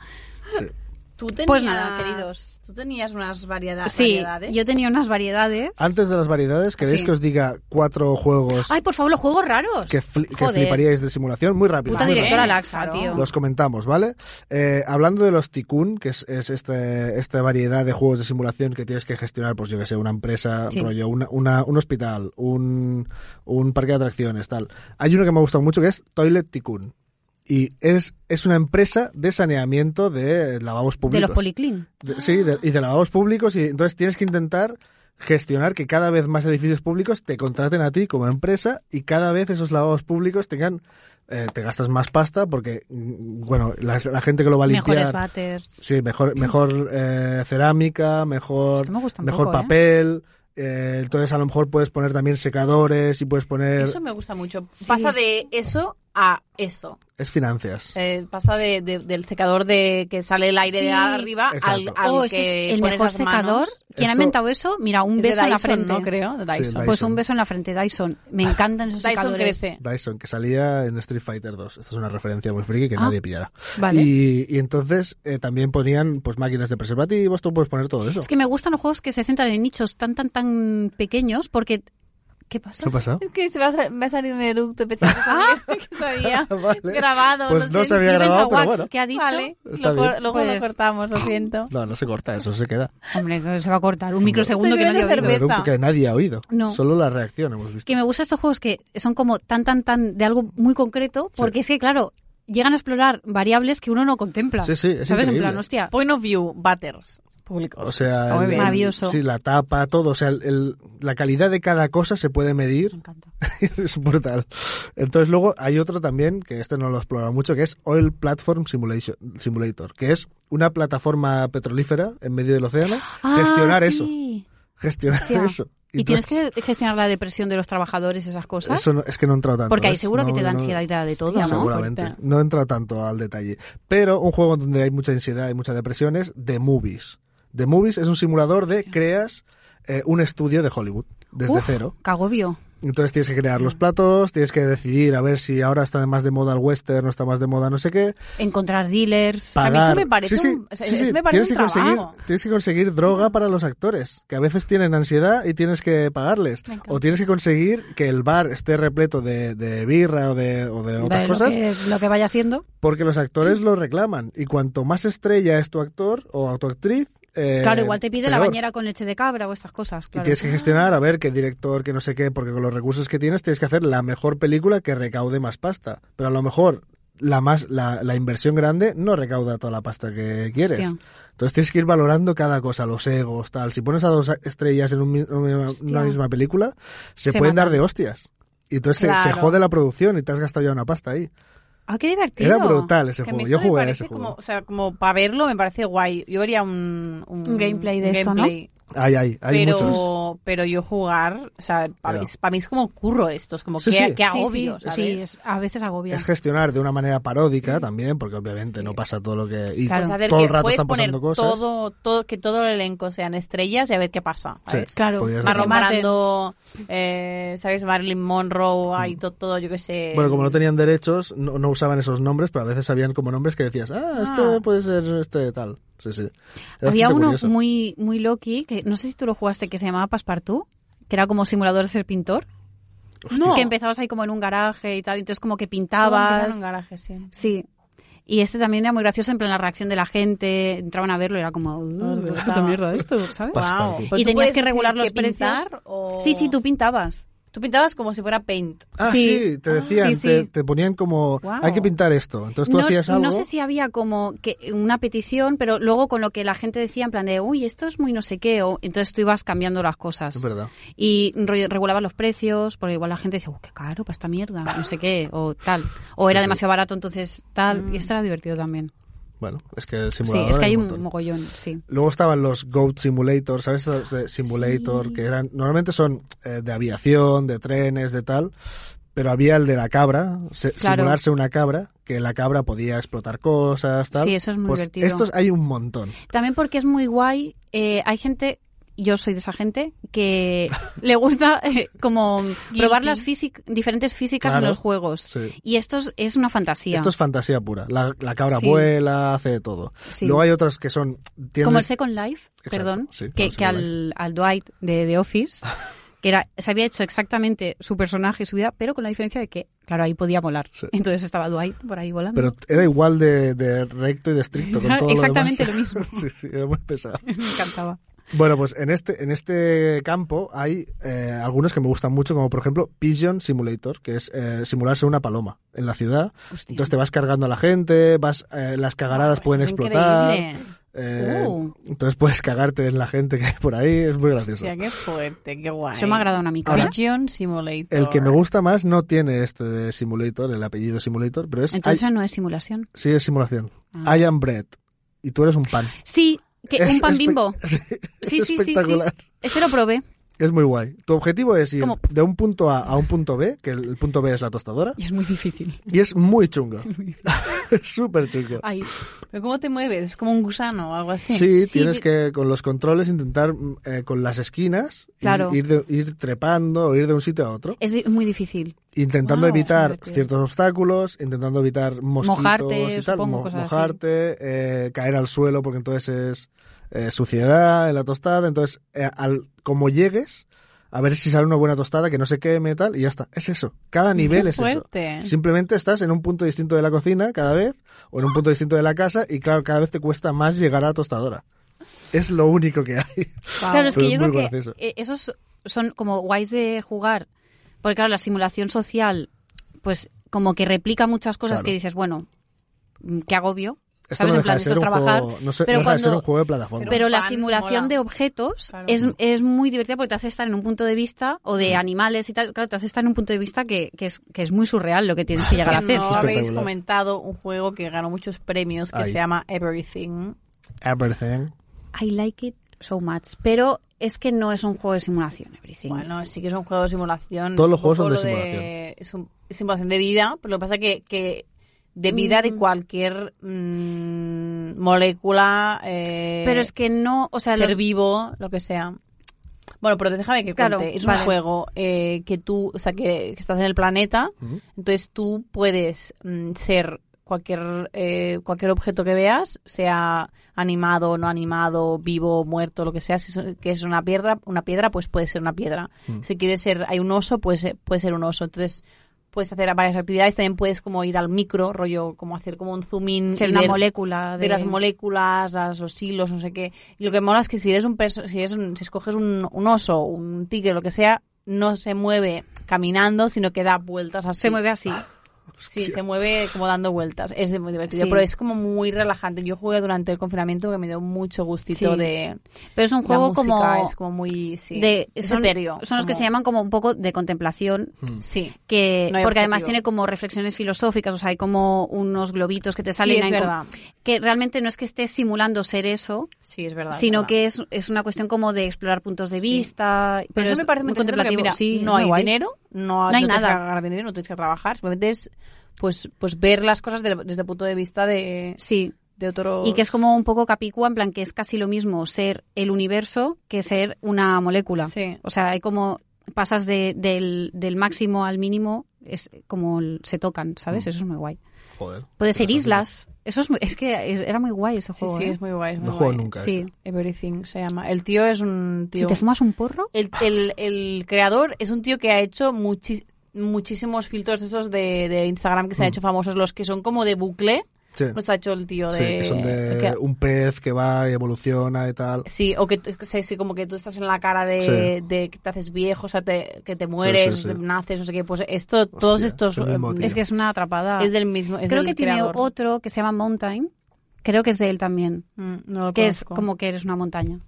S3: Tú tenías,
S1: Pues nada, queridos.
S3: Tú tenías unas variedad-
S1: Sí,
S3: variedades.
S1: yo tenía unas variedades.
S2: Antes de las variedades, ¿queréis
S1: Sí.
S2: que os diga cuatro juegos
S1: Ay, por favor, los juegos raros.
S2: que, fli- que
S1: Joder.
S2: fliparíais de simulación? Muy rápido.
S1: Puta
S2: muy rápido.
S1: directora
S3: Vale,
S1: laxa,
S3: claro.
S1: tío.
S2: Los comentamos, ¿vale? Eh, hablando de los Tycoon, que es, es este- esta variedad de juegos de simulación que tienes que gestionar, pues yo que sé, una empresa,
S1: Sí.
S2: rollo, una- una- un hospital, un, un parque de atracciones, tal. Hay uno que me ha gustado mucho que es Toilet Tycoon. Y es, es una empresa de saneamiento de lavabos
S1: de
S2: públicos.
S1: los policlin.
S2: De- sí, de- y de lavabos públicos. Y entonces tienes que intentar gestionar que cada vez más edificios públicos te contraten a ti como empresa y cada vez esos lavabos públicos tengan eh, te gastas más pasta porque mm, bueno la, la gente que lo va a
S1: Mejores
S2: limpiar
S1: batters.
S2: sí mejor mejor eh, cerámica mejor
S1: Esto me gusta un
S2: mejor
S1: poco, ¿eh?
S2: papel eh, entonces a lo mejor puedes poner también secadores y puedes poner
S3: Eso me gusta mucho.
S1: Sí.
S3: Pasa de eso a eso.
S2: es finanzas
S3: Eh, pasa de, de- del secador de que sale el aire
S1: Sí.
S3: de arriba al,
S2: Exacto.
S3: al
S1: Oh, ese
S3: que
S1: es el
S3: pones
S1: mejor
S3: las manos.
S1: secador. ¿Quién ha
S2: Esto-
S1: inventado eso? Mira, un
S3: Es de
S1: beso en la
S3: Dyson,
S1: frente. ¿eh?
S3: No creo, de
S2: Sí, el
S3: Dyson.
S2: Dyson.
S1: Pues un beso en la frente, Dyson.
S3: [laughs]
S1: Me encantan esos
S3: Dyson
S1: secadores.
S3: crece.
S1: [laughs]
S2: Dyson que salía en Street Fighter 2 esta es una referencia muy friki que
S1: Ah.
S2: nadie pillará
S1: Vale.
S2: Y, y entonces eh, también ponían pues máquinas de preservativos, tú puedes poner todo eso.
S1: Es que me gustan los juegos que se centran en nichos tan, tan, tan pequeños porque... ¿Qué pasa?
S2: ¿Qué ha pasado?
S3: Es que se me ha, sal- me ha salido un eructo [laughs] pensando que sabía-
S2: [laughs]
S3: que sabía
S2: Vale.
S3: grabado.
S2: Pues no
S3: sé.
S2: se había
S1: Steven
S2: grabado, pero
S1: Sawak,
S2: bueno.
S1: ¿Qué ha dicho?
S3: Vale,
S2: Está
S3: lo cor-
S2: bien.
S3: luego
S1: Pues-
S3: lo cortamos, lo siento.
S2: No, no se corta, eso se queda.
S1: Hombre, que se va a cortar. Un microsegundo que nadie ha oído.
S3: bebiendo
S2: Pero
S3: cerveza.
S2: un- que nadie ha oído.
S1: No.
S2: Solo la reacción hemos
S1: Es
S2: visto.
S1: que me gustan estos juegos que son como tan, tan, tan de algo muy concreto porque es que, claro, llegan a explorar variables que uno no contempla.
S2: Sí, sí, es
S1: ¿Sabes? En
S2: increíble.
S1: plan, hostia,
S3: Point of view, batters públicos.
S2: O sea,
S1: Está muy
S2: el-
S1: bien.
S2: el-
S1: Maravilloso.
S2: sí, la tapa, todo. O sea, el- el- la calidad de cada cosa se puede
S1: me
S2: medir. [laughs]
S1: encanta.
S2: es brutal. Entonces luego hay otro también, que este no lo he explorado mucho, que es Oil Platform Simulation, Simulator, que es una plataforma petrolífera en medio del océano.
S1: [gasps]
S2: gestionar
S1: Ah,
S2: eso.
S1: sí.
S2: Gestionar
S1: Hostia.
S2: eso.
S1: Y tienes
S2: Entonces-
S1: que gestionar la depresión de los trabajadores, esas cosas.
S2: Eso no- es que no he entrado tanto.
S1: porque ahí
S2: ¿ves?
S1: seguro que
S2: No,
S1: te da
S2: no, no.
S1: ansiedad y te da de todo,
S3: Sí,
S1: ¿no?
S3: seguro.
S2: Seguramente.
S3: Fuerte.
S2: No he entrado tanto al detalle. Pero un juego donde hay mucha ansiedad y mucha depresión es The Movies. The Movies es un simulador de creas eh, un estudio de Hollywood desde
S1: Uf,
S2: cero.
S1: Cagobio.
S2: Entonces tienes que crear los platos, tienes que decidir a ver si ahora está más de moda el western, no está más de moda no sé qué.
S1: Encontrar dealers.
S3: mí eso
S2: Pagar.
S3: me parece un- o sea, eso me parece
S2: tienes
S3: un
S2: que conseguir,
S3: trabajo.
S2: Tienes que conseguir droga para los actores, que a veces tienen ansiedad y tienes que pagarles. O tienes que conseguir que el bar esté repleto de, de birra o de, o de otras
S1: Vale, lo,
S2: cosas.
S1: que, lo que vaya siendo.
S2: Porque los actores lo reclaman. Y cuanto más estrella es tu actor o tu actriz, eh,
S1: claro, igual te pide la
S2: peor.
S1: bañera con leche de cabra o estas cosas.
S2: Y
S1: Claro.
S2: tienes que gestionar a ver qué director, qué no sé qué, porque con los recursos que tienes tienes que hacer la mejor película que recaude más pasta. Pero a lo mejor la más la, la inversión grande no recauda toda la pasta que quieres.
S1: Hostia.
S2: Entonces tienes que ir valorando cada cosa, los egos, tal. Si pones a dos estrellas en un mi- una, una misma película, se,
S1: Se
S2: pueden dar
S1: matan.
S2: de hostias. Y entonces se- se,
S3: Claro.
S2: jode la producción y te has gastado ya una pasta ahí.
S1: Ah, qué divertido.
S2: Era brutal ese
S3: Que a mí
S2: juego.
S3: esto
S2: Yo
S3: me
S2: jugué a
S3: parece
S2: ese juego.
S3: Como, o sea, como para verlo me parece guay. Yo vería un,
S1: Un gameplay de esto, ¿no?
S2: Hay, hay, hay
S3: pero,
S2: muchos.
S3: pero yo jugar, o sea, para,
S2: Ya.
S3: mí, pa' mí es como curro esto, es como
S2: Sí,
S3: que,
S2: sí.
S3: que
S1: sí,
S3: agobio,
S1: sí,
S3: ¿sabes?
S1: sí, es- a veces agobia.
S2: Es gestionar de una manera paródica también, porque obviamente no pasa todo lo que... Y
S1: Claro.
S3: Pues hacer
S2: todo el
S3: que
S2: rato
S3: puedes
S2: están
S3: poner
S2: pasando cosas.
S3: todo, todo, que todo el elenco sean estrellas y a ver qué pasa,
S2: Sí,
S3: ¿sabes?
S1: Claro,
S2: podrías
S1: Marlon
S2: hacer.
S3: Marlon
S1: Maten.
S3: Brando, eh, ¿sabes? Marilyn Monroe, hay todo, todo, yo qué sé.
S2: Mm. Bueno, como no tenían derechos, no, no usaban esos nombres, pero a veces habían como nombres que decías, ah, este
S3: Ah.
S2: puede ser este tal. Sí, sí. Era
S1: Había
S2: bastante
S1: uno
S2: curioso.
S1: muy muy loki que no sé si tú lo jugaste que se llamaba Passepartout, que era como simulador de ser pintor,
S3: no,
S1: que empezabas ahí como en un garaje y tal, y entonces como que
S3: Todo empezaba en
S1: pintabas.
S3: un garaje, sí.
S1: Sí. Y este también era muy gracioso en plan la reacción de la gente, entraban a verlo y era como, "Uh, qué puta mierda esto", ¿sabes?
S2: Pas- Passepartout.
S3: Wow.
S2: Y
S3: Pero Pues tú
S1: tenías
S3: puedes
S1: que regular
S3: decir
S1: los
S3: qué
S1: precios.
S3: pintar o-
S1: Sí, sí, tú pintabas.
S3: Tú pintabas como si fuera paint.
S2: Ah,
S1: sí.
S2: sí, te decían,
S1: Sí, sí.
S2: Te, te ponían como,
S3: Guau.
S2: hay que pintar esto. Entonces Pues tú
S1: no,
S2: hacías
S1: no
S2: algo.
S1: sé si había como que una petición, pero luego con lo que la gente decía en plan de, uy, esto es muy no sé qué, o entonces tú ibas cambiando las cosas.
S2: Es verdad.
S1: Y rollo- regulabas los precios, porque igual la gente decía, "Uh, qué caro para esta mierda, no sé qué, o tal. O
S2: Sí,
S1: era
S2: sí.
S1: demasiado barato, entonces tal. Y esto era divertido también.
S2: Bueno, es que el
S1: Sí,
S2: simulador.
S1: es que hay un
S2: montón.
S1: mogollón, sí.
S2: Luego estaban los Goat Simulator, ¿sabes? Esos de Simulator, que eran, normalmente son eh, de aviación, de trenes, de tal, pero había el de la cabra, se-
S1: Claro.
S2: simularse una cabra, que la cabra podía explotar cosas, tal.
S1: Sí, eso es muy
S2: Pues
S1: divertido.
S2: Estos hay un montón.
S1: También porque es muy guay, eh, hay gente, yo soy de esa gente, que le gusta [laughs] eh, como probar las físic- diferentes físicas
S2: Claro.
S1: en los juegos.
S2: Sí.
S1: Y esto es, es una fantasía.
S2: Esto es fantasía pura. La, la cabra
S1: Sí.
S2: vuela, hace de todo.
S1: Sí.
S2: Luego hay otros que son... tienen-
S1: Como el Second Life,
S2: Exacto,
S1: perdón,
S2: sí,
S1: que, que
S2: claro, Second
S1: al, al Dwight de The
S2: [laughs]
S1: Office, que era, se había hecho exactamente su personaje y su vida, pero con la diferencia de que, claro, ahí podía volar.
S2: Sí.
S1: Entonces estaba Dwight por ahí volando.
S2: Pero era igual de, de recto y de estricto. Con todo
S1: Exactamente
S2: lo,
S1: lo
S2: demás.
S1: mismo.
S2: [laughs] sí, sí, era muy pesado.
S1: [laughs] Me encantaba.
S2: Bueno, pues en este, en este campo hay eh, algunos que me gustan mucho, como por ejemplo Pigeon Simulator, que es eh, simularse una paloma en la ciudad.
S1: Hostia.
S2: Entonces te vas cargando a la gente, vas eh, las cagaradas
S3: Pues
S2: pueden
S3: es
S2: explotar.
S3: increíble.
S2: eh,
S1: Uh.
S2: Entonces puedes cagarte en la gente que hay por ahí, es muy gracioso.
S3: Hostia, qué fuerte, qué guay.
S1: Eso me ha agradado una mica.
S2: Ahora,
S1: ¿eh?
S3: Pigeon Simulator.
S2: El que me gusta más no tiene este de Simulator, el apellido Simulator, pero es...
S1: Entonces
S2: I-
S1: no es simulación.
S2: sí, es simulación.
S1: Ah.
S2: I am bread. Y tú eres un pan.
S1: Sí, que
S2: Es
S1: un pan
S2: espe-
S1: bimbo.
S2: [laughs] Es
S1: Sí, sí, sí, sí.
S2: espectacular.
S1: Este lo probé.
S2: Es muy guay. Tu objetivo es ir
S1: Como-
S2: de un punto A a un punto B, que el el punto B es la tostadora,
S1: Y es muy difícil.
S2: y es muy chungo. [laughs] Es súper chungo.
S1: Ay,
S3: ¿Pero cómo te mueves? ¿Es como un gusano o algo así?
S2: Sí,
S1: Ah, sí,
S2: tienes
S1: di-
S2: que con los controles intentar mm, eh, con las esquinas y
S1: Claro.
S2: ir, de- ir trepando o ir de un sitio a otro,
S1: es di- muy difícil.
S2: intentando
S1: Ah,
S3: Guau,
S2: evitar
S3: joder, tío.
S2: ciertos obstáculos, intentando evitar mosquitos
S1: Mojarte,
S2: y tal,
S1: supongo, cosas así.
S2: mojarte, eh, caer al suelo porque entonces es eh, suciedad en la tostada, entonces eh, al, como llegues a ver si sale una buena tostada que no se queme y tal y ya está, es eso.
S1: [laughs]
S2: Cada nivel
S3: Qué
S2: es eso.
S3: fuerte.
S2: Simplemente estás en un punto distinto de la cocina cada vez, o en un punto distinto de la casa, y claro, cada vez te cuesta más llegar a la tostadora. Es lo único que hay.
S1: Claro, es
S2: Ah, Pero
S1: que
S2: es
S1: yo
S2: muy
S1: creo que
S2: gracioso.
S1: eh, esos son como guays de jugar, porque claro, la simulación social, pues como que replica muchas cosas
S2: Claro.
S1: que dices, bueno, mm, qué agobio,
S2: Esto
S1: ¿sabes?
S2: no
S1: en
S2: deja
S1: plan,
S2: de
S1: esto
S2: ser
S1: es
S2: un
S1: trabajar,
S2: juego, no sé,
S1: pero
S2: no deja de ser
S1: cuando-
S2: un juego de plataforma.
S1: pero la
S3: fan,
S1: simulación
S3: mola.
S1: de objetos
S3: Claro.
S1: es, es muy divertida porque te hace estar en un punto de vista, o
S2: Mm.
S1: de animales y tal, claro, te hace estar en un punto de vista que, que es, que es muy surreal lo que tienes
S3: [laughs]
S1: que llegar a hacer.
S3: no
S2: espectacular.
S3: habéis comentado un juego que ganó muchos premios que
S2: Ay.
S3: se llama Everything.
S2: Everything.
S1: I like it so much, pero es que no es un juego de simulación, everything.
S3: Bueno, sí que es un juego de simulación.
S2: Todos
S3: Es
S2: los
S3: un
S2: juegos son
S3: poco
S2: de
S3: lo
S2: simulación.
S3: es un- es simulación de vida, pero lo que pasa que, que de vida de
S1: Mm.
S3: cualquier mm, molécula, eh,
S1: pero es que no, o sea,
S3: ser
S1: los-
S3: vivo, lo que sea. Bueno, pero déjame que
S1: Claro,
S3: cuente. Es
S1: vale.
S3: un juego eh, que tú, o sea, que, que estás en el planeta,
S2: Mm.
S3: entonces tú puedes mm, ser cualquier eh, cualquier objeto que veas, sea animado, no animado, vivo, muerto, lo que sea, si es, que es una piedra, una piedra, pues puede ser una piedra. Si quieres ser, hay un oso, pues eh, puede ser un oso. Entonces puedes hacer varias actividades, también puedes como ir al micro, rollo, como hacer como un zoom in
S1: Ser
S3: y
S1: una
S3: ver-
S1: molécula de,
S3: de las moléculas, las- los hilos, no sé qué. Y lo que mola es que si eres un perso- si, eres un- si escoges un, un oso, un tigre, lo que sea, no se mueve caminando, sino que da vueltas así.
S1: Se mueve así.
S3: Ah. Sí, se mueve como dando vueltas. Es de- muy divertido,
S1: Sí.
S3: pero es como muy relajante. Yo jugué durante el confinamiento que me dio mucho gustito
S1: Sí.
S3: de
S1: Pero es un
S3: la
S1: juego
S3: música,
S1: como...
S3: es como muy sí,
S1: de,
S3: es
S1: son,
S3: etéreo,
S1: son los que
S3: como-
S1: se llaman como un poco de contemplación,
S3: Sí.
S1: que
S3: No hay
S1: porque además
S3: objetivo.
S1: tiene como reflexiones filosóficas, o sea, hay como unos globitos que te salen
S3: Sí, es
S1: ahí como-
S3: verdad.
S1: que realmente no es que estés simulando ser eso,
S3: Sí, es verdad. es
S1: sino
S3: verdad.
S1: que es, es una cuestión como de explorar puntos de vista, pero,
S3: Pero eso
S1: es
S3: me parece muy interesante porque,
S1: contemplativo,
S3: mira,
S1: sí,
S3: no
S1: es muy
S3: hay
S1: guay.
S3: dinero, no,
S1: No hay
S3: no tienes
S1: nada.
S3: que ganar dinero, no tienes que trabajar, simplemente es pues, pues ver las cosas de- desde el punto de vista de,
S1: Sí,
S3: de otro...
S1: y que es como un poco capicúa, en plan que es casi lo mismo ser el universo que ser una molécula.
S3: Sí.
S1: O sea, hay como pasas de- del, del máximo al mínimo, es como el- se tocan, ¿sabes?
S2: Mm.
S1: Eso es muy guay.
S2: Joder.
S1: Puede ser
S2: Interesante.
S1: islas. Eso es, muy- es que era muy guay ese
S3: Sí,
S1: juego.
S3: sí,
S1: ¿eh?
S3: es muy guay. Es muy
S2: No juego
S3: guay.
S2: nunca. este. a
S1: Sí.
S2: esto.
S3: Everything se llama. El tío es un
S1: Si
S3: tío...
S1: te fumas un porro,
S3: El, el, el creador es un tío que ha hecho muchis- muchísimos filtros esos de, de Instagram que se han
S2: Mm.
S3: hecho famosos, los que son como de bucle.
S2: Sí.
S3: Los ha hecho el tío Pues de...
S2: Sí, que son de
S3: el que-
S2: un pez que va y evoluciona y tal.
S3: Sí, o que tú- que sé, sí, como que tú estás en la cara de,
S2: Sí.
S3: de que te haces viejo, o sea, te- que te mueres,
S2: sí, sí.
S3: te naces, no sé qué. Pues esto, todos estos...
S2: es el mismo
S3: eh,
S2: tío.
S1: es que es una atrapada.
S3: es del mismo, es
S1: Creo
S3: del
S1: que tiene
S3: creador.
S1: otro que se llama Mountain. Creo que es de él también.
S3: Mm, no lo
S1: Que es
S3: conozco.
S1: como que eres una montaña.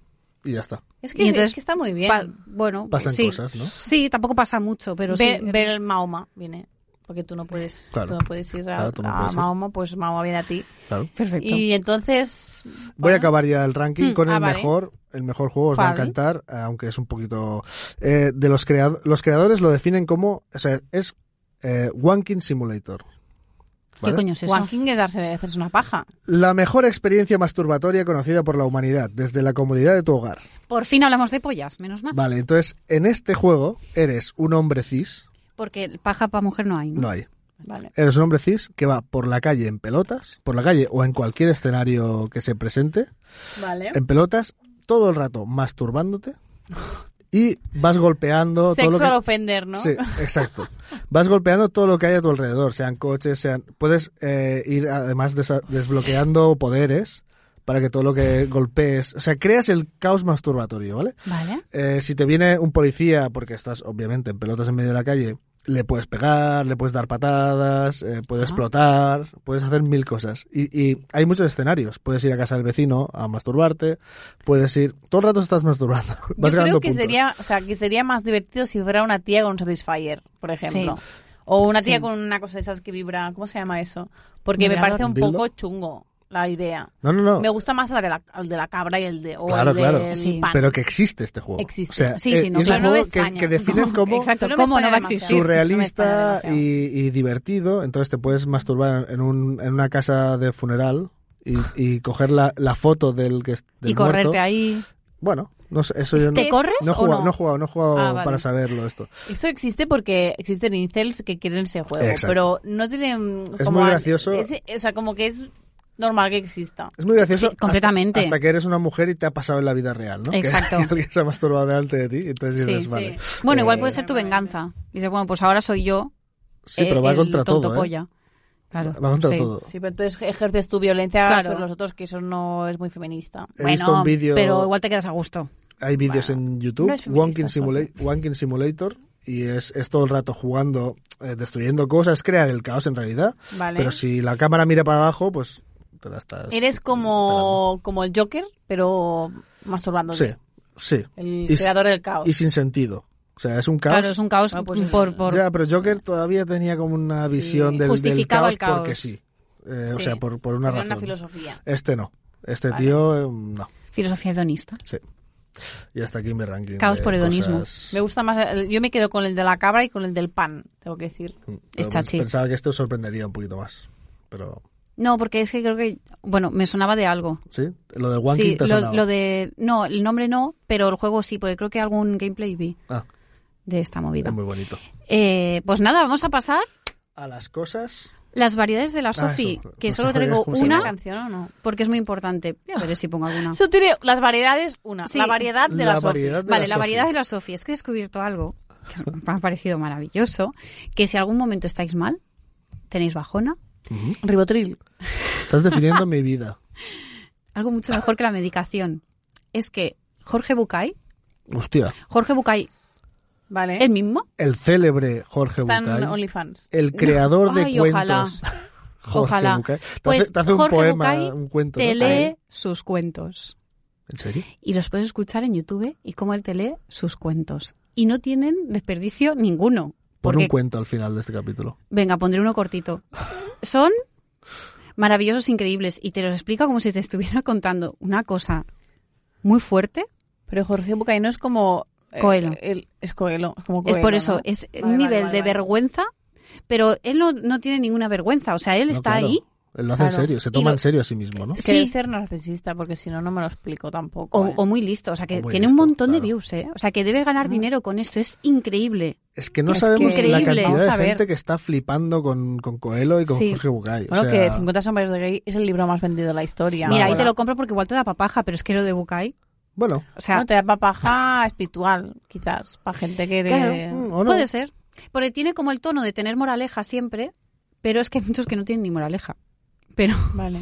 S2: Y ya está.
S3: Es
S1: y
S3: que,
S1: entonces
S3: es que está muy bien.
S1: Pa- bueno,
S2: Pasan
S1: sí.
S2: cosas, ¿no?
S1: Sí, tampoco pasa mucho, pero
S3: ver,
S1: sí.
S3: ver el Mahoma viene. Porque tú no puedes,
S2: Claro.
S3: tú no puedes ir a,
S2: Claro, tú no
S3: a
S2: puedes ir.
S3: Mahoma, pues Mahoma viene a ti.
S2: Claro.
S1: Perfecto.
S3: Y entonces...
S2: Voy
S3: bueno,
S2: a acabar ya el ranking
S1: Mm,
S2: con
S3: ah,
S2: el
S3: vale.
S2: mejor. El mejor juego os va a
S3: Vale.
S2: encantar, eh, aunque es un poquito... eh, de los, creado- los creadores lo definen como... O sea, es eh, Wanking Simulator.
S1: ¿Qué
S2: ¿vale?
S1: coño es eso?
S3: Joaquín es darse, hacerse una paja.
S2: La mejor experiencia masturbatoria conocida por la humanidad, desde la comodidad de tu hogar.
S1: Por fin hablamos de pollas,
S3: Ah.
S1: menos mal.
S2: Vale, entonces, en este juego eres un hombre cis.
S1: Porque paja para mujer no hay. ¿no?
S2: No hay.
S3: Vale.
S2: Eres un hombre cis que va por la calle en pelotas, por la calle o en cualquier escenario que se presente,
S3: Vale.
S2: en pelotas, todo el rato masturbándote y vas golpeando todo lo que...
S3: Sexual offender, ¿no?
S2: Sí, exacto. Vas golpeando todo lo que hay a tu alrededor, sean coches, sean... Puedes eh, ir además desa- desbloqueando poderes para que todo lo que golpees... O sea, creas el caos masturbatorio, ¿vale?
S1: Vale.
S2: Eh, si te viene un policía, porque estás obviamente en pelotas en medio de la calle, le puedes pegar, le puedes dar patadas, eh, puedes
S1: Ah.
S2: explotar, puedes hacer mil cosas. Y, y hay muchos escenarios. Puedes ir a casa del vecino a masturbarte, puedes ir... Todo el rato estás masturbando. [laughs]
S3: Yo
S2: Vas ganando
S3: creo que
S2: puntos.
S3: sería, o sea, que sería más divertido si fuera una tía con un satisfier, por ejemplo. O una tía
S1: Sí.
S3: con una cosa de esas que vibra, ¿cómo se llama eso? Porque
S1: Vibrador.
S3: me parece un
S2: Dildo.
S3: poco chungo la idea.
S2: No, no, no.
S3: Me gusta más la de la, el de la cabra y el de o
S2: Claro,
S3: el
S2: claro.
S3: del
S1: Sí.
S3: pan.
S2: Pero que existe este juego.
S3: Existe.
S2: O sea,
S1: Sí,
S2: eh,
S1: sí, no,
S2: y es un
S1: claro, no
S3: me
S2: juego que,
S3: extraña.
S2: que
S3: [laughs]
S2: definen
S3: No,
S2: como
S3: exacto,
S1: Pero
S3: me
S1: ¿cómo no
S3: extraña
S1: va a
S3: demasiado.
S1: existir?
S2: surrealista
S3: No me extraña
S2: y, y divertido. Entonces te puedes masturbar en, un, en una casa de funeral y, y coger la, la foto del que es- del
S1: y correrte
S2: muerto.
S1: ahí.
S2: Bueno, no sé, eso yo no,
S1: ¿Te corres
S2: no
S1: o
S2: he jugado,
S1: no?
S2: he jugado, no he jugado
S1: Ah, vale.
S2: para saberlo esto.
S3: Eso existe porque existen incels que quieren ese juego,
S2: Exacto.
S3: pero no tienen
S2: Es
S3: como
S2: muy
S3: al-
S2: gracioso.
S3: ese- o sea, como que es normal que exista.
S2: Es muy gracioso.
S1: Sí, completamente.
S2: Hasta, hasta que eres una mujer y te ha pasado en la vida real, ¿no? Que
S1: Exacto.
S2: [laughs] alguien se ha masturbado delante de ti, entonces dices,
S1: Sí, sí.
S2: vale.
S1: Bueno,
S2: eh,
S1: igual puede ser tu venganza. Dice, bueno, pues ahora soy yo.
S2: Sí,
S1: eh,
S2: pero va
S1: el
S2: contra
S1: tonto
S2: todo, ¿eh?
S1: polla. Claro.
S2: Va contra
S1: sí.
S2: todo.
S3: Sí, pero entonces ejerces tu violencia
S1: Claro.
S3: sobre los otros, que eso no es muy feminista.
S2: He
S1: bueno,
S2: visto un vídeo.
S1: pero igual te quedas a gusto.
S2: Hay vídeos en YouTube,
S3: no es feminista,
S2: Wanking, Simula- Wanking Simulator, y es, es todo el rato jugando, eh, destruyendo cosas, crear el caos en realidad.
S3: Vale.
S2: Pero si la cámara mira para abajo, pues te la estás.
S3: Eres como, como el Joker, pero masturbándote.
S2: pelando. Sí, sí.
S3: El
S2: Y-
S3: creador del caos.
S2: Y sin sentido. O sea, es un caos.
S1: Claro, es un caos
S3: Ah, pues
S1: por,
S3: es-
S1: por-
S2: Ya, pero Joker todavía tenía como una visión del- del,
S1: Justificaba
S2: caos,
S1: el caos.
S2: porque sí. Eh, O
S3: Sí.
S2: sea, por, por una
S3: Tiene
S2: razón.
S3: filosofía.
S2: este no. Este
S3: Vale.
S2: tío, eh, no.
S1: filosofía hedonista.
S2: Sí. Y hasta aquí mi ranking.
S1: Caos
S2: de
S1: por hedonismo.
S2: cosas-
S3: Me gusta más. el- yo me quedo con el de la cabra y con el del pan, tengo que decir.
S2: Mm,
S1: Es
S2: pero
S1: chachi.
S2: Pensaba que esto os sorprendería un poquito más. Pero,
S1: No, porque es que creo que, bueno, me sonaba de algo.
S2: ¿sí? Lo de Wanking
S1: sí,
S2: te
S1: lo,
S2: sonaba.
S1: lo de, no, el nombre no, pero el juego sí, porque creo que algún gameplay vi
S2: Ah,
S1: de esta
S2: es
S1: movida.
S2: muy bonito.
S1: Eh, pues nada, vamos a pasar
S2: A las cosas...
S1: las variedades de la
S2: Ah, eso,
S1: Sofi,
S2: no
S1: que
S2: sé
S1: solo
S2: por qué,
S1: traigo
S2: ¿cómo se
S3: ¿Una
S1: una
S2: llama?
S3: canción o no?
S1: porque es muy importante. Ya veré si pongo alguna.
S3: Eso tiene las variedades, una.
S1: Sí.
S3: La variedad de la,
S2: La
S3: Sophie.
S2: variedad de
S1: Vale,
S2: la
S1: la variedad
S2: Sofi.
S1: de la Sofi. Es que he descubierto algo. que [laughs] es- me ha parecido maravilloso, que si algún momento estáis mal, tenéis bajona,
S2: Ujú.
S3: Ribotril.
S2: Estás definiendo mi vida.
S1: algo
S2: [laughs]
S1: mucho mejor que la medicación, es que Jorge Bucay,
S2: Hostia.
S1: Jorge Bucay,
S2: ¿Eh?
S3: Vale.
S1: el mismo,
S2: El célebre Jorge
S3: Están
S2: Bucay.
S3: OnlyFans.
S2: El creador de
S1: Ay, ojalá. [laughs]
S2: cuentos. [laughs] Jorge
S1: Ojalá.
S2: Bucay. Te
S1: Pues
S2: hace, te hace un
S1: Jorge
S2: poema,
S1: Bucay
S2: un cuento.
S1: te
S2: ¿no? ¿Eh?
S1: lee sus cuentos.
S2: ¿En serio?
S1: Y los puedes escuchar en YouTube y cómo él te lee sus cuentos. Y no tienen desperdicio ninguno.
S2: Pon un
S1: Porque
S2: cuento al final de este capítulo.
S1: Venga, pondré uno cortito. Son maravillosos, increíbles, y te los explica como si te estuviera contando una cosa muy fuerte.
S3: Pero Jorge Bucay no es como... eh,
S1: Coelho.
S3: el- es Coelho. Es como Coelho,
S1: es por eso,
S3: ¿no?
S1: es
S3: Vale,
S1: un
S3: vale,
S1: nivel
S3: vale,
S1: de
S3: vale.
S1: vergüenza, pero él no, no tiene ninguna vergüenza. O sea, él
S2: No,
S1: está
S2: claro.
S1: ahí.
S2: Él lo hace en
S3: Claro.
S2: serio, se
S1: Y
S2: toma
S1: lo-
S2: en serio a sí mismo, ¿no?
S3: Es que debe
S1: Sí.
S3: ser narcisista, porque si no, no me lo explico tampoco.
S1: O,
S3: eh.
S1: o muy listo, o sea, que
S2: O muy
S1: tiene un
S2: listo,
S1: montón
S2: claro.
S1: de views, ¿eh? O sea, que debe
S3: Ah.
S1: ganar dinero con esto, es increíble.
S2: Es que no
S3: Es
S2: sabemos
S1: que-
S2: la
S1: Increíble.
S2: cantidad
S3: Vamos
S2: de
S3: a ver.
S2: gente que está flipando con, con Coelho y con
S1: Sí.
S2: Jorge Bucay. O
S3: Bueno,
S2: sea,
S3: que 50 sombras de gay es el libro más vendido de la historia.
S1: Mira, ahí
S2: Vale.
S1: te lo compro porque igual te da papaja, pero es que lo de Bucay,
S2: bueno,
S1: o sea,
S3: No, te da pa' paja espiritual, quizás, para gente que... de-
S1: Claro.
S2: mm, o no.
S1: puede ser. Porque tiene como el tono de tener moraleja siempre, pero es que hay muchos que no tienen ni moraleja. Pero [laughs]
S3: Vale.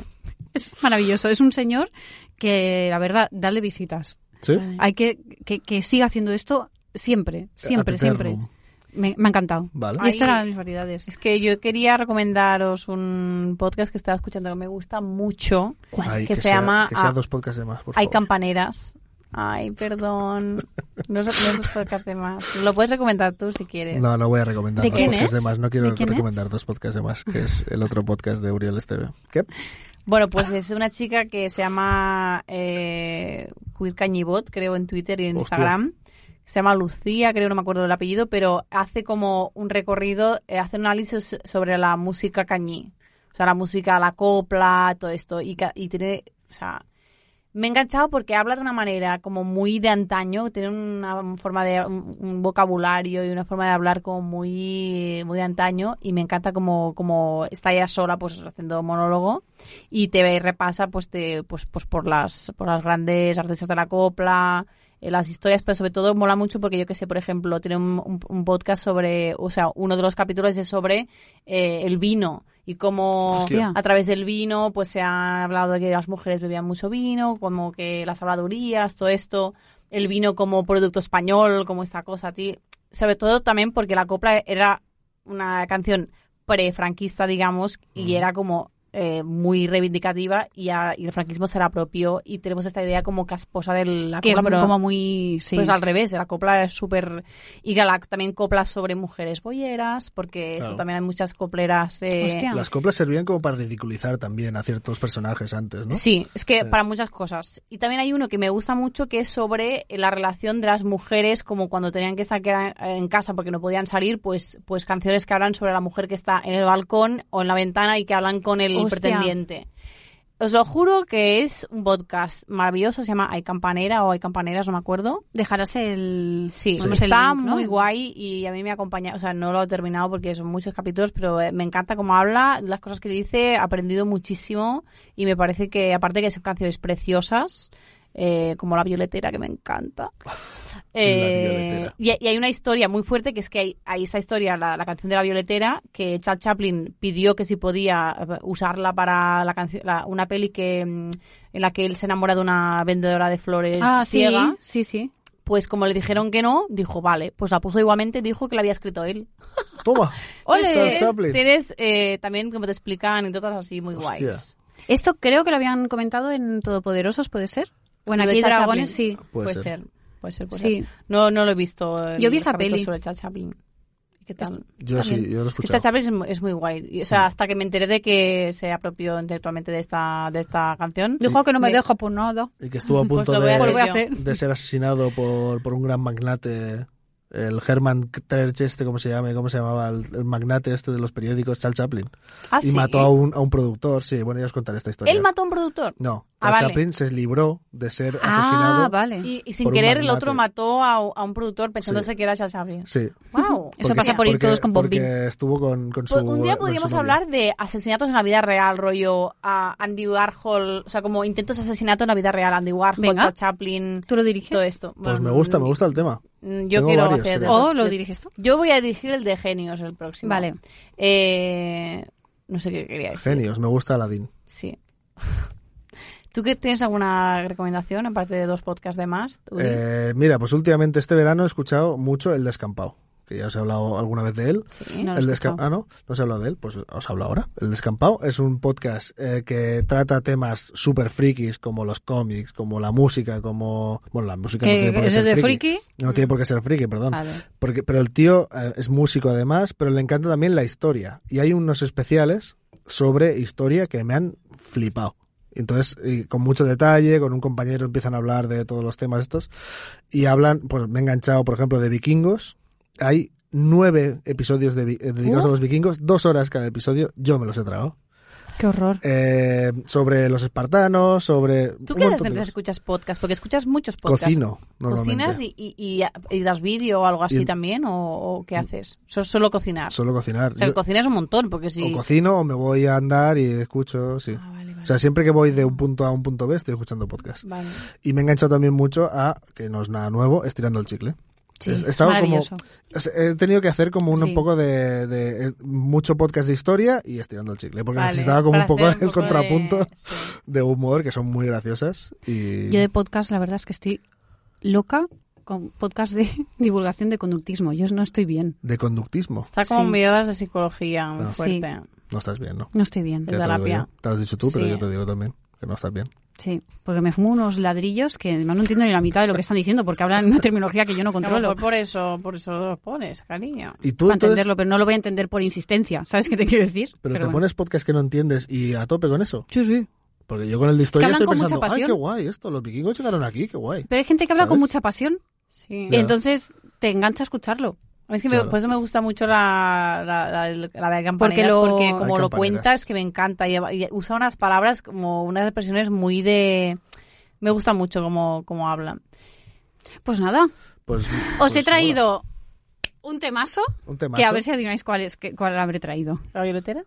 S1: Es maravilloso. Es un señor que, la verdad, dale visitas.
S2: ¿Sí?
S3: Vale.
S1: Hay que que, que siga haciendo esto siempre, siempre,
S2: Ad
S1: siempre.
S2: eternum.
S1: Me, me ha encantado.
S2: Vale.
S1: Y esta
S3: Ay.
S1: era de mis variedades.
S3: Es que yo quería recomendaros un podcast que estaba escuchando que me gusta mucho,
S2: Ay,
S3: que, se llama
S2: Que sea
S3: Ah,
S2: dos podcasts de más, por
S3: Hay
S2: favor.
S3: campaneras. Ay, perdón. No es, no es dos podcasts de más. Lo puedes recomendar tú si quieres.
S2: No, no voy a recomendar
S1: ¿De
S2: dos
S1: quién
S2: podcasts
S1: es?
S2: de más. No quiero
S1: ¿De quién
S2: recomendar
S1: es?
S2: dos podcasts de más, que es el otro podcast de Uriel Esteve. ¿Qué?
S3: Bueno, pues es una chica que se llama eh, Queer Cañibot, creo, en Twitter y en
S2: Hostia.
S3: Instagram. Se llama Lucía, creo, no me acuerdo del apellido, pero hace como un recorrido, eh, hace un análisis sobre la música cañí. O sea, la música, la copla, todo esto. Y, ca- y tiene, o sea, me he enganchado porque habla de una manera como muy de antaño, tiene una forma de un, un vocabulario y una forma de hablar como muy muy de antaño y me encanta como como está ella sola pues haciendo monólogo y te ve- repasa pues te pues pues por las por las grandes artistas de la copla eh, las historias, pero sobre todo mola mucho porque yo que sé, por ejemplo, tiene un, un- un podcast sobre, o sea, uno de los capítulos es sobre eh, el vino y cómo
S1: Hostia.
S3: a través del vino, pues se ha hablado de que las mujeres bebían mucho vino, como que las habladurías, todo esto, el vino como producto español, como esta cosa, ti. Sobre todo también porque la copla era una canción pre-franquista, digamos, y
S2: Mm.
S3: era como eh, muy reivindicativa y, a- y el franquismo se la apropió y tenemos esta idea como casposa de la
S1: Que es
S3: copla, pero
S1: Ah, como muy... Sí.
S3: pues al revés, la copla es súper... Y que la- también coplas sobre mujeres bolleras, porque
S2: Claro.
S3: eso también hay muchas copleras... eh,
S1: Hostia.
S2: Las coplas servían como para ridiculizar también a ciertos personajes antes, ¿no?
S3: Sí, es que
S2: Sí.
S3: para muchas cosas. Y también hay uno que me gusta mucho que es sobre la relación de las mujeres como cuando tenían que estar queda- en casa porque no podían salir, pues pues canciones que hablan sobre la mujer que está en el balcón o en la ventana y que hablan con el
S1: Hostia.
S3: pretendiente. Os lo juro que es un podcast maravilloso, se llama Hay Campanera o Hay Campaneras, no me acuerdo.
S1: Dejarás el...
S3: Sí,
S1: ponemos el
S3: está
S1: link, ¿no?
S3: muy guay y a mí me acompaña, o sea, no lo he terminado porque son muchos capítulos, pero eh, me encanta cómo habla, las cosas que dice, he aprendido muchísimo y me parece que, aparte que son canciones preciosas, eh, como La Violetera, que
S1: [laughs]
S3: me encanta. Eh,
S2: Violetera.
S3: y, y hay una historia muy fuerte que es que hay, hay esa historia, la, la canción de La Violetera, que Charles Chaplin pidió que si podía eh, usarla para la canción, la- una peli que mm, en la que él se enamora de una vendedora de flores
S1: Ah, sí,
S3: ciega
S1: sí, sí.
S3: pues como le dijeron que no, dijo, vale, pues la puso igualmente, dijo que la había escrito él.
S2: Toma.
S1: ¡Ole!
S2: Charles
S3: Entonces,
S2: Chaplin.
S3: tienes eh, también como te explican anécdotas así muy
S2: Hostia.
S3: guays.
S1: Esto creo que lo habían comentado en Todopoderosos, ¿puede ser? Bueno,
S3: Lo de
S1: aquí Pues hay
S3: Charles
S1: dragones, sí.
S3: Chaplin.
S2: Puede
S3: [laughs] Puede,
S2: ser.
S3: ser. puede ser, puede
S1: Sí.
S3: ser. No, no lo he visto. el
S1: Yo vi esa
S3: capítulo
S1: peli.
S3: sobre Charles Chaplin. ¿Qué tal?
S2: Yo sí,
S1: También.
S2: yo lo he
S3: Es que
S2: escuchado.
S3: Charles Chaplin es mu- es, muy guay. Y, o sea, hasta que me enteré de que se apropió intelectualmente de esta, de esta canción.
S1: Dijo que no me
S3: Me-
S1: dejo por nada.
S2: Y que estuvo a
S3: [laughs] Pues
S2: punto
S3: lo voy
S2: de,
S3: a
S1: Pues lo voy a
S3: yo.
S1: hacer.
S2: de ser asesinado por, por un gran magnate, el Herman Terch, este, ¿cómo se llama? ¿Cómo se llamaba? El, el magnate este de los periódicos, Charles Chaplin.
S3: Ah,
S2: y
S3: sí.
S2: mató a un, a un productor, sí, bueno, ya os contaré esta historia.
S3: Él mató a un productor.
S2: No,
S3: Ah,
S2: Charles
S3: vale.
S2: Chaplin se libró de ser
S1: Ah,
S2: asesinado.
S1: vale.
S3: Y, y
S2: Mm.
S3: sin
S2: Por un
S3: querer el
S2: magnate.
S3: otro mató a, a un productor pensándose que era Charles Chaplin.
S2: Sí.
S3: Wow.
S1: Eso pasa por ir todos con bombín.
S2: Porque estuvo con, con su.
S3: Pues un día
S2: con su
S3: podríamos
S2: novia.
S3: hablar de asesinatos en la vida real, rollo a Andy Warhol, o sea, como intentos de asesinato en la vida real, Andy Warhol,
S1: Venga.
S3: Charles Chaplin,
S1: ¿Tú lo diriges?
S3: todo esto.
S2: Pues me Pues gusta, me gusta el tema.
S3: Mm, Yo
S2: Tengo
S3: quiero
S2: varios,
S3: hacer...
S2: creo.
S1: ¿O Oh, lo diriges tú?
S3: Yo voy a dirigir el de genios el próximo.
S1: Vale.
S3: Eh, no sé qué quería decir.
S2: Genios, me gusta Aladdin.
S3: Sí. [laughs] ¿Tú qué tienes alguna recomendación aparte de dos podcasts de más? Uri?
S2: Eh, mira, pues últimamente este verano he escuchado mucho El Descampado, que ya os he hablado alguna vez de él.
S3: sí, no lo
S2: el
S3: he
S2: Desca-
S3: escuchado.
S2: Ah, no, no se ha hablado de él, pues os hablo ahora. El Descampado es un podcast eh, que trata temas súper frikis como los cómics, como la música, como... Bueno, la música no
S1: Que
S2: tiene por qué
S1: es
S2: ser
S1: de
S2: friki.
S1: friki.
S2: No tiene por qué ser friki, perdón.
S3: Mm. Vale.
S2: Porque, pero el tío eh, es músico además, pero le encanta también la historia. Y hay unos especiales sobre historia que me han flipado. Entonces, y con mucho detalle, con un compañero empiezan a hablar de todos los temas estos. Y hablan, pues me he enganchado, por ejemplo, de vikingos. Hay nueve episodios de vi- eh, dedicados
S3: Uh.
S2: a los vikingos, dos horas cada episodio. Yo me los he tragado.
S3: Qué horror.
S2: Eh, sobre los espartanos, sobre.
S3: ¿Tú
S2: un montón de
S3: qué haces mientras
S2: cosas.
S3: escuchas podcast? Porque escuchas muchos podcasts.
S2: Cocino, normalmente.
S3: ¿Cocinas y, y, y- y das vídeo o algo así
S2: Y-
S3: también? ¿O, o qué haces? So- solo cocinar.
S2: Solo cocinar.
S3: o sea,
S2: Yo-
S3: cocinas un montón, porque si...
S2: O cocino o me voy a andar y escucho, sí.
S3: Ah, vale, vale.
S2: O sea, siempre que voy de un punto A a un punto B estoy escuchando
S3: [laughs]
S2: podcast.
S3: Vale.
S2: Y me he enganchado también mucho a, que no es nada nuevo, estirando el chicle.
S1: Sí,
S2: He
S1: es
S2: estado como-
S1: maravilloso.
S2: o sea, he tenido que hacer como un,
S1: Sí.
S2: poco de, de- eh, mucho podcast de historia y estirando el chicle, porque
S3: Vale,
S2: necesitaba como
S3: para
S2: un poco
S3: hacer
S2: el
S3: de-
S2: contrapunto [laughs] de...
S3: sí.
S2: humor, que son muy graciosas. Y...
S1: Yo de podcast, la verdad es que estoy loca con podcast de [laughs] divulgación de conductismo. Yo no estoy bien.
S2: De conductismo.
S3: Está como
S1: Sí.
S3: miradas de psicología muy
S2: Ah.
S1: Sí.
S3: fuerte.
S2: No estás bien, ¿no?
S1: No estoy bien.
S3: De
S2: Ya te, lo digo
S3: terapia.
S2: yo. Te lo has dicho tú, pero
S3: Sí.
S2: yo te digo también que no estás bien.
S1: Sí, porque me fumo unos ladrillos que además no entiendo ni la mitad de lo que están diciendo porque hablan una terminología que yo no
S3: A lo
S1: controlo.
S3: mejor por eso, por eso lo pones, cariño.
S2: Y tú
S1: Para
S2: entonces-
S1: entenderlo, pero no lo voy a entender por insistencia. ¿Sabes qué te quiero decir?
S2: Pero, te
S1: bueno.
S2: pones podcast que no entiendes y a tope con eso.
S1: Sí, sí.
S2: Porque yo con el de historia
S1: hablan
S2: estoy
S1: con mucha
S2: pensando, ay,
S1: pasión".
S2: qué guay esto, los vikingos llegaron aquí, qué guay.
S1: Pero hay gente que habla con
S2: ¿Sabes?
S1: mucha pasión
S3: Sí.
S1: y entonces te engancha a escucharlo.
S3: A mí es que me-
S2: Claro.
S3: por eso me gusta mucho la, la, la, la de
S1: Porque
S3: Campaneras, porque,
S1: lo-
S2: Hay
S3: como lo
S2: Campaneras.
S3: cuenta es que me encanta. Y, y usa unas palabras como unas expresiones muy de... Me gusta mucho como, como hablan.
S1: Pues nada,
S2: Pues,
S1: os
S2: pues
S1: he traído un temazo,
S2: mola. un tema.
S1: que a ver si adivináis cuál, es, que- cuál habré traído.
S3: ¿La violetera?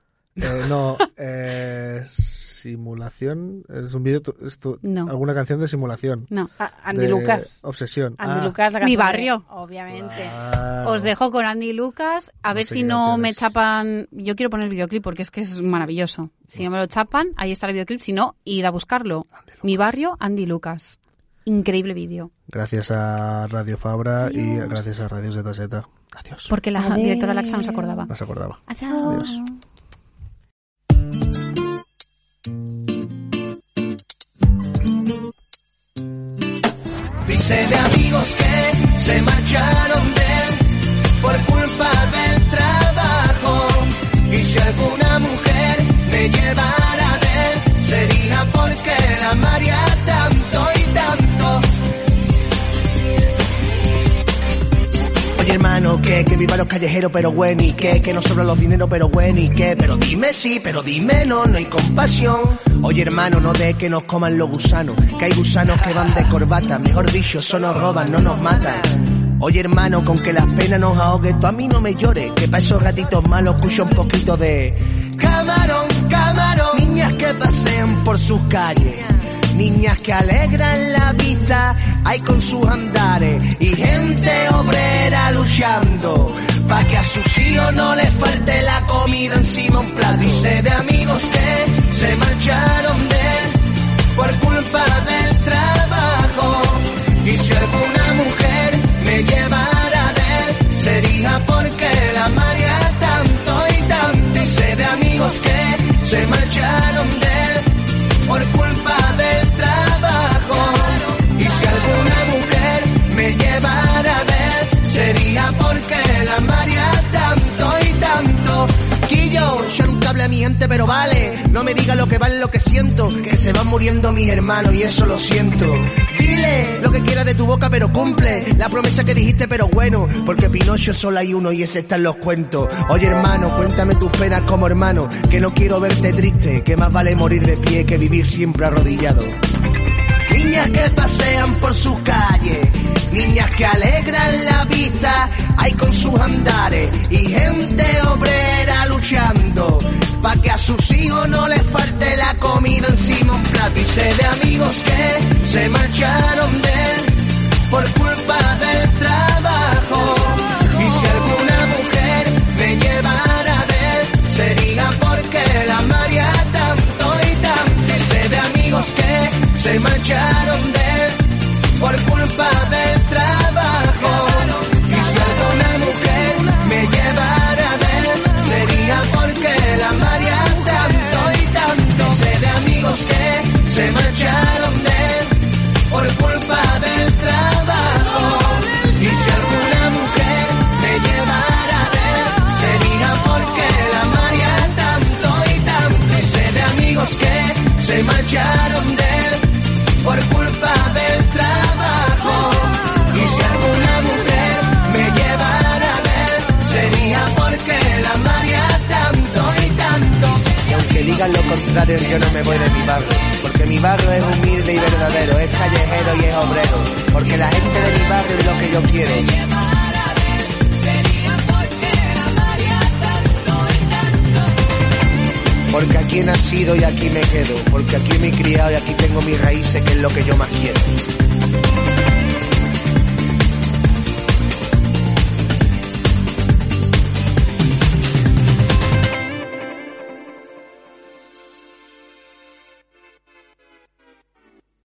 S2: no, eh, simulación. Es un vídeo. tu- es tu-
S1: No.
S2: Alguna canción de simulación.
S1: No.
S3: Ah, Andy
S2: De
S3: Lucas.
S2: Obsesión.
S3: Andy
S2: Ah,
S3: Lucas, la
S1: Mi
S3: canción de-
S1: barrio.
S3: Obviamente.
S2: claro.
S1: Os dejo con Andy y Lucas, a
S2: No
S1: ver
S2: sé
S1: si
S2: qué
S1: no me
S2: canciones.
S1: chapan. Yo quiero poner el videoclip porque es que es maravilloso. Si no me lo chapan, ahí está el videoclip. Si no, id a buscarlo. Mi barrio, Andy Lucas. Increíble vídeo.
S2: Gracias a Radio Fabra y gracias a Radios de Taseta. Adiós.
S1: Porque la
S3: Adiós.
S1: directora Laxa nos acordaba.
S2: No se acordaba.
S4: Adiós.
S5: Dice de amigos que se marcharon de él por culpa del trabajo. Y si alguna mujer me llevara de él, sería porque la amaría tanto y tanto. Oye hermano, que, que viva los callejeros, pero bueno, y que, que no sobran los dineros, pero bueno, y que, pero dime sí, pero dime no, no hay compasión. Oye hermano, no de que nos coman los gusanos, que hay gusanos que van de corbata, mejor dicho, eso nos roban, no nos matan. Oye hermano, con que las penas nos ahogue, tú a mí no me llores, que pa' esos gatitos malos escucho un poquito de... Camarón, camarón, niñas que pasean por sus calles. Niñas que alegran la vista, hay con sus andares y gente obrera luchando pa que a sus hijos no les falte la comida encima un plato. Dice de amigos que se marcharon de él por culpa del trabajo y si alguna mujer me llevara de él sería porque la amaría tanto y tanto. Dice de amigos que se marcharon de él por culpa del trabajo. Y si alguna mujer me llevara de él, sería porque la amaría tanto y tanto. Quillo, yo nunca hablé a mi gente, pero vale, no me diga lo que vale lo que siento, que se van muriendo mis hermanos y eso lo siento. Dile lo que quiera de tu boca, pero cumple la promesa que dijiste, pero bueno, porque Pinocho solo hay uno y ese está en los cuentos. Oye hermano, cuéntame tus penas como hermano, que no quiero verte triste, que más vale morir de pie que vivir siempre arrodillado. Niñas que pasean por sus calles, niñas que alegran la vista, hay con sus andares y gente obrera luchando, pa' que a sus hijos no les falte la comida encima un plato. Y sé de amigos que se marcharon de él por culpa del trabajo. yo no me voy de mi barrio, porque mi barrio es humilde y verdadero, es callejero y es obrero, porque la gente de mi barrio es lo que yo quiero. Porque aquí he nacido y aquí me quedo, porque aquí me he criado y aquí tengo mis raíces, que es lo que yo más quiero.